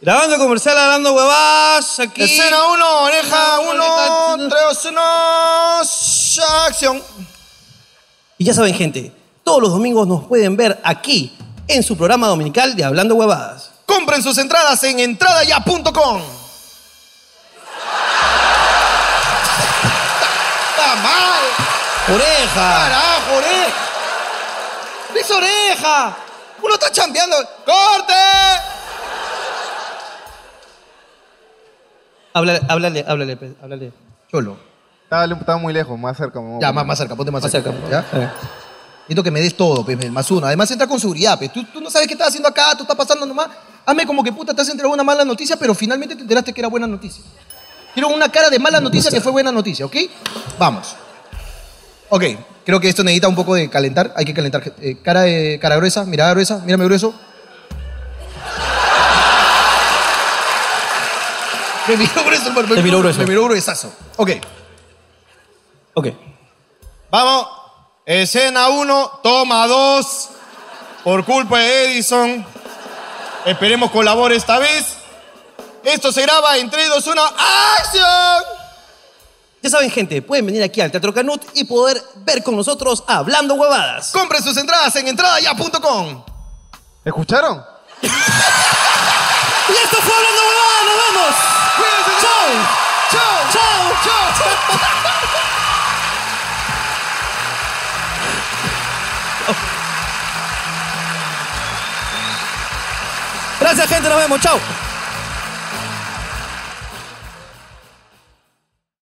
[SPEAKER 2] Grabando comercial, grabando huevas. Aquí.
[SPEAKER 9] Escena 1, oreja 1, 3, 1, acción.
[SPEAKER 2] Y ya saben, gente, todos los domingos nos pueden ver aquí en su programa dominical de Hablando Huevadas.
[SPEAKER 9] Compren sus entradas en entradaya.com. ¡Está mal!
[SPEAKER 13] Ah.
[SPEAKER 2] ¡Oreja!
[SPEAKER 9] ¡Carajo, oreja! ¡Es oreja! Uno está chambeando. ¡Corte!
[SPEAKER 2] Háblale, háblale, háblale, pe- háblale.
[SPEAKER 1] Cholo.
[SPEAKER 29] Estaba, estaba muy lejos, más cerca. me voy a
[SPEAKER 1] Ya,
[SPEAKER 29] poner.
[SPEAKER 1] más, más cerca, ponte más, cerca. pues. ¿ya? Necesito que me des todo, pues, el más uno. Además, entra con seguridad. Pues. Tú, tú no sabes qué estás haciendo acá, tú estás pasando nomás. Hazme como que puta, te has enterado de una mala noticia, pero finalmente te enteraste que era buena noticia. Quiero una cara de mala noticia que fue buena noticia, ¿ok? Vamos. Ok, creo que esto necesita un poco de calentar. Hay que calentar. Eh, cara, de- cara gruesa, mirada gruesa, mírame grueso. Me miró grueso, me,
[SPEAKER 2] Te miró grueso.
[SPEAKER 1] Me miró gruesazo. Ok.
[SPEAKER 2] Ok.
[SPEAKER 9] Vamos. Escena 1, toma 2. Por culpa de Edison. Esperemos colabore esta vez. Esto se graba en 3, 2, 1. ¡Acción!
[SPEAKER 2] Ya saben, gente, pueden venir aquí al Teatro Canut y poder ver con nosotros Hablando Huevadas.
[SPEAKER 9] Compren sus entradas en entradaya.com.
[SPEAKER 29] ¿Escucharon?
[SPEAKER 2] Y esto fue Hablando Huevadas, nos vemos. Chao.
[SPEAKER 9] Chao.
[SPEAKER 2] Chao.
[SPEAKER 9] Chao.
[SPEAKER 2] Gracias, gente. Nos vemos. Chao.